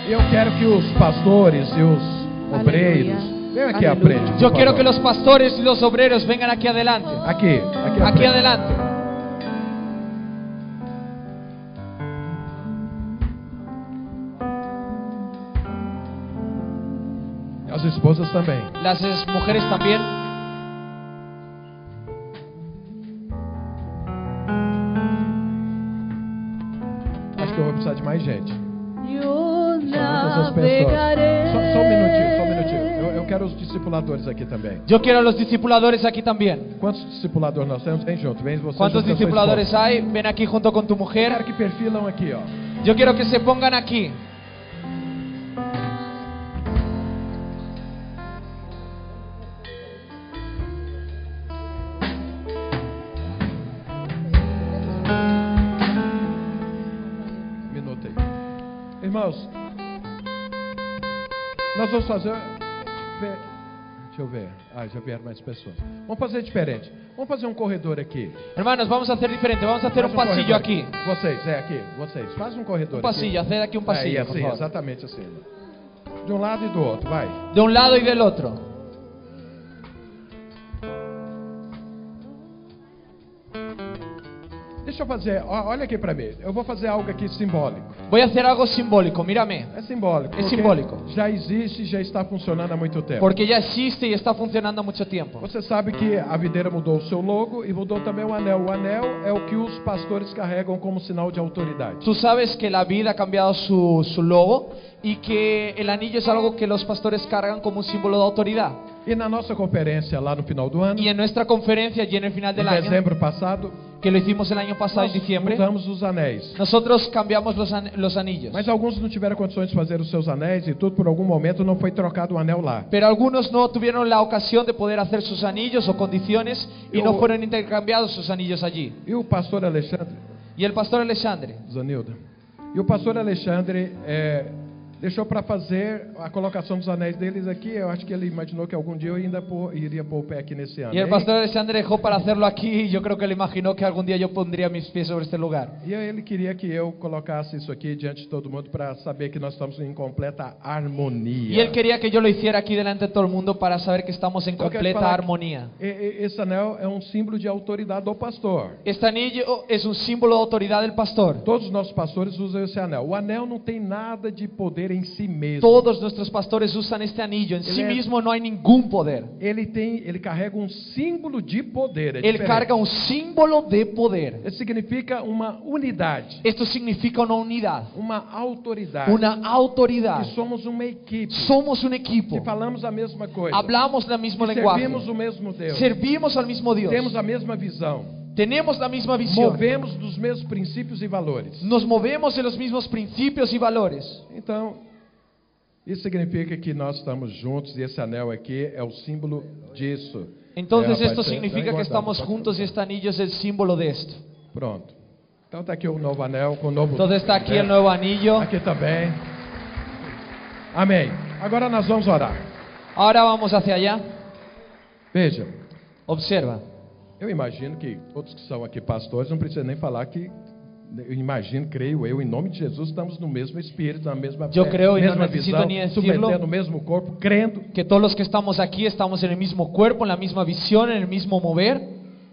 S1: Eu quero que os pastores e os obreiros
S3: Aleluia.
S1: venham aqui à
S3: Aleluia.
S1: frente. por
S2: Yo quiero
S1: favor.
S2: que los pastores y los obreros vengan aquí adelante.
S1: aqui, aqui, à
S2: Aquí
S1: frente.
S2: adelante.
S1: As esposas também.
S2: Las es- mujeres también.
S1: Acho que eu vou precisar de mais gente.
S3: Yo
S1: São muitas as pessoas. Só, só um minutinho, só um minutinho. Eu, eu quero os discipuladores aqui também.
S2: Yo quiero a los discipuladores aquí también.
S1: Quantos discipuladores nós temos? Vem junto, vem você.
S2: ¿Cuántos
S1: junto com a sua
S2: discipuladores
S1: esposa.
S2: hay? Ven aquí junto con tu
S1: Eu quero
S2: mujer.
S1: que perfilam aqui, ó.
S2: Yo quiero que se pongan aquí.
S1: Um Minuto aí. Irmãos, nós vamos fazer. ver- Deixa eu ver. Ah, já vieram mais pessoas. Vamos fazer diferente. Vamos fazer um corredor aqui.
S2: Hermanos, vamos a hacer diferente. Vamos a hacer
S1: Faz
S2: un pasillo
S1: corredor
S2: aquí.
S1: Vocês, é um aqui. Vocês. Faz um corredor
S2: Un pasillo, hacer aquí un pasillo.
S1: é, e
S2: por
S1: assim,
S2: favor.
S1: exatamente assim. De um lado e do outro, vai.
S2: De un lado y del otro.
S1: Deixa Deixa eu fazer, ó, olha aqui para mim. Eu vou fazer algo aqui simbólico.
S2: Voy a hacer algo simbólico, mírame.
S1: É simbólico.
S2: É
S1: porque
S2: simbólico.
S1: Já existe, já está funcionando há muito tempo.
S2: Porque ya existe y está funcionando mucho tiempo.
S1: Você sabe que a videira mudou o seu logo e mudou também o anel. O anel é o que os pastores carregam como sinal de autoridade.
S2: Tú sabes que la vida ha cambiado su, su logo y que el anillo es algo que los pastores cargan como un símbolo de autoridad.
S1: E na nossa conferência lá no final do ano,
S2: Y en nuestra conferencia y en el final
S1: em
S2: del año,
S1: dezembro passado,
S2: que lo hicimos el año pasado en
S1: nós
S2: diciembre,
S1: mudamos os anéis.
S2: nosotros cambiamos los, an- los anillos.
S1: Mas alguns não tiveron condições de fazer os seus anéis e tudo, por algum momento não foi trocado o anel lá.
S2: Pero algunos no tuvieron la ocasión de poder hacer sus anillos o condiciones y no
S1: Yo-
S2: fueron intercambiados sus anillos allí.
S1: E o pastor Alexandre,
S2: Y el pastor Alexandre
S1: Zanilda, e o pastor Alexandre é, deixou para fazer a colocação dos anéis deles aqui. Eu acho que ele imaginou que algum dia eu ainda pôr- iria pôr o pé aqui nesse ano.
S2: y el pastor Alexandre dejó para hacerlo aquí y yo creo que le imaginó que algún día yo pondría mis pies sobre este lugar.
S1: E ele queria que eu colocasse isso aqui diante de todo mundo para saber que nós estamos em completa harmonia.
S2: Y él quería que yo lo hiciera aquí delante de todo el mundo para saber que estamos en
S1: Eu quero te
S2: completa
S1: falar que
S2: armonía.
S1: e- e- Esse anel é um símbolo de autoridade do pastor.
S2: Este anillo es un símbolo de autoridad del pastor.
S1: Todos os nossos pastores usam esse anel. O anel não tem nada de poder em si mesmo.
S2: Todos nuestros pastores usan este anillo. En sí
S1: Él es-
S2: mismo no hay ningún poder.
S1: Ele tem, ele carrega um símbolo de poder. É
S2: Él
S1: diferente.
S2: carga un símbolo de poder.
S1: Isso significa uma unidade,
S2: Esto significa una unidad,
S1: uma autoridade.
S2: una autoridad.
S1: E somos uma equipe.
S2: Somos un equipo.
S1: Que falamos a mesma coisa.
S2: Hablamos el mismo
S1: que
S2: lenguaje.
S1: servimos o mesmo Deus.
S2: Servimos al mismo Dios.
S1: Temos a mesma visão.
S2: Tenemos la misma visión.
S1: Movemos dos mesmos princípios e valores.
S2: Nos movemos en los mismos principios y valores.
S1: Então, isso significa que nós estamos juntos e esse anel aqui é o símbolo disso. É,
S2: Entonces
S1: rapaz,
S2: esto
S1: tá- tá
S2: significa que
S1: engordando,
S2: estamos
S1: tá-
S2: juntos y este anillo es el símbolo de esto.
S1: Pronto. Então está aqui o novo anel com o novo. É.
S2: Entonces Então, está aquí el nuevo anillo.
S1: Aqui também. Amém. Agora nós vamos orar.
S2: Ahora vamos hacia allá.
S1: Veja,
S2: Observa.
S1: eu imagino que todos que são aqui pastores não precisa nem falar que eu imagino, creio eu, em nome de Jesus, estamos no mesmo espírito, na mesma
S2: Eu
S1: fé,
S2: creio e não
S1: mesma
S2: necessito
S1: visão,
S2: nem decirlo.
S1: submetendo o mesmo corpo, crendo.
S2: Que todos los que estamos aquí estamos en el mismo cuerpo, en la misma visión, en el mismo mover.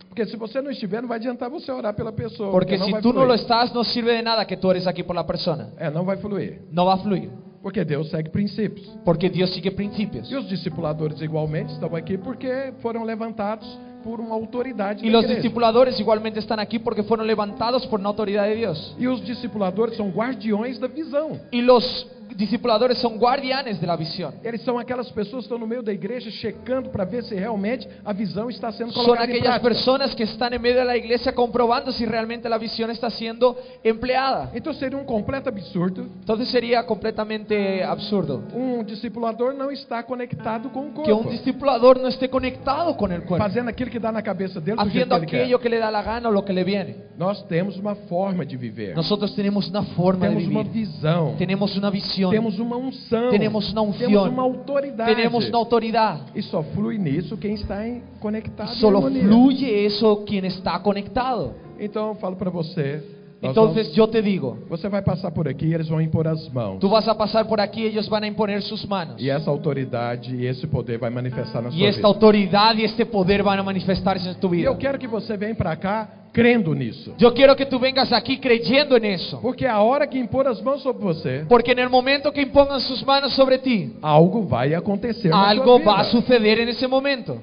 S1: Porque se você não estiver, não vai adiantar você orar pela pessoa.
S2: Porque
S1: não
S2: si
S1: vai
S2: tú no
S1: fluir.
S2: lo estás, no sirve de nada que tú eres aquí por la persona.
S1: É, não vai fluir.
S2: No va a fluir.
S1: Porque Deus segue princípios.
S2: Porque Dios sigue principios.
S1: E os discipuladores igualmente estão aqui porque foram levantados por uma autoridade
S2: Y
S1: da
S2: los
S1: igreja.
S2: discipuladores igualmente están aquí porque fueron levantados por una autoridad de Dios.
S1: E os discipuladores são guardiões da visão.
S2: Y los discipuladores son guardianes de la visión.
S1: Eles são aquelas pessoas que estão no meio da igreja checando para ver se realmente a visão está sendo
S2: Son
S1: colocada em
S2: aquellas
S1: prática.
S2: personas que están en medio de la iglesia comprobando si realmente la visión está siendo empleada.
S1: Então seria um completo absurdo
S2: Entonces sería completamente absurdo
S1: um discipulador não estar conectado com o corpo.
S2: que un discipulador no esté conectado con el cuerpo,
S1: Fazendo aquilo que dá na cabeça dele do jeito
S2: haciendo
S1: que ele quer.
S2: aquello que le da la gana o lo que le viene.
S1: Nós temos uma forma de viver.
S2: Nosotros tenemos una forma de
S1: temos uma
S2: vivir,
S1: visão.
S2: tenemos una visión,
S1: Temos uma unção.
S2: Temos uma unção.
S1: Temos uma autoridade.
S2: tenemos una autoridad.
S1: E só flui nisso quem está em, conectado. em
S2: Solo
S1: harmonia.
S2: fluye eso quien está conectado.
S1: Então eu falo para você. nós
S2: Entonces yo te digo,
S1: vamos- você vai passar por aqui e eles vão impor as mãos.
S2: tú vas a pasar por aquí, ellos van a imponer sus manos.
S1: E essa autoridade e esse poder vai manifestar na sua
S2: Y esta
S1: vida.
S2: autoridad y este poder van a manifestarse en tu
S1: E
S2: vida.
S1: eu quero que você venha para cá crendo nisso.
S2: Yo quiero que tú vengas aquí creyendo en eso.
S1: Porque a hora que impor as mãos sobre você,
S2: Porque en el momento que impongan sus manos sobre ti,
S1: algo vai acontecer. na sua
S2: algo
S1: vida.
S2: va a suceder en ese momento.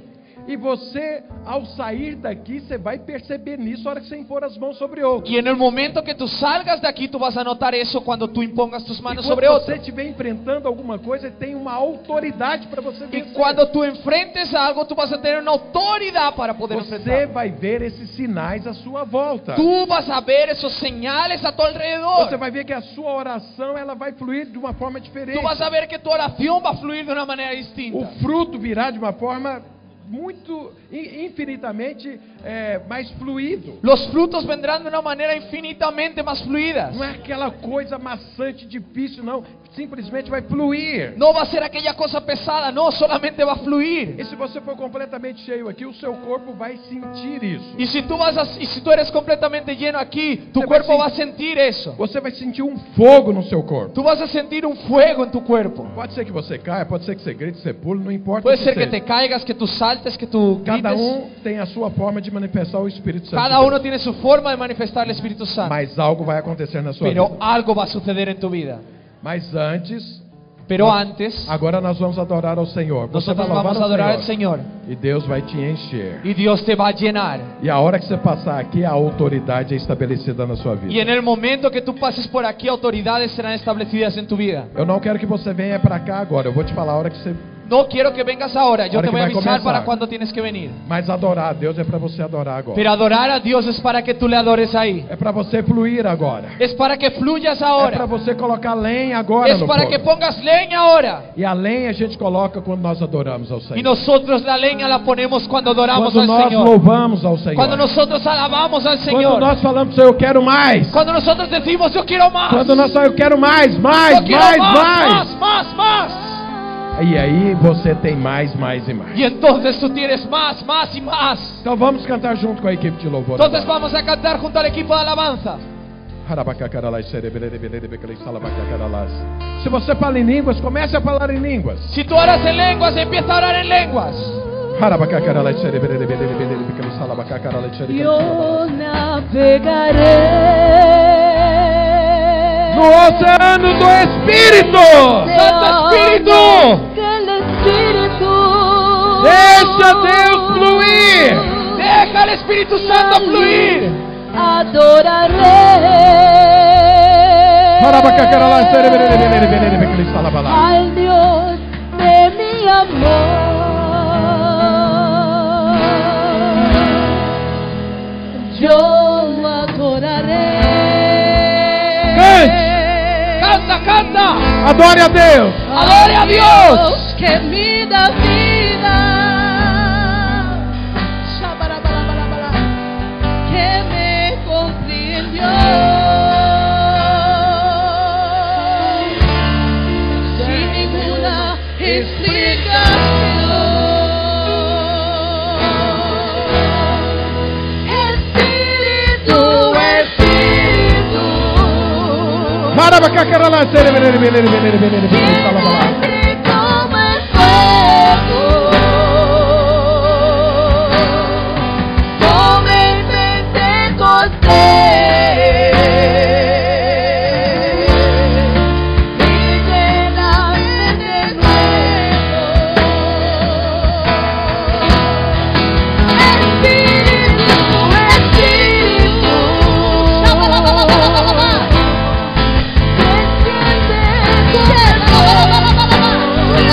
S1: E você, ao sair daqui, você vai perceber nisso a hora que você impor as mãos sobre outro.
S2: Y en el momento que tú salgas de aquí, tú vas a notar eso cuando tú impongas tus manos
S1: e
S2: sobre
S1: quando você
S2: otro.
S1: estiver enfrentando alguma coisa, tem uma autoridade para você
S2: Y
S1: vencer.
S2: cuando tú enfrentes algo, tú vas a tener una autoridad para poder
S1: Você
S2: enfrentar.
S1: vai ver esses sinais à sua volta.
S2: Tú vas a ver esos señales a tu
S1: Você
S2: alrededor.
S1: vai ver que a sua oração ela vai fluir de uma forma diferente.
S2: Tú vas a ver que tu oración va a fluir de una manera
S1: O
S2: distinta.
S1: fruto virá de uma forma muito in- infinitamente é, mais fluido.
S2: Los frutos vendrán de una manera infinitamente más fluidas.
S1: Não é aquela coisa maçante, difícil, não. Simplesmente vai fluir.
S2: No va a ser aquella cosa pesada, no, solamente va a
S1: E
S2: fluir.
S1: se você for completamente cheio aqui, o seu corpo vai sentir isso.
S2: Y si tú vas a- y si tú eres completamente lleno aquí, tu
S1: Te
S2: cuerpo va
S1: vas
S2: a sentir eso.
S1: Você vai sentir um fogo no seu corpo.
S2: Tú vas a sentir un fuego en tu cuerpo.
S1: Pode ser que você caia, pode ser que você grite, você pule, não importa. o
S2: Puede
S1: que
S2: ser que
S1: seja.
S2: te caigas, que tú saltes, que tú
S1: Cada
S2: grites.
S1: um tem a sua forma de manifestar o Espírito Santo.
S2: Cada uno tiene su forma de manifestar el Espíritu Santo.
S1: Mas algo vai acontecer na sua
S2: Pero
S1: vida.
S2: algo va a suceder en tu vida.
S1: Mas antes,
S2: Pero antes,
S1: agora nós vamos adorar ao Senhor. Você
S2: nosotros
S1: vai louvar
S2: vamos a
S1: ao
S2: adorar al
S1: Senhor.
S2: Señor.
S1: E Deus vai te encher.
S2: Y Dios te va a llenar.
S1: E a hora que você passar aqui, a autoridade é estabelecida na sua
S2: Y
S1: vida.
S2: en el momento que tú pases por aquí, autoridades serán establecidas en tu vida.
S1: Eu não quero que você venha para cá agora. Eu vou te falar a hora que você.
S2: No quiero que vengas ahora, yo te
S1: Ahora que
S2: voy a
S1: va a
S2: avisar
S1: comenzar.
S2: para cuando tienes que venir.
S1: Mas adorar a Deus é para você adorar agora.
S2: Pero adorar a Dios es para que tú le adores ahí.
S1: É para você fluir agora.
S2: Es para que fluyas
S1: É para
S2: ahora.
S1: você colocar lenha agora
S2: Es
S1: no
S2: para que
S1: fogo.
S2: pongas leña ahora.
S1: E a lenha a gente coloca quando nós adoramos ao Senhor.
S2: Y nosotros la leña la ponemos cuando adoramos
S1: Quando
S2: al
S1: nós
S2: Señor.
S1: louvamos ao Senhor.
S2: Cuando nosotros alabamos al
S1: Quando
S2: Señor.
S1: nós falamos, Senhor, eu quero mais.
S2: Cuando nosotros decimos yo quiero más.
S1: Quando nós falamos, eu quero mais, mais,
S2: Yo quiero
S1: mais,
S2: más,
S1: mais.
S2: más, más, más.
S1: E aí você tem mais, mais e mais.
S2: Y entonces tú tienes más, más y más.
S1: Então vamos cantar junto com a equipe de louvor.
S2: Entonces vamos a cantar junto al equipo de alabanza.
S1: Harabacacaralás, serebelebelebelebele, salabacacaralás. Se você fala em línguas, comece a falar em línguas.
S2: Si tú oras en lenguas, empieza a orar en lenguas.
S1: Harabacacaralás, serebelebelebelebele, salabacacaralás,
S3: Yo
S1: serebelebelebelebele.
S3: navegaré.
S1: No oceano do Espírito!
S2: Santo Espíritu,
S3: Del Espíritu.
S1: Deixa Deus fluir!
S2: deja al Espíritu Santo fluir.
S3: Adoraré.
S1: Harabacacaralás, serebelebelebelebele, salabalás.
S3: Al Dios de mi amor. Yo lo adoraré.
S2: Canta, canta,
S1: Adore a Deus!
S2: adore a Dios.
S3: que me dá vida. Shabarabarabarabara. Que me compreendió. Sin ninguna explicación. Espíritu, Espíritu.
S1: Harabacacaralás, serebelebelebelebele, salabalás.
S3: Siempre como el fuego, como el Pentecostés, y lléname de nuevo. Espíritu, Espíritu, enciende tu fuego.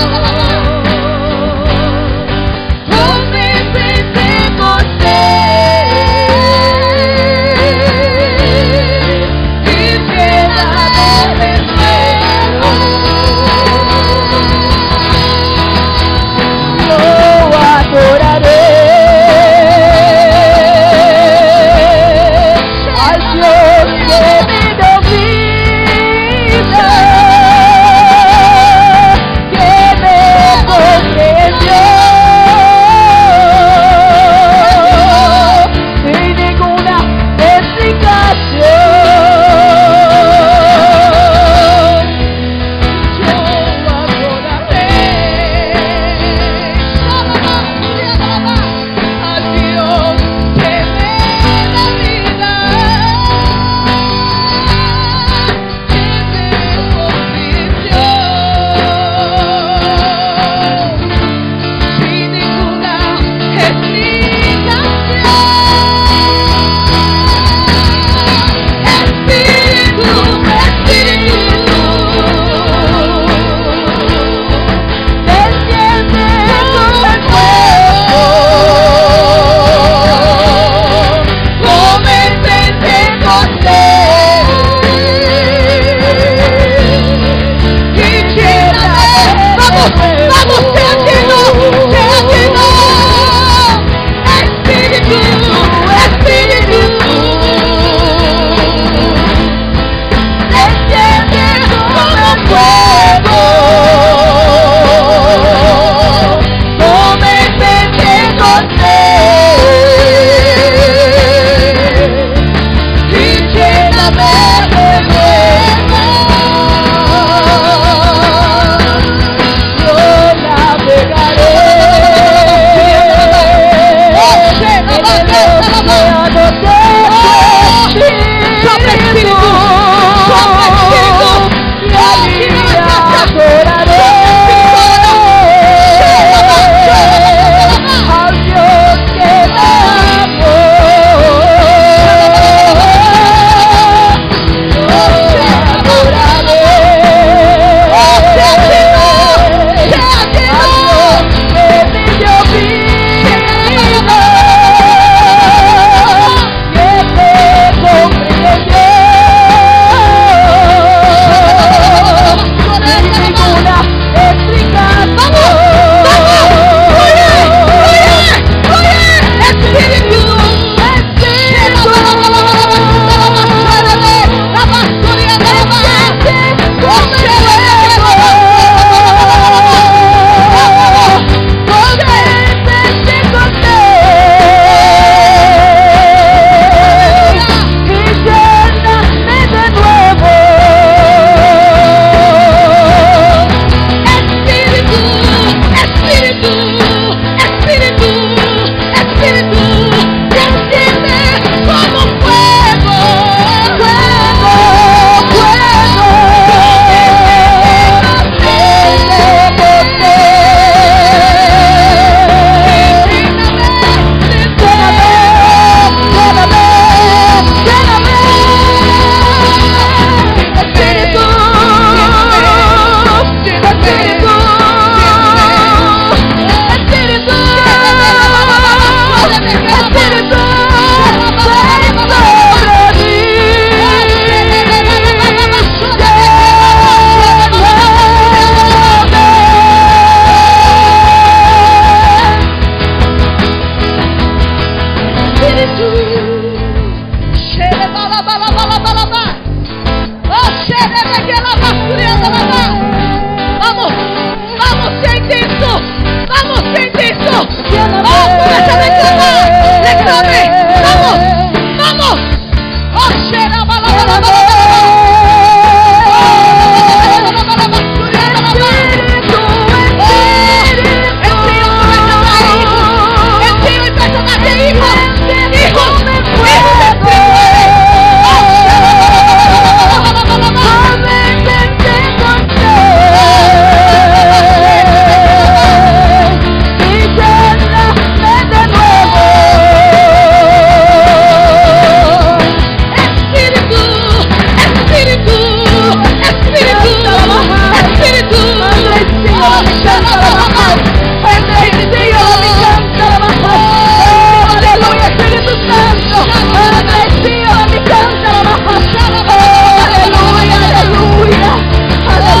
S4: Oh, Oh, Oh, Oh,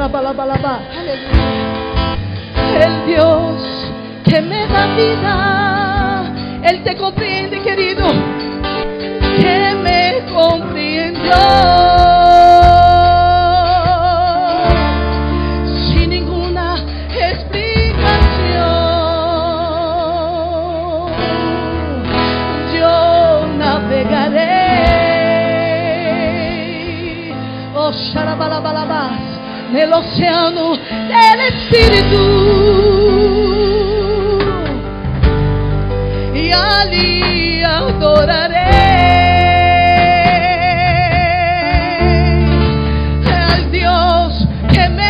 S4: laba, laba, laba. Aleluya. El Dios que me da vida, Él te comprende, querido, que me comprendió. Sin ninguna explicación, yo navegaré. Oh, sharabalabalabash, nel oceano del Espíritu y allí adoraré al Dios que me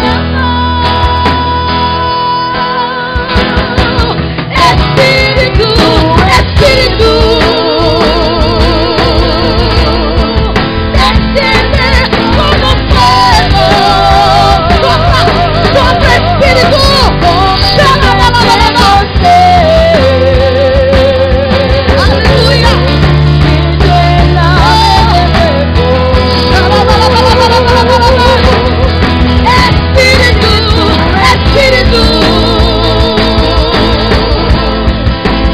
S4: amó. Espíritu, Espíritu, desciende como fuego, sopla, sopla, Espíritu, llama, llama, llama, Aleluya. Espíritu, Espíritu,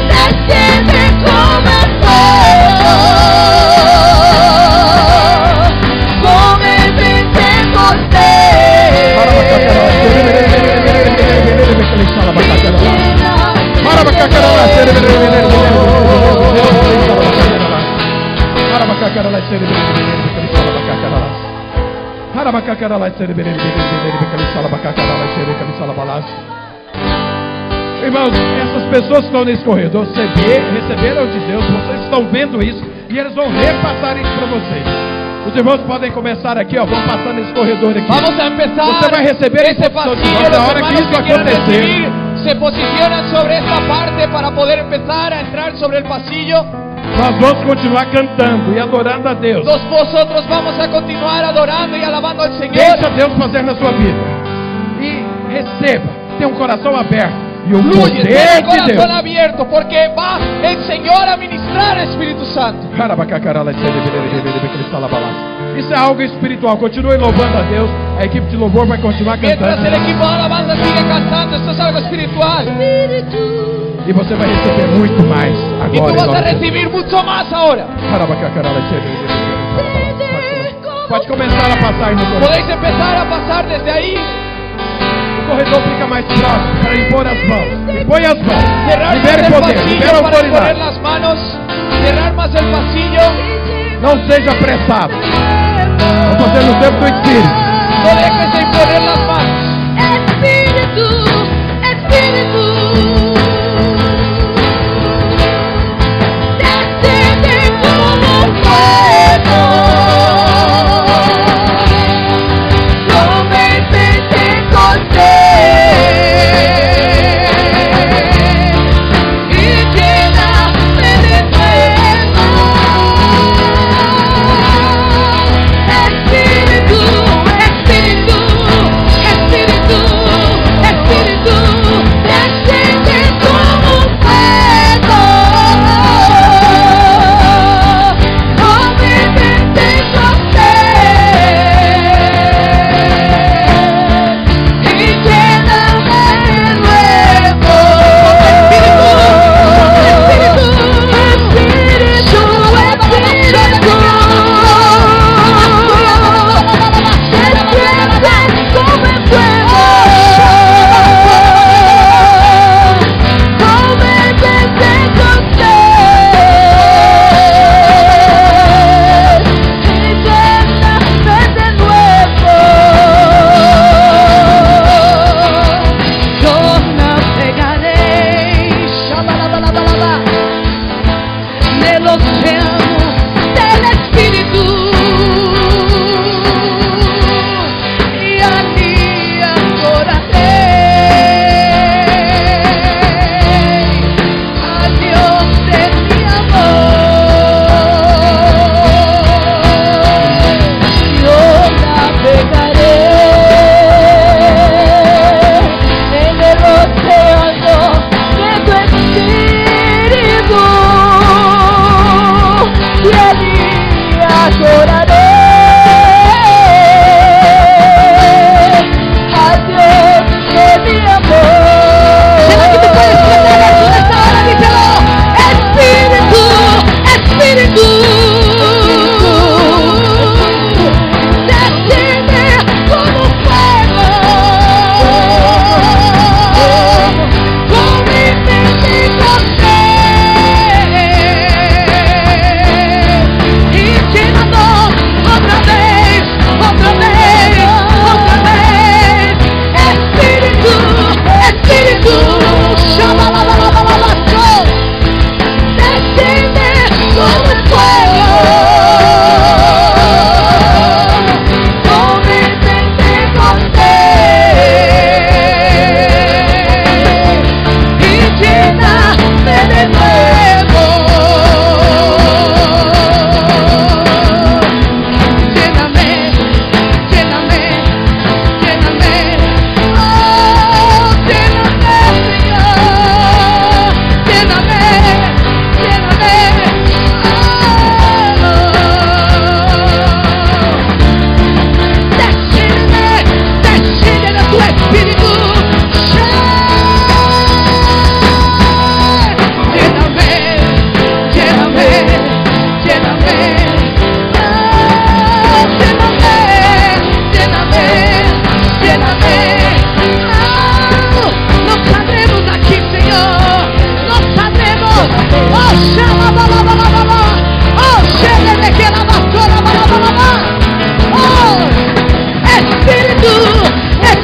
S4: desciende como el fuego, cómete por ti.
S1: Irmãos, essas pessoas que estão nesse corredor receber- receberam de Deus, vocês estão vendo isso e eles vão repassar isso para vocês. Os irmãos podem começar aqui, ó, vão passar nesse corredor aqui.
S2: Vamos a empezar.
S1: Você vai receber
S2: este
S1: instrucção de
S2: pasillo.
S1: Dios.
S2: Los
S1: Ahora que
S2: hermanos
S1: esto
S2: que quieran
S1: acontecer.
S2: recibir se posicionan sobre esta parte para poder empezar a entrar sobre el pasillo.
S1: Nós vamos continuar cantando e adorando a Deus.
S2: Los vosotros vamos a continuar adorando y alabando al Señor.
S1: Deixa Deus fazer na sua vida. E receba. Tenha um coração aberto. E o
S2: Fluye,
S1: poder
S2: ten el
S1: de Deus.
S2: corazón abierto, porque va el Señor a ministrar al Espíritu Santo.
S1: Isso é algo espiritual. Continue louvando a Deus. A equipe de louvor vai continuar
S2: Mientras el
S1: cantando.
S2: equipo de alabanza sigue cantando, esto es algo espiritual.
S1: E você vai receber muito mais
S2: Y tú
S1: agora. em
S2: vas a
S1: nome de Deus.
S2: recibir mucho más ahora.
S1: Pode começar a passar aí no corredor.
S2: Podéis empezar a pasar desde ahí,
S1: O corredor fica mais próximo para impor as mãos. Põe as mãos.
S2: cerrar
S1: Libere
S2: más el
S1: poder. Libere
S2: pasillo para poner
S1: autoridade.
S2: las manos, cerrar más el pasillo,
S1: Não seja apressado. Estou fazendo o tempo do Espírito.
S2: no dejes de imponer las manos.
S4: É Espíritu, é Espíritu, desciende como um fuego, convéncete con ti y lléname de fuego, Espíritu. Oh, Oh.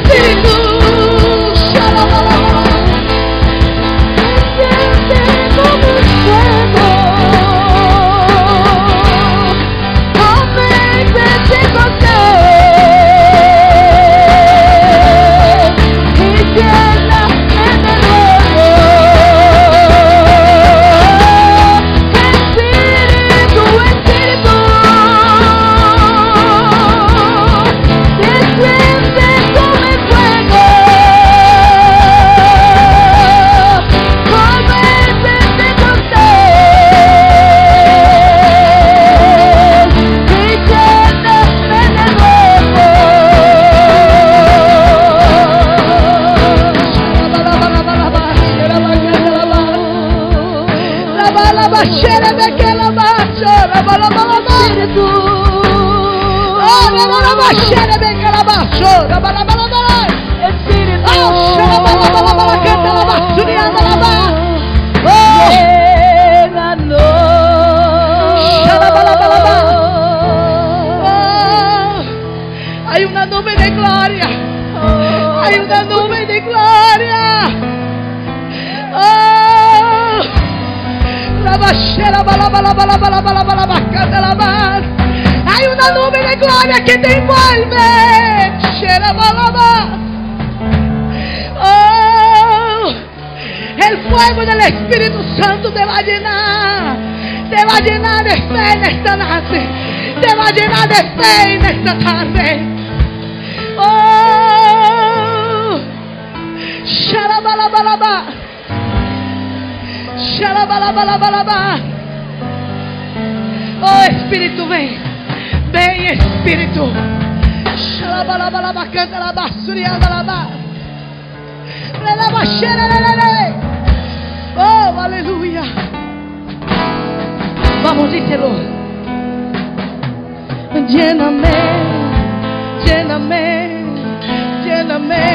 S3: Espíritu.
S5: ¡Oh!
S3: Llénanos. Oh, Hay una nube de gloria. Hay una nube de gloria. Oh, la bachera, bala, bala, bala, bala, bala, bala, bacata, la bala. Hay una nube de gloria que te envuelve. Shera, bala, bala. Oh, el fuego del Espíritu Santo te va a llenar. Te va a llenar de fe en esta noche. Te va a llenar de fe en esta tarde. Oh, shalabalabalaba. Shalabalabalaba. Oh, Espíritu, ven. Ven, Espíritu. Shalabalabalaba, canta la basura, le la bachera, le, le, le. Oh, aleluya. Vamos, díselo. Lléname, lléname, lléname.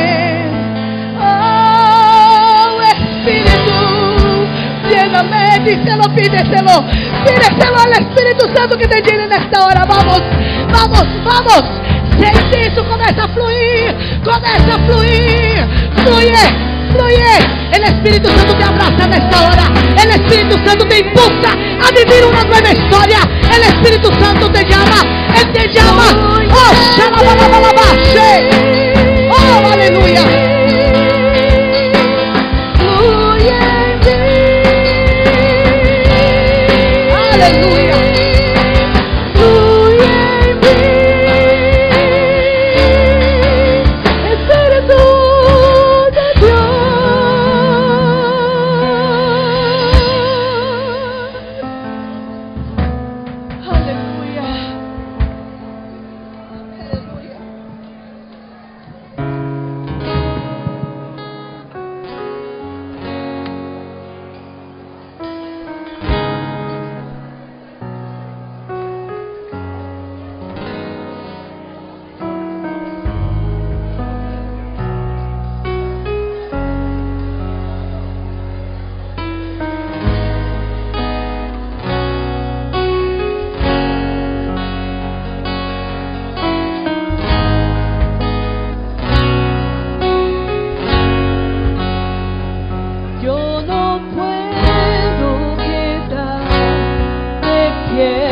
S3: Oh, Espíritu, lléname. Díselo, pídeselo. Pídeselo al Espíritu Santo que te llene en esta hora. Vamos, vamos, vamos. Sente isso, começa a fluir, começa a fluir, fluye, fluye. El Espíritu Santo te abraça nesta hora. El Espíritu Santo te impulsa a vivir una nueva historia. El Espíritu Santo te llama, Él te llama. Oh, shalabalabalabashe. Oh, aleluya. Aleluya. Espíritu de Dios. Aleluya. Aleluya. Yo no puedo quedar de pie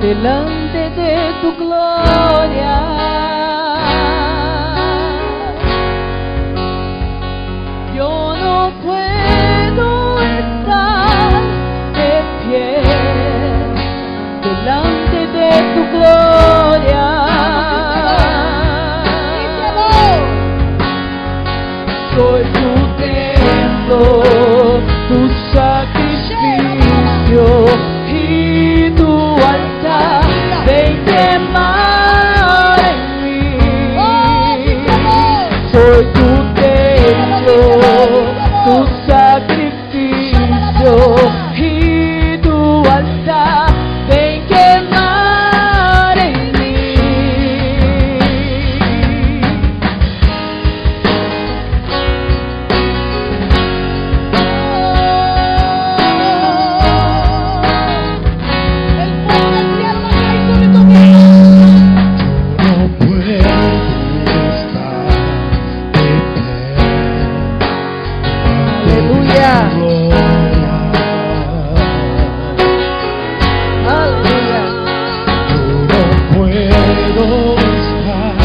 S3: delante de tu gloria. Yo no puedo estar de pie delante de tu gloria. Soy tu templo, tu sacrificio y tu altar. Veinte más en
S2: ¡Oh,
S3: mí. Soy tu templo, tu sacrificio. y tu altar. Ven quemar en mí.
S4: No puedo estar de pie.
S3: Aleluya.
S4: Gloria. Yo no puedo estar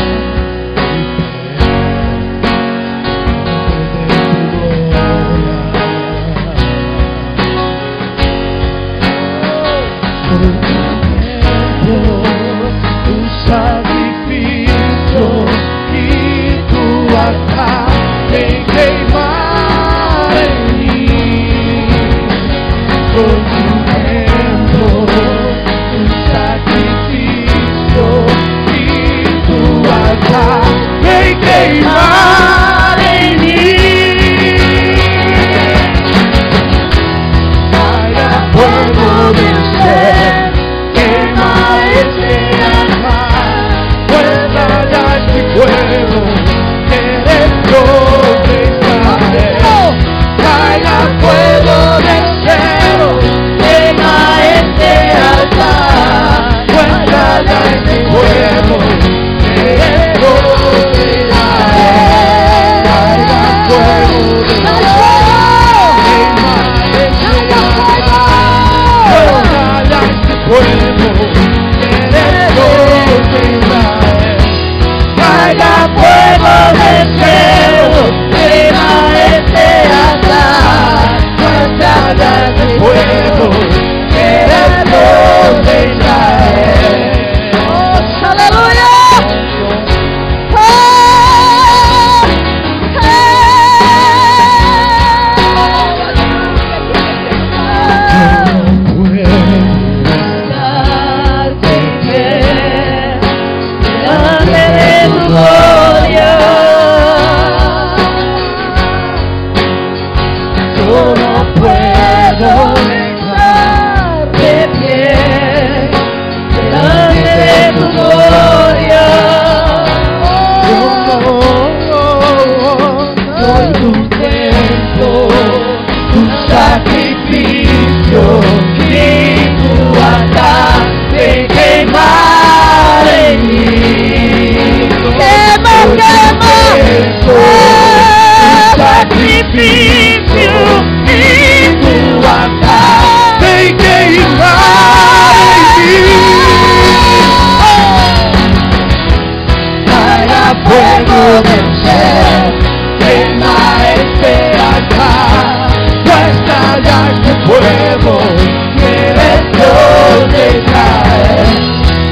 S4: de pie. Delante de tu gloria. Por tu tiempo, tu sacrificio y tu altar te quemar en mí. Por tu tiempo, tu sacrificio y tu altar te quemar en mí. Vaya fuego del ser, quema ese alma
S1: este este
S6: batallas de fuego que después de caer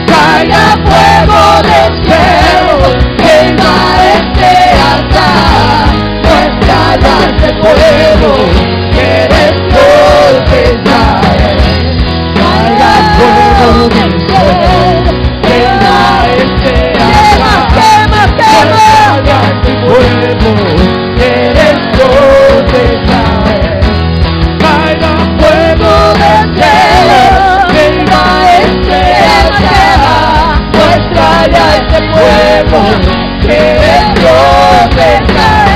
S6: caiga el fuego del fuego que la
S1: este
S6: esperanza
S4: quema, quema.
S6: batallas de fuego que después de caer caiga el fuego del cielo que la esperanza nuestra ya este fuego que después de caer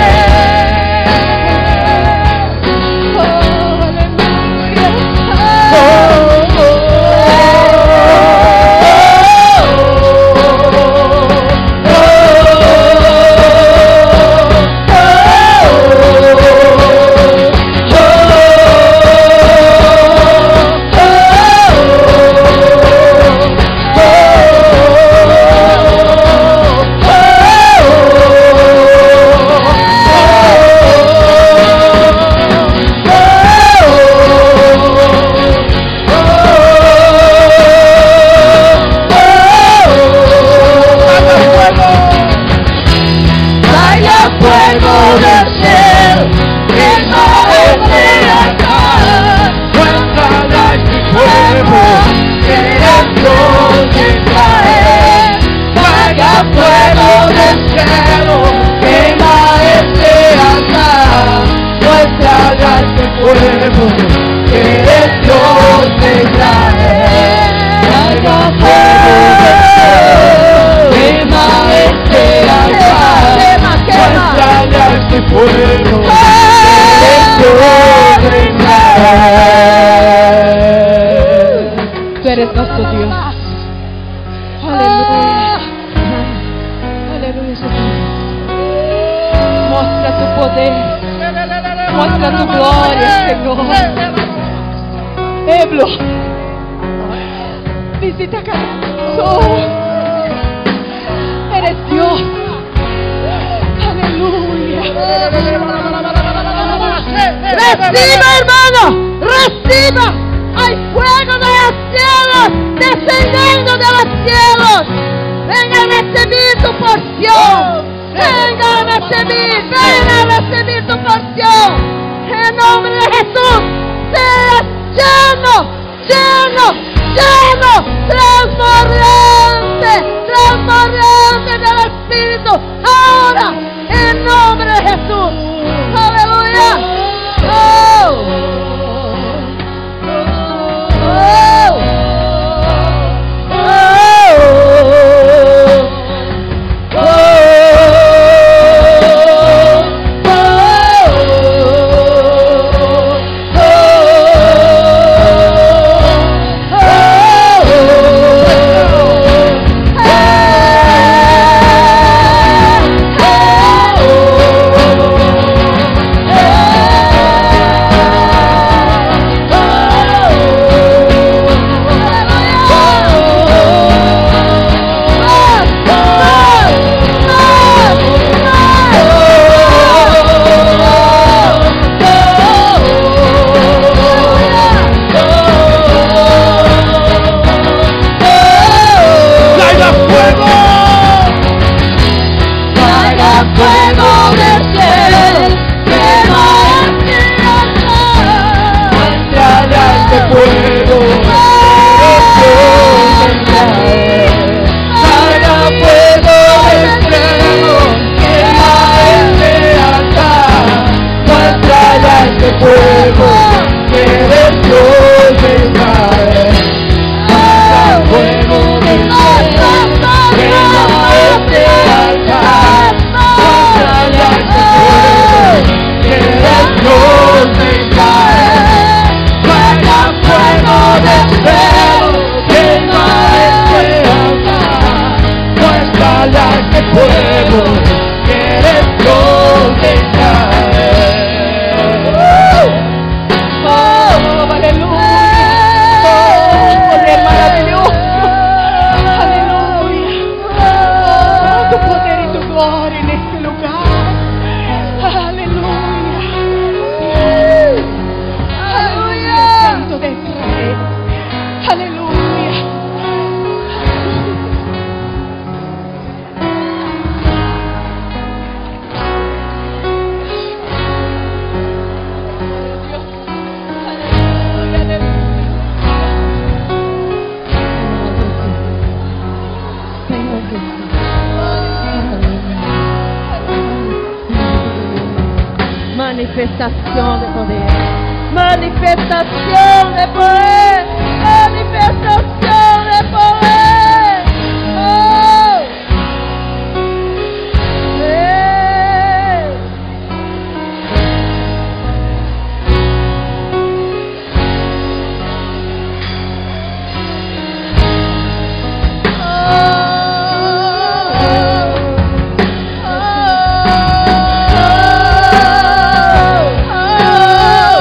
S4: Baila fuego del cielo, que no esperanza. fuego que Dios te trae. Caiga fuego del cielo, quema esperanza. Nuestra gran fuego que Dios te trae. Caiga fuego del cielo, quema esperanza. Nuestra
S6: Allá este pueblo
S4: gran fuego
S6: que caer.
S7: Tú eres nuestro Dios. Aleluya. Aleluya, Señor. Muestra tu poder. Muestra tu gloria, Señor. Eblo. Visita cada corazón. Eres Dios. Aleluya.
S4: Reciba, hermano, reciba. Hay fuego de los cielos descendiendo de los cielos. Vengan a recibir tu porción. Vengan a recibir, vengan a recibir tu porción. En nombre de Jesús, seas lleno, lleno, lleno, transformante, transformante del Espíritu. Ahora, en nombre de Jesús. Aleluya. Oh. Oh. Oh. Oh. oh,
S6: ¡Caiga fuego!
S4: Caiga fuego del cielo, quema esperanza.
S6: ¡Caiga este fuego! ¡Caiga fuego del cielo! ¡Que la esperanza muestra ya este fuego! ¡Que después de caer! ¡Caiga fuego del cielo! ¡Que la esperanza muestra ya este fuego! ¡Que después de caer! Caiga fuego del cielo, quema esperanza, muestra ya este fuego que eres donde caer.
S7: Oh, aleluya. Oh, poder maravilloso. Aleluya. Oh, tu poder y tu gloria en este lugar. Aleluya. Aleluya. Santo de Israel. Aleluya. Manifestation de poder. Manifestation de poder. Manifestation de poder. Oh. Hey. Oh.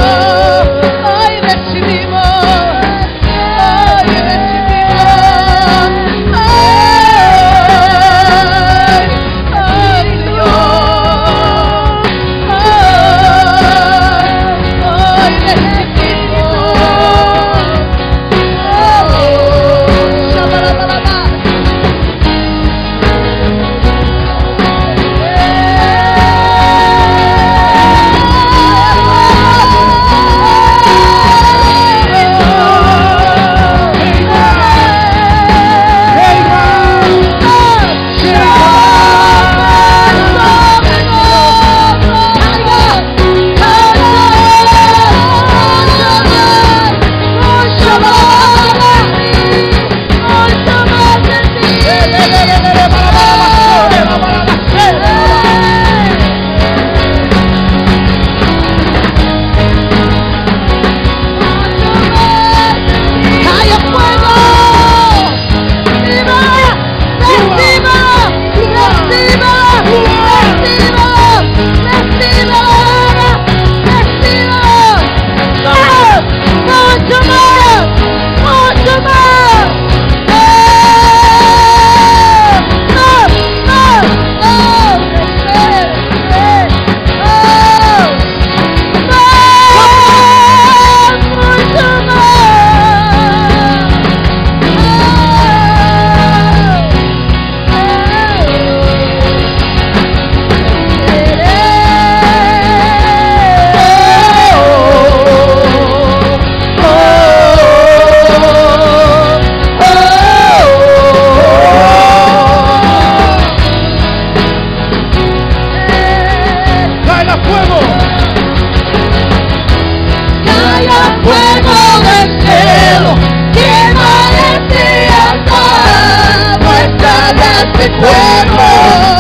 S7: Hoy recibimos, hoy recibimos, hoy, hoy Dios, hoy recibimos, ¡Calla fuego! ¡Viva! ¡Reciba! ¡Reciba! ¡Reciba! ¡Reciba ahora! ¡Reciba! ¡Más! ¡Mucho más! ¡Mucho más! ¡Eh! ¡Más! ¡Más! ¡Oh! ¡Espera! ¡Espera! ¡Oh!
S8: ¡Caiga fuego!
S7: Calla fuego del cielo, quema este altar, muestra de este cuerpo,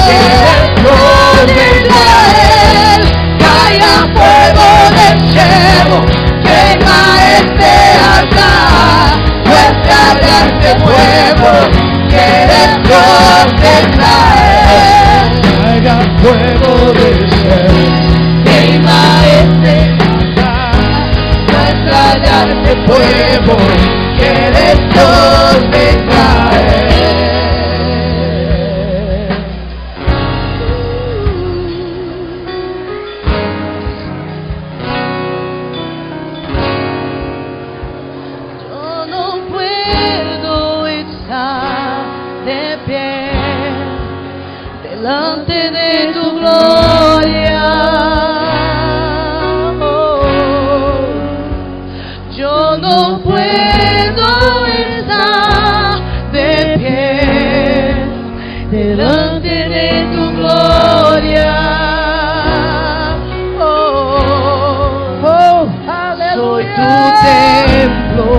S7: que Dios de Israel. Calla fuego del cielo, quema este altar, muestra de este pueblo, que eres Dios de Israel.
S4: Caiga fuego del cielo,
S7: Quema este
S4: muestra de arte fuego que de Dios me trae.
S7: Yo no puedo estar de pie delante de tu gloria. oh. Yo no puedo estar de pie delante de tu gloria. oh.
S4: Soy tu
S7: Aleluya.
S4: templo,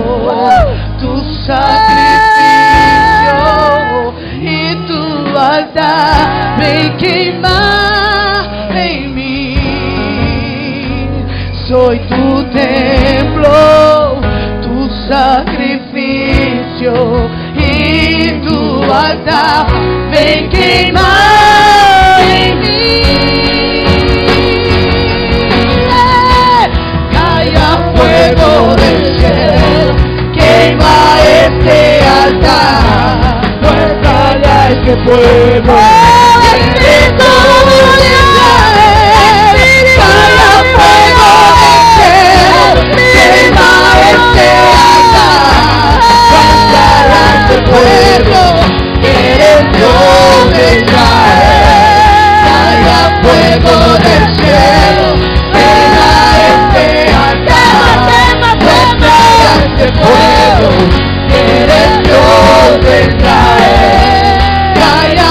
S4: tu sacrificio y tu altar me quema en mí. Soy tu templo, tu sacrificio y tu altar me quema en É, mí. Calla fuego del cielo, quema este altar, muéstrale a este pueblo. Bendito de Israel, calla fuego del cielo, quema este altar, muéstrale a este pueblo que eres Dios de Israel. Calla fuego del cielo, quema este altar, muéstrale a este pueblo que eres Dios de Israel. Calla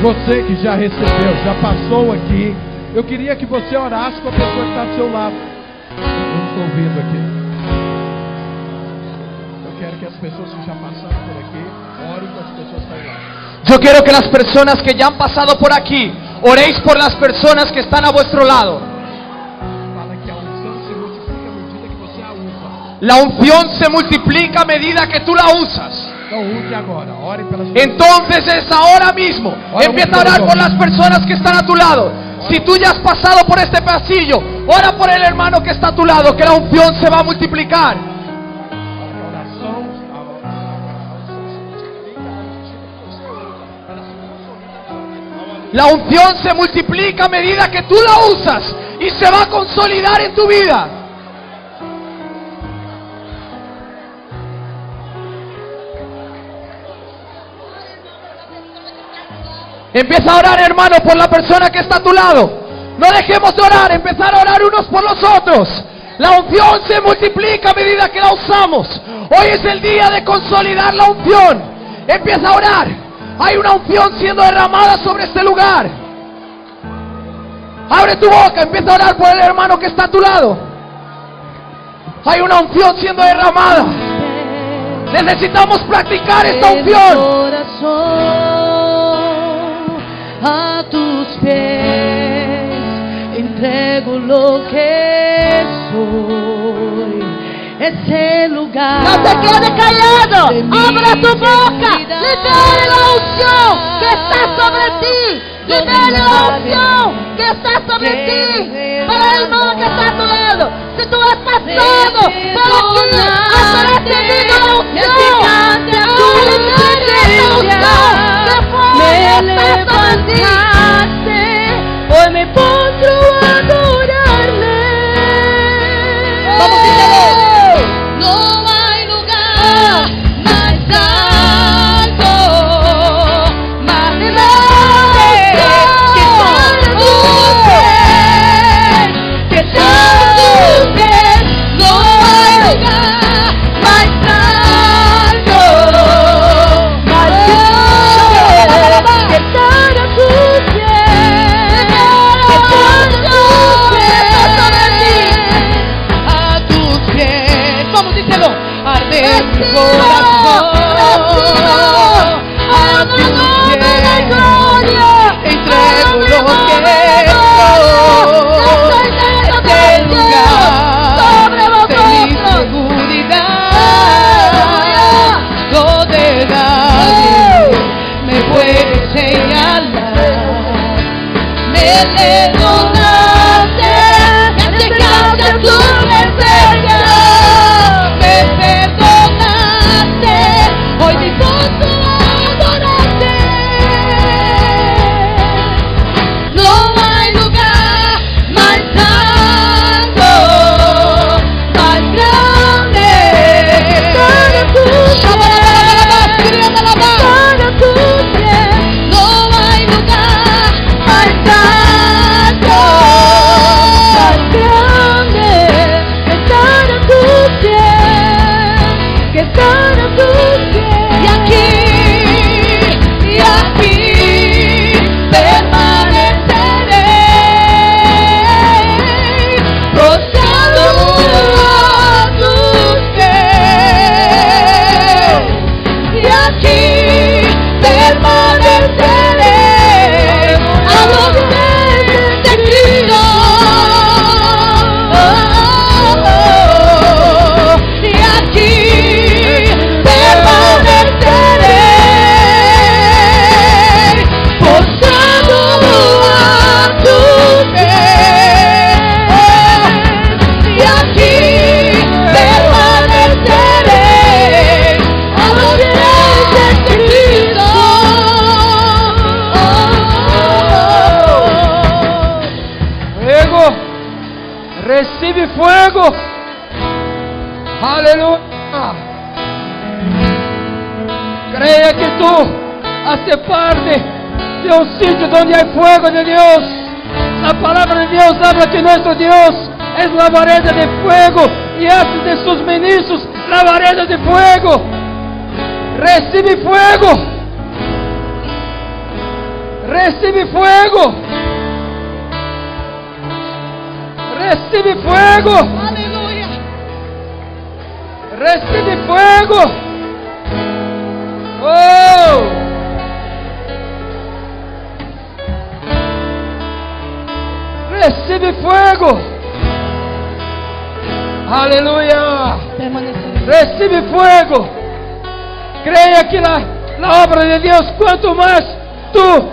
S1: você que já recebeu, já passou aqui, eu queria que você orasse com a pessoa que está do seu lado. Eu não estou ouvindo aqui. Eu quero que as pessoas que já passaram por aqui orem com as pessoas que estão lá.
S9: Yo quiero que las personas que ya han pasado por aquí, oréis por las personas que están a vuestro lado.
S1: Fala que a unção se multiplica à medida que você a usa.
S9: La unción se multiplica a medida que tú la usas.
S1: Então use agora, ore pelas pessoas.
S9: Entonces es ahora mismo.
S1: Ahora
S9: Empieza
S1: mismo,
S9: a orar
S1: ahora
S9: por las
S1: mismo.
S9: personas que están a tu lado. Si tú ya has pasado por este pasillo, ora por el hermano que está a tu lado, que la unción se va a multiplicar.
S1: A oração, a a- a unção se multiplica à medida que você a usa. Ela se consolida na sua vida.
S9: La unción se multiplica a medida que tú la usas y se va a consolidar en tu vida. Empieza a orar, hermano, por la persona que está a tu lado. No dejemos de orar, empezar a orar unos por los otros. La unción se multiplica a medida que la usamos. Hoy es el día de consolidar la unción. Empieza a orar. Hay una unción siendo derramada sobre este lugar. Abre tu boca, empieza a orar por el hermano que está a tu lado. Hay una unción siendo derramada. Necesitamos practicar esta
S4: El
S9: unción.
S4: corazón a tus pies entrego lo que soy. Ese lugar.
S3: Não se quede callado.
S4: de mi
S3: Abra tu boca.
S4: identidad.
S3: Libere la unción que está sobre ti. Libere la unción que está sobre ti. Para el hermano que está a tu lado. Si tú has pasado por aquí, has recibido la unción. Ahora libere esa unción que
S4: Me
S3: fue está sobre ti.
S4: Hoy me postro a adorarle.
S3: Vamos, dígalo.
S4: No hay lugar más alto, más grande que para tus pies, que para tus pies. No hay lugar más alto, más grande que para tus pies, que para tus pies. A tus pies, vamos díselo, arde mi
S3: Recibo,
S4: corazón. A
S3: recibo,
S4: tus
S3: dame la
S4: pies,
S3: gloria,
S4: entrego lo que
S3: dame la
S4: soy.
S3: gloria,
S4: Este
S3: dame la
S4: lugar de
S3: sobre
S4: mi
S3: vosotros.
S4: seguridad, donde nadie me puede señalar. Me perdonaste, me entregaste a tu presencia. Me perdonaste, hoy dispuesto a adorarte. No hay lugar más santo, más grande. Para tus pies, para tus pies, no hay lugar más santo, más grande. Que estar a tus pies, que estar a tus pies. Y aquí, y aquí permaneceré rodeado a tus pies. Y aquí permaneceré a los pies de Cristo. Y aquí permaneceré posado a tu pies. Y aquí permaneceré a los pies de Cristo.
S9: Fuego. Recibe fuego. Aleluya. Crea que tú haces parte de un sitio donde hay fuego de Dios. La palabra de Dios habla que nuestro Dios es la vareda de fuego y hace de sus ministros la vareda de fuego. Recibe fuego.
S10: Recibe fuego. Recibe fuego.
S4: Aleluya.
S10: Recibe fuego. Oh. Recibe fuego. Aleluya.
S4: Permanecer.
S10: Recibe fuego. Creia que na, na obra de Deus, quanto mais tu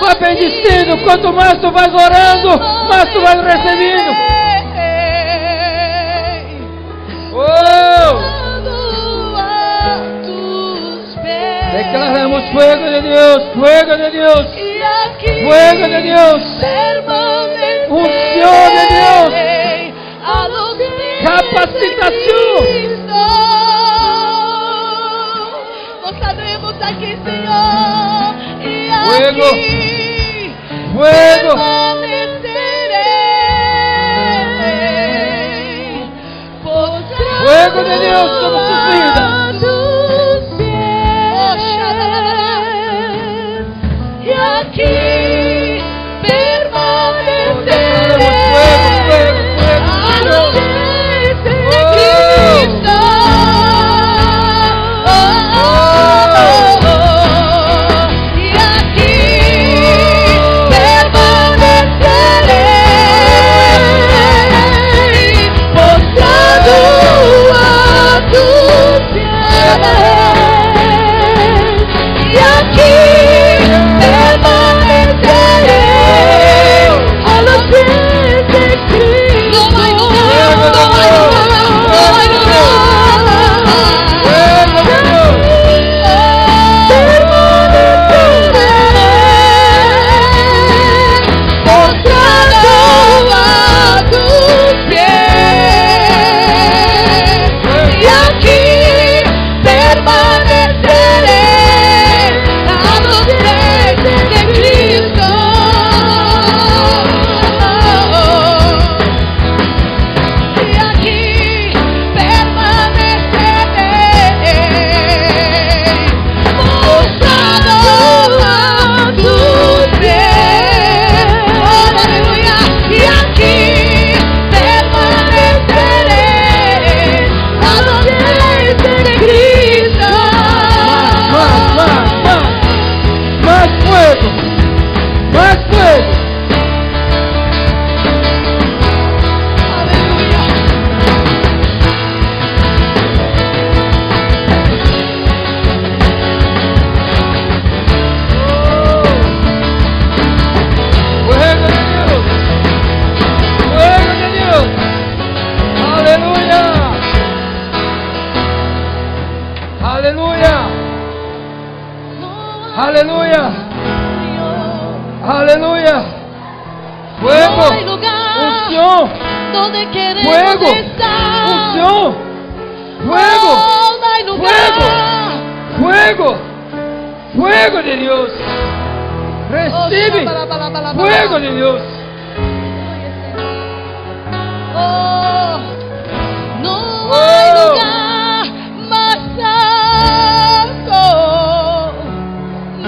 S10: vai bendicindo, quanto mais tu vais orando, mais tu vais recebendo. Oh!
S4: Quando a tus pés.
S10: Declaramos fuego de Deus, fuego de Deus,
S4: E aqui.
S10: fuego de Deus.
S4: Permanecer.
S10: Unción de Dios.
S4: A los pies de
S10: Capacitación.
S4: Cristo. Nos saldremos aquí, Señor. E
S10: Fuego.
S4: aqui.
S10: Fuego,
S4: Permaneceré. Postrado
S10: Fuego de Dios sobre sus vidas.
S4: a tus pies. Y aquí permaneceré.
S10: Fuego, fuego,
S4: A
S10: fuego,
S4: los
S10: fuego.
S4: pies de
S10: Oh.
S4: Cristo. Oh, oh, oh, oh. Y aquí permaneceré, postrado a tus pies. Y aquí permaneceré, a los pies de é Cristo. No hay lugar, no hay lugar, no hay lugar.
S10: fuego de Deus.
S4: Y aquí permaneceré, postrado a tus pies. Oh, aleluya. Y aquí permaneceré, a los pies de Cristo.
S10: Más, más, más, más fuego, más fuego.
S4: Aleluya.
S10: Fuego de Dios. Fuego de Dios. Aleluya. Aleluya. Aleluya. Aleluya. Fuego.
S4: No hay lugar.
S10: Unción.
S4: donde queremos
S10: Fuego.
S4: estar.
S10: Unción. Fuego.
S4: No hay lugar.
S10: Fuego. Fuego de Dios. Recibe. Fuego de Dios.
S4: Oh, no hay
S10: Oh.
S4: lugar más santo,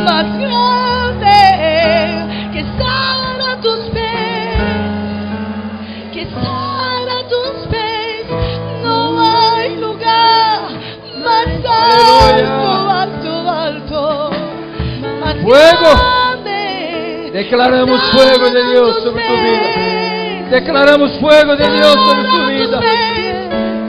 S4: más grande que estar a tus pies, que estar a tus pies. No hay lugar más alto,
S10: Aleluya.
S4: alto, alto, más
S10: Fuego.
S4: grande.
S10: Declaramos fuego de Dios sobre tu vida. Declaramos fuego de Dios sobre tu vida.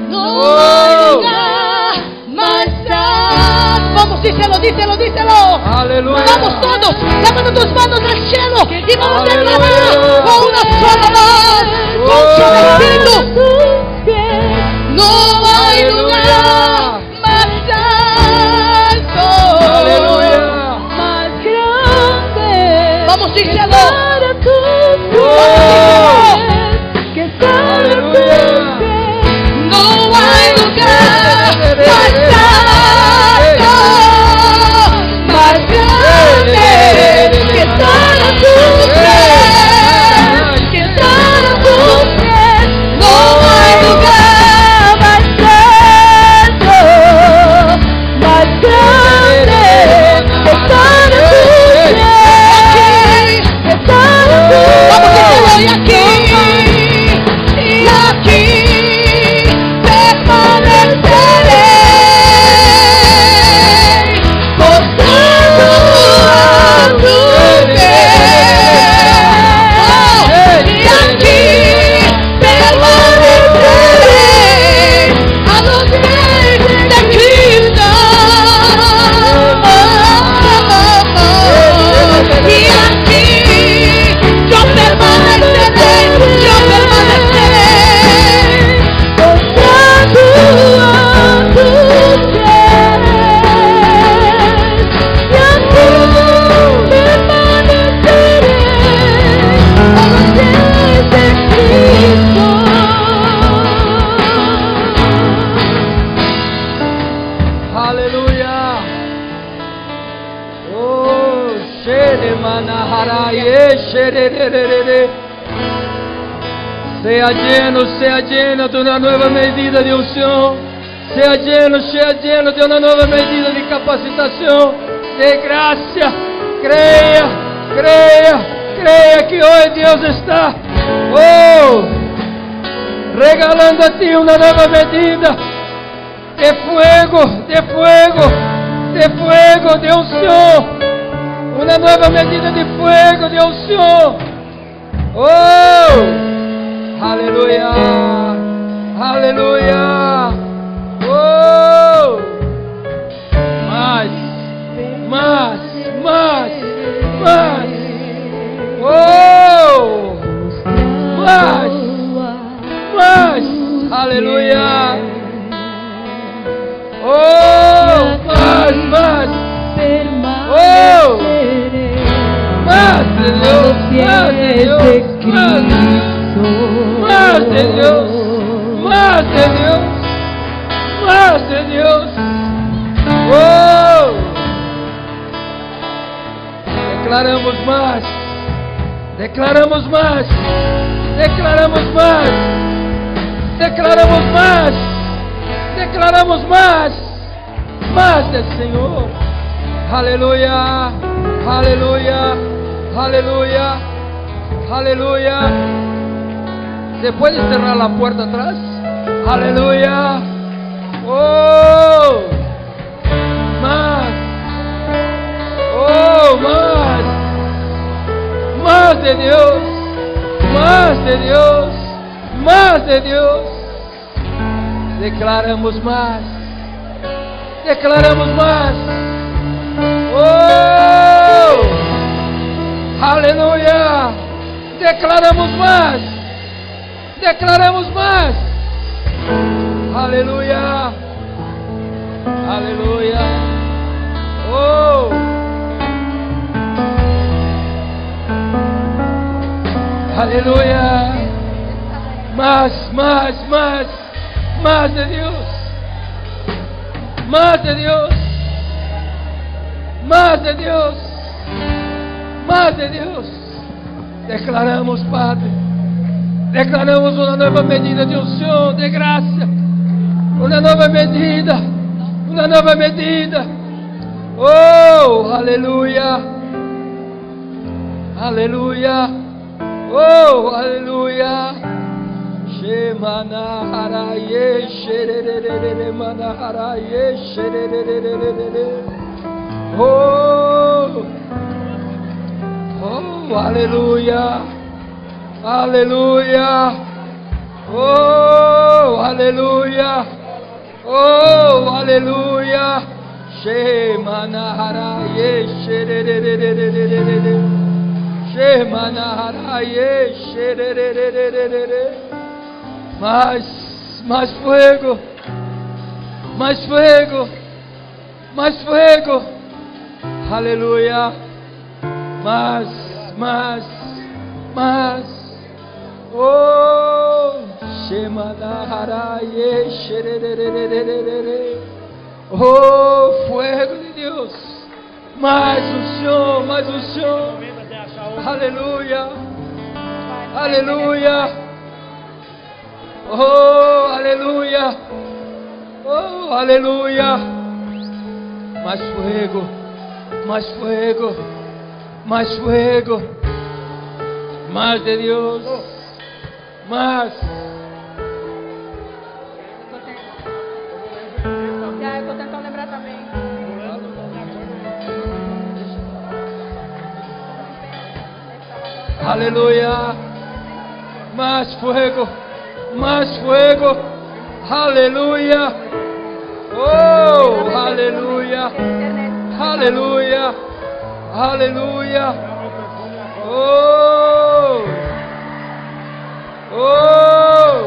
S4: No
S10: Oh.
S4: hay lugar más alto. Vamos, díselo, díselo, díselo.
S10: Aleluya.
S4: Vamos todos, levanta tus manos al cielo y vamos a
S10: Aleluya.
S4: declarar con una sola voz, con
S10: Oh.
S4: solo espíritu. No hay lugar más alto.
S10: Aleluya.
S4: Más grande. é Vamos, díselo.
S10: Oh.
S4: é No hay lugar más alto, más grande que é estar a tus pies, que estar a tus pies. No hay lugar más alto, más grande que estar a tus pies. Aquí
S10: Oh, tererereré. Sea lleno, sea lleno de una nueva medida de unción. Sea lleno, sea lleno de una nueva medida de capacitación, de gracia. Crea, crea, crea que hoy Dios está. Oh, regalando a ti una nueva medida de fuego, de fuego, de fuego, de unción. Una nueva medida de fuego, de unción. Oh, aleluya, aleluya. Oh, más, más, más, más. Oh, más, más, aleluya. Oh, más, más, oh, más de Dios, más de Dios, más de Dios. Más de Dios, más de Dios, más de Dios. ¡Wow! Declaramos más, declaramos más, declaramos más, declaramos más, declaramos más, más del Señor. Aleluya, aleluya, aleluya, aleluya. ¿Se puede cerrar la puerta atrás? Aleluya. Oh, más. Oh, más. Más de Dios. Más de Dios. Más de Dios. Declaramos más. Declaramos más. Oh, aleluya. Declaramos más declaramos más. Aleluya. Aleluya. Oh. Aleluya. Más, más, más. Más de Dios. Más de Dios. Más de Dios. Más de Dios. Declaramos, Padre. Declaramos uma nova medida de unção, de graça. Uma nova medida. Uma nova medida. Oh, aleluia. Aleluia. Oh, aleluia. Shemanaharaye, shererererere, manaharaye, shererererere. Oh, oh, aleluia. Aleluia. Oh, aleluia. Oh, aleluia. Shemanaharaye shererererererere. Shemanaharaye sherererererere. Mais, mais fuego. Mais fuego. Mais fuego. Aleluia. Mais, mais, mais. Oh, Shemanaharaye, shererererererere. Oh, fuego de Deus. Mais um Senhor, mais um Senhor. Aleluia. Aleluia. Oh, aleluia. Oh, aleluia. Mais fuego. Mais fuego. Mais fuego. Mais de Deus. Mas
S4: Ah, eu vou tentar lembrar também.
S10: Aleluya. Más fuego. Más fuego. Aleluya. Oh, aleluya. Aleluya. Aleluya. Oh. Oh.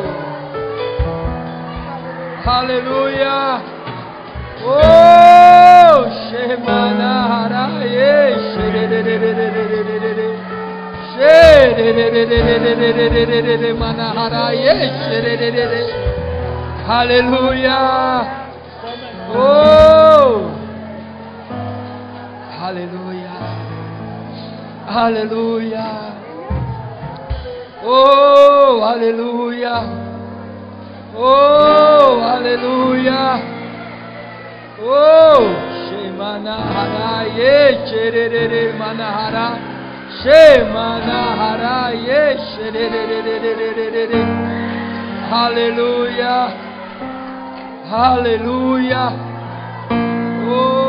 S10: Aleluya. Oh, Shemana Haraye. Shededededededededede. Shededededededededede. Mana Haraye. Shedededede. Aleluya. Oh. Aleluya. Aleluya. Oh, aleluia. Oh, aleluia. Oh, Shemanahara, ye, chererere, manahara. Shemanahara, ye, chererere. Aleluia. Aleluia. Oh.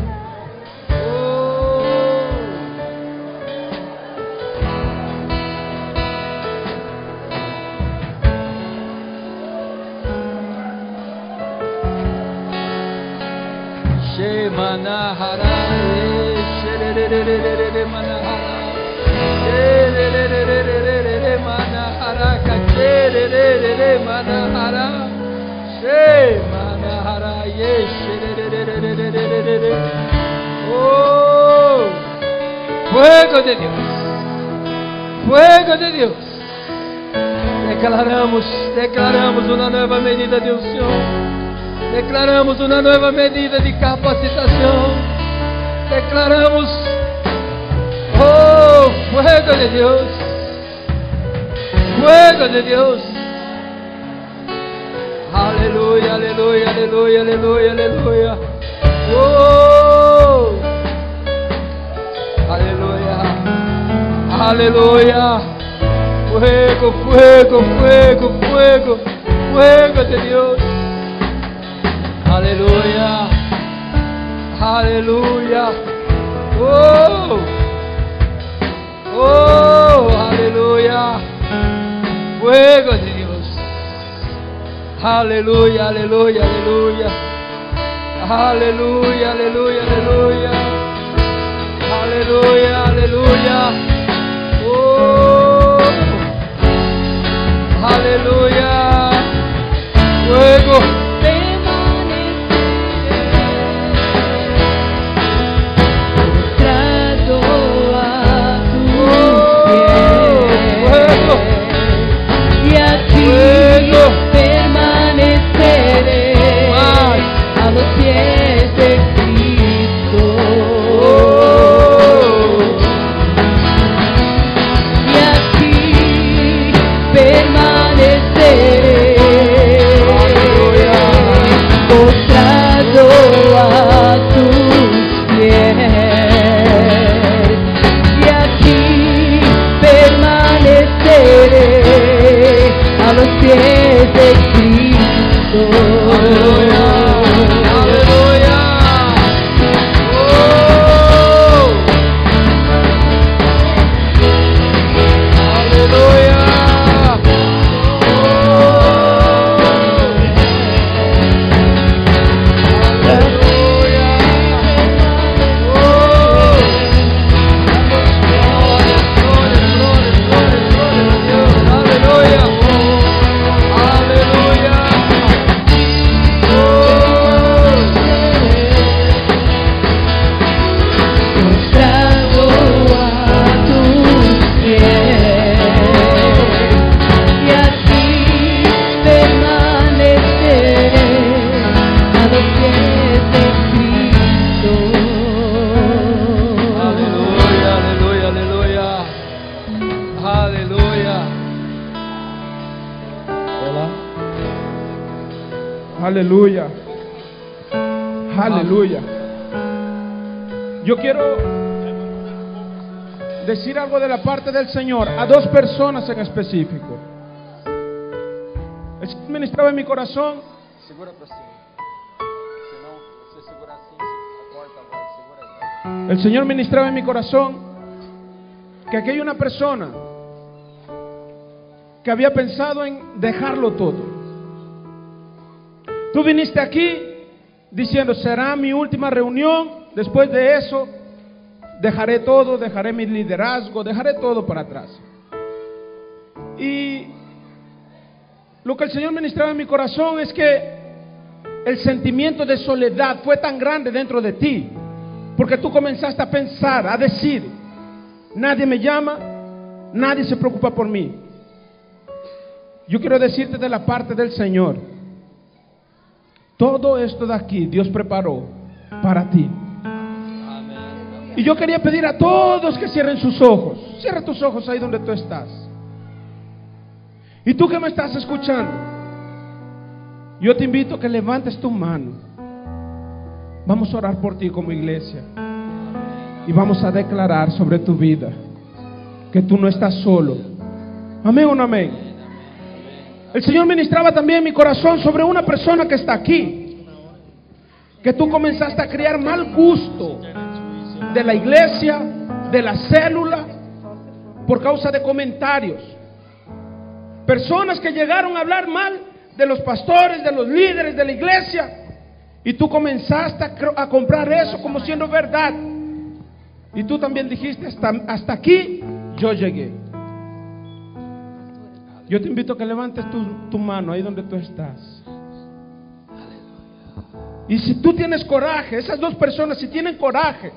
S10: Oh Shemanahara, eh, sherererererere manahara. Sherererererere manahara, kacherererere manahara. Shemanahara, eh, sherererererere. Oh, fuego de Dios, fuego de Dios. Declaramos, declaramos uma nova medida de um Senhor. Declaramos uma nova medida de capacitação. Declaramos, oh, fuego de Deus, fuego de Deus. Aleluia, aleluia, aleluia, aleluia, aleluia. Oh, aleluia, aleluia. Fuego, fuego, fuego, fuego, fuego de Deus. Aleluia, aleluia, oh, oh, aleluia, fuego de Deus, aleluia, aleluia, aleluia, aleluia, aleluia, aleluia, aleluia, aleluia, oh, aleluia, fuego. Oh,
S7: Y aquí permaneceré a los pies de Cristo. Y aquí permaneceré postrado a tus pies. Y aquí permaneceré a los pies de Cristo. Postrado a tus pies, y aquí permaneceré a los pies de Cristo.
S10: Aleluia, aleluia, aleluia. Aleluia.
S11: Aleluya. Aleluya. Yo quiero decir algo de la parte del Señor a dos personas en específico. El Señor ministraba en mi corazón
S10: Segura pra cima. Senão, se segurar assim, corta a voz. Segura aí.
S11: El Señor ministraba en mi corazón que aquí hay una persona que había pensado en dejarlo todo. Tú viniste aquí diciendo, será mi última reunión, después de eso dejaré todo, dejaré mi liderazgo, dejaré todo para atrás. Y lo que el Señor ministraba en mi corazón es que el sentimiento de soledad fue tan grande dentro de ti
S12: Porque tú comenzaste a pensar, a decir, nadie me llama, nadie se preocupa por mí. Yo quiero decirte de la parte del Señor, todo esto de aquí Dios preparó para ti. Y yo quería pedir a todos que cierren sus ojos. Cierra tus ojos ahí donde tú estás. Y tú que me estás escuchando, yo te invito a que levantes tu mano. Vamos a orar por ti como iglesia. Y vamos a declarar sobre tu vida que tú no estás solo. Amén o no amén. El Señor ministraba también mi corazón sobre una persona que está aquí. Que tú comenzaste a crear mal gusto de la iglesia, de la célula, por causa de comentarios. Personas que llegaron a hablar mal de los pastores, de los líderes de la iglesia, y tú comenzaste a, cr- a comprar eso como siendo verdad. Y tú también dijiste, hasta, hasta aquí yo llegué. Yo te invito a que levantes tu, tu mano ahí donde tú estás. Y si tú tienes coraje, esas dos personas, si tienen coraje,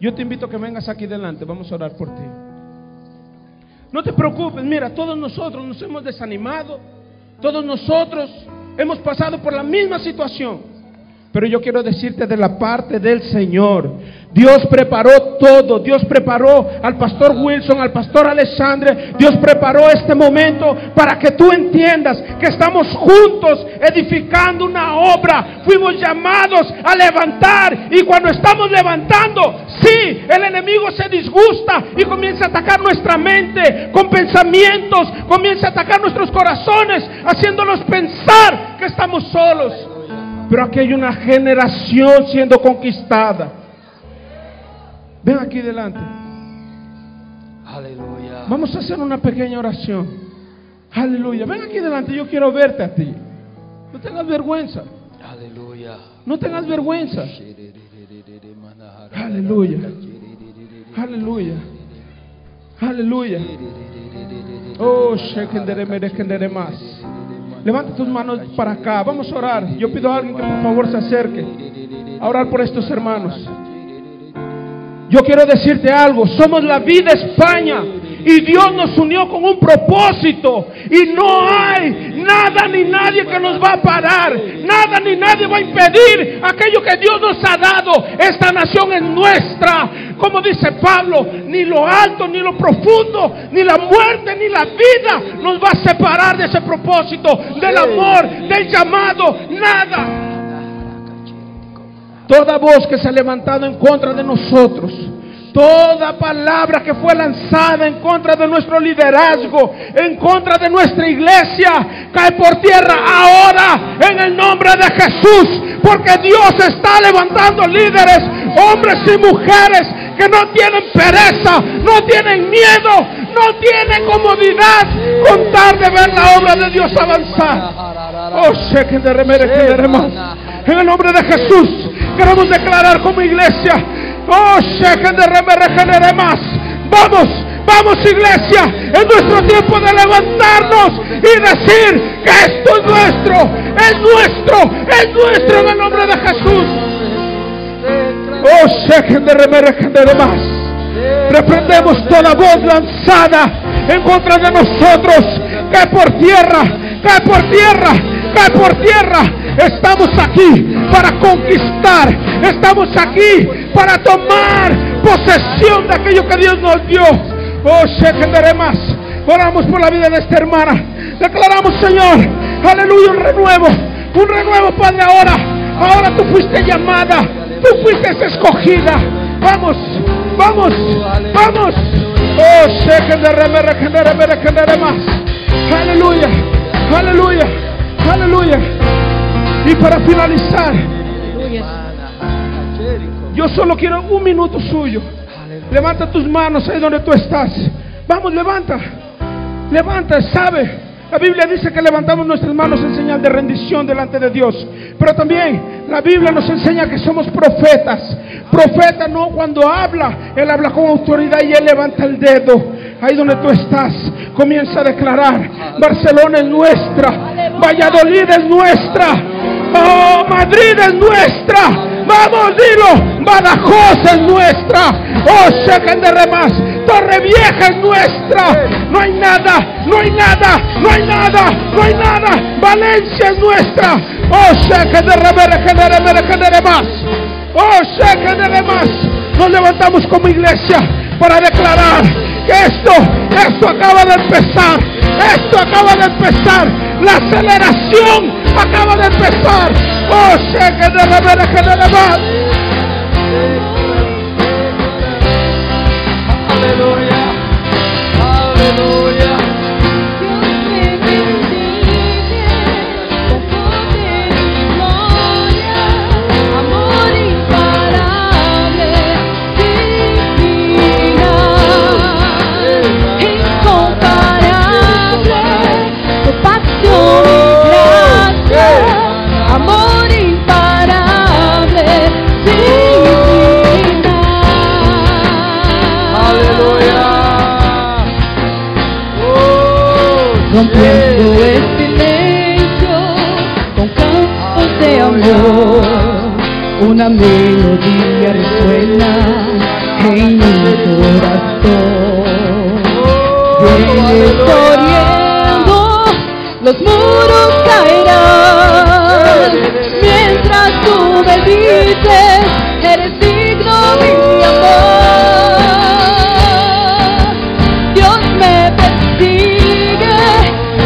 S12: yo te invito a que vengas aquí delante, vamos a orar por ti. No te preocupes, mira, todos nosotros nos hemos desanimado, todos nosotros hemos pasado por la misma situación. Pero yo quiero decirte de la parte del Señor. Dios preparó todo. Dios preparó al pastor Wilson, al pastor Alexandre. Dios preparó este momento para que tú entiendas que estamos juntos edificando una obra. Fuimos llamados a levantar. Y cuando estamos levantando, sí, el enemigo se disgusta y comienza a atacar nuestra mente con pensamientos. Comienza a atacar nuestros corazones, haciéndonos pensar que estamos solos. Pero aquí hay una generación siendo conquistada. Ven aquí delante.
S10: Aleluya.
S12: Vamos a hacer una pequeña oración. Aleluya. Ven aquí delante. Yo quiero verte a ti. No tengas vergüenza.
S10: Aleluya.
S12: No tengas vergüenza. Aleluya. Aleluya. Aleluya. Oh, shekendere, merekendere más. Levanta tus manos para acá. Vamos a orar. Yo pido a alguien que por favor se acerque a orar por estos hermanos. Yo quiero decirte algo. Somos la vida España. Y Dios nos unió con un propósito. Y no hay nada ni nadie que nos va a parar. Nada ni nadie va a impedir aquello que Dios nos ha dado. Esta nación es nuestra. Como dice Pablo, ni lo alto, ni lo profundo, ni la muerte, ni la vida nos va a separar de ese propósito, del amor, del llamado. Nada. Toda voz que se ha levantado en contra de nosotros. Toda palabra que fue lanzada en contra de nuestro liderazgo, en contra de nuestra iglesia, cae por tierra ahora en el nombre de Jesús. Porque Dios está levantando líderes, hombres y mujeres que no tienen pereza, no tienen miedo, no tienen comodidad con tal de ver la obra de Dios avanzar. Oh, que de remere, que de remas. En el nombre de Jesús queremos declarar como iglesia. Oh, que de remere, que de remas. Vamos, vamos iglesia. Es nuestro tiempo de levantarnos y decir que esto es nuestro, es nuestro, es nuestro en el nombre de Jesús. Oh, que de remere, que de remas. Reprendemos toda voz lanzada en contra de nosotros. Cae por tierra, cae por tierra, cae por tierra. Estamos aquí para conquistar. Estamos aquí para tomar posesión de aquello que Dios nos dio. Oh, Shekinah más. Oramos por la vida de esta hermana. Declaramos, Señor, aleluya, un renuevo. Un renuevo, Padre, ahora. Ahora tú fuiste llamada. Tú fuiste escogida. Vamos, vamos, vamos. Oh, Shekinah Remera, Shekinah Remera, Shekinah más. Aleluya, aleluya, aleluya. Y para finalizar, yo solo quiero un minuto suyo. Levanta tus manos ahí donde tú estás. Vamos, levanta. Levanta, sabe. La Biblia dice que levantamos nuestras manos en señal de rendición delante de Dios. Pero también la Biblia nos enseña que somos profetas. Profeta no cuando habla, él habla con autoridad y él levanta el dedo. Ahí donde tú estás, comienza a declarar, Barcelona es nuestra, Valladolid es nuestra, oh, Madrid es nuestra, Vamos, dilo. Badajoz es nuestra. Oh, Shekan de Remas. Torre Vieja es nuestra. No hay nada, no hay nada, no hay nada, no hay nada. Valencia es nuestra. Oh, Shekan de Remereje de Remereje de Remas. Oh, Shekan de Remas. Nos levantamos como iglesia para declarar que esto, esto acaba de empezar. Esto acaba de empezar. La aceleración acaba de empezar. Oh, Shekan de Remereje de Remas.
S10: Aleluya. Aleluya.
S4: Dios te bendiga con poder y gloria, amor imparable, divina, incomparable, compasión y gracia, amor imparable, divina.
S10: Aleluya.
S4: Rompiendo el silencio con cantos de amor, una melodía resuena en mi corazón. Vienes corriendo, los muros caerán, mientras tú me dices, eres digno de mi amor. Dios me persigue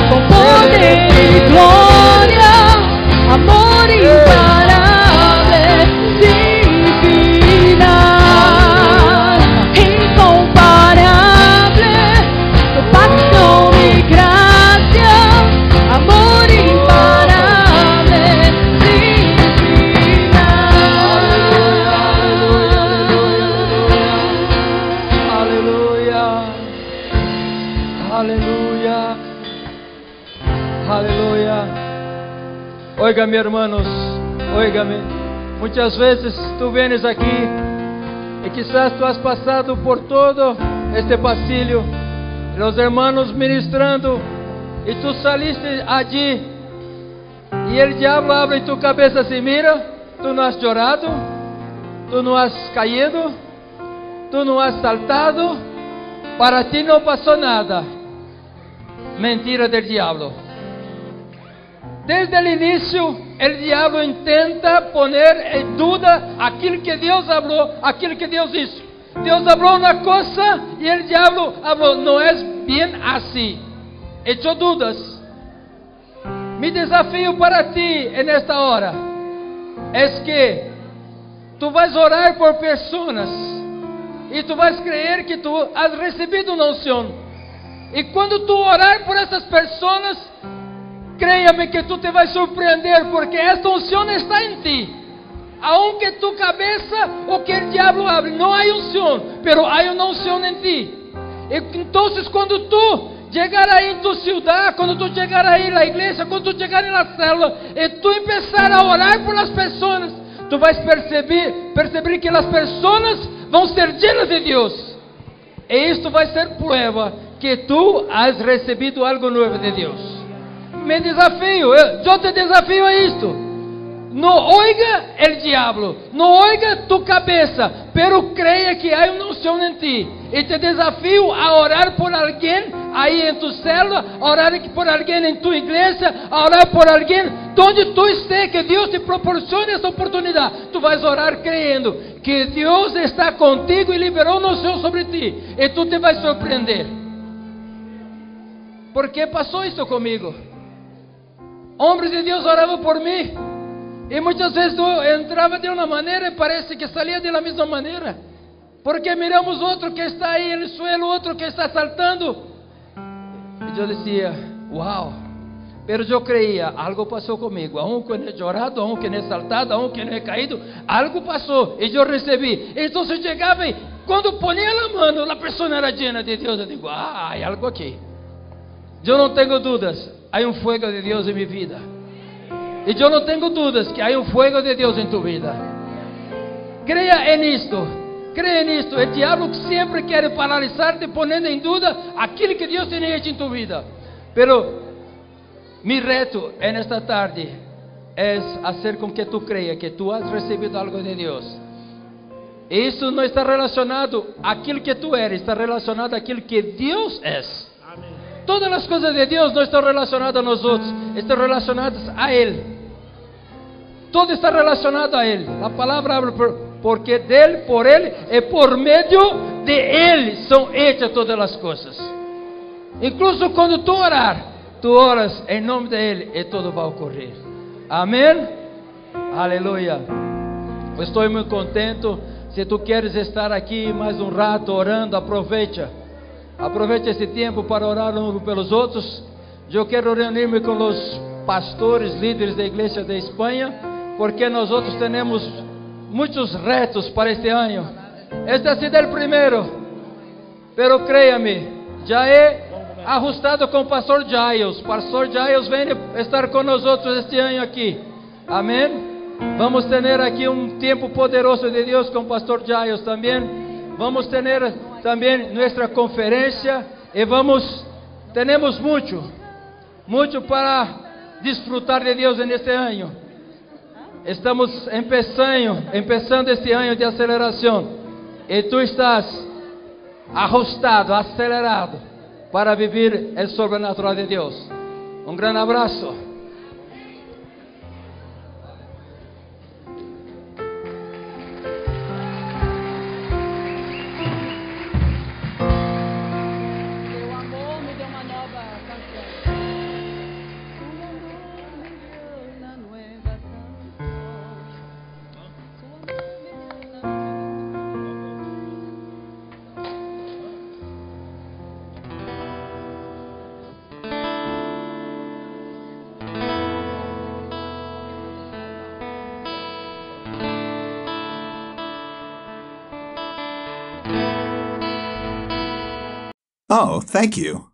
S4: con poder y gloria, amor imparable, sin final, incomparable, tu pacto mi gracia, amor imparable, sin final.
S10: Aleluya. Aleluya. Aleluya. Óigame, hermanos. Óigame. Muchas veces tú vienes aquí y quizás tú has pasado por todo este pasillo. Los hermanos ministrando y tú saliste allí y el diablo abre tu cabeza y mira, tú no has llorado, tú no has caído, tú no has saltado, para ti no pasó nada. Mentira del diablo. Desde el inicio, el diablo intenta poner en duda aquilo que Deus habló, aquilo que Deus hizo. Deus habló una cosa y el diablo habló, no es bien así. Echó dudas. Mi desafio para ti en esta hora es que tu vais orar por pessoas e tu vais crer que tu has recebido uma unção. E quando tu orar por essas pessoas, creia-me que tu te vais surpreender, porque esta unção está em ti. Aunque tu cabeça o que o diabo abre, não há unção, pero há uma unção em ti. E, então, quando tu chegar aí em tua cidade, quando tu chegar aí na igreja, quando tu chegar aí na célula, e tu começar a orar por as pessoas, tu vais perceber, perceber que as pessoas vão ser llenas de Deus. E isto vai ser prova que tu has recebido algo novo de Deus. Me desafio, eu, eu te desafio a isto. Não oiga el diabo, não oiga tu cabeça, pero creia que há uma unção em ti. E te desafio a orar por alguém aí em tu célula, a orar por alguém em tua igreja, a orar por alguém onde tu esté, que Deus te proporcione essa oportunidade. Tu vais orar creyendo que Deus está contigo e liberou uma unção sobre ti. E tu te vais surpreender. Porque passou isso comigo. Homens de Deus oravam por mim. E muitas vezes eu entrava de uma maneira e parece que saía de la mesma maneira. Porque miramos outro que está aí no suelo, outro que está saltando. E eu dizia, uau. Mas eu creia, algo passou comigo. Aún que não he chorado, aún que não he saltado, aún que não he caído, algo passou e eu recebi. Então eu chegava e quando ponia a mão, a pessoa era llena de Deus. Eu digo, ah, há algo aqui. Eu não tenho dúvidas, há um fogo de Deus em minha vida. E eu não tenho dúvidas que há um fogo de Deus em tua vida. Creia em isto. Creia nisto. O diabo sempre quer paralisar-te, ponendo em dúvida aquilo que Deus tem hecho em tua vida. Pero mi reto en esta tarde es hacer con que tú creas que tú has recibido algo de Dios. Eso no está relacionado a aquilo que tú eres, está relacionado a aquilo que Dios es. Todas las cosas de Dios no están relacionadas a nosotros, están relacionadas a Él. Todo está relacionado a Él. La palabra habla por- porque de Él, por Él y por medio de Él son hechas todas las cosas. Incluso cuando tú orar, tú oras en nombre de Él y todo va a ocurrir. Amén. Aleluya. Estoy muy contento. Si tú quieres estar aquí mais um rato orando, aproveita. Aproveita esse tempo para orar uns pelos outros. Eu quero reunir-me com os pastores, líderes da igreja de Espanha, porque nós outros temos muitos retos para este ano. Este ha sido o primeiro. Pero créame, já é ajustado com o pastor Giles. Pastor Giles vem estar conosco este ano aqui. Amém? Vamos ter aqui um tempo poderoso de Deus com o pastor Giles também. Vamos ter também nossa conferência e vamos temos muito, muito para desfrutar de Deus neste ano. Estamos começando, começando este ano de aceleração. E tu estás ajustado, acelerado para vivir el sobrenatural de Dios. Un gran abrazo.
S4: Meu amor me deu uma nova canção. Seu amor me deu uma nova canção. Seu amor me deu uma nova canção.
S13: Oh, thank you.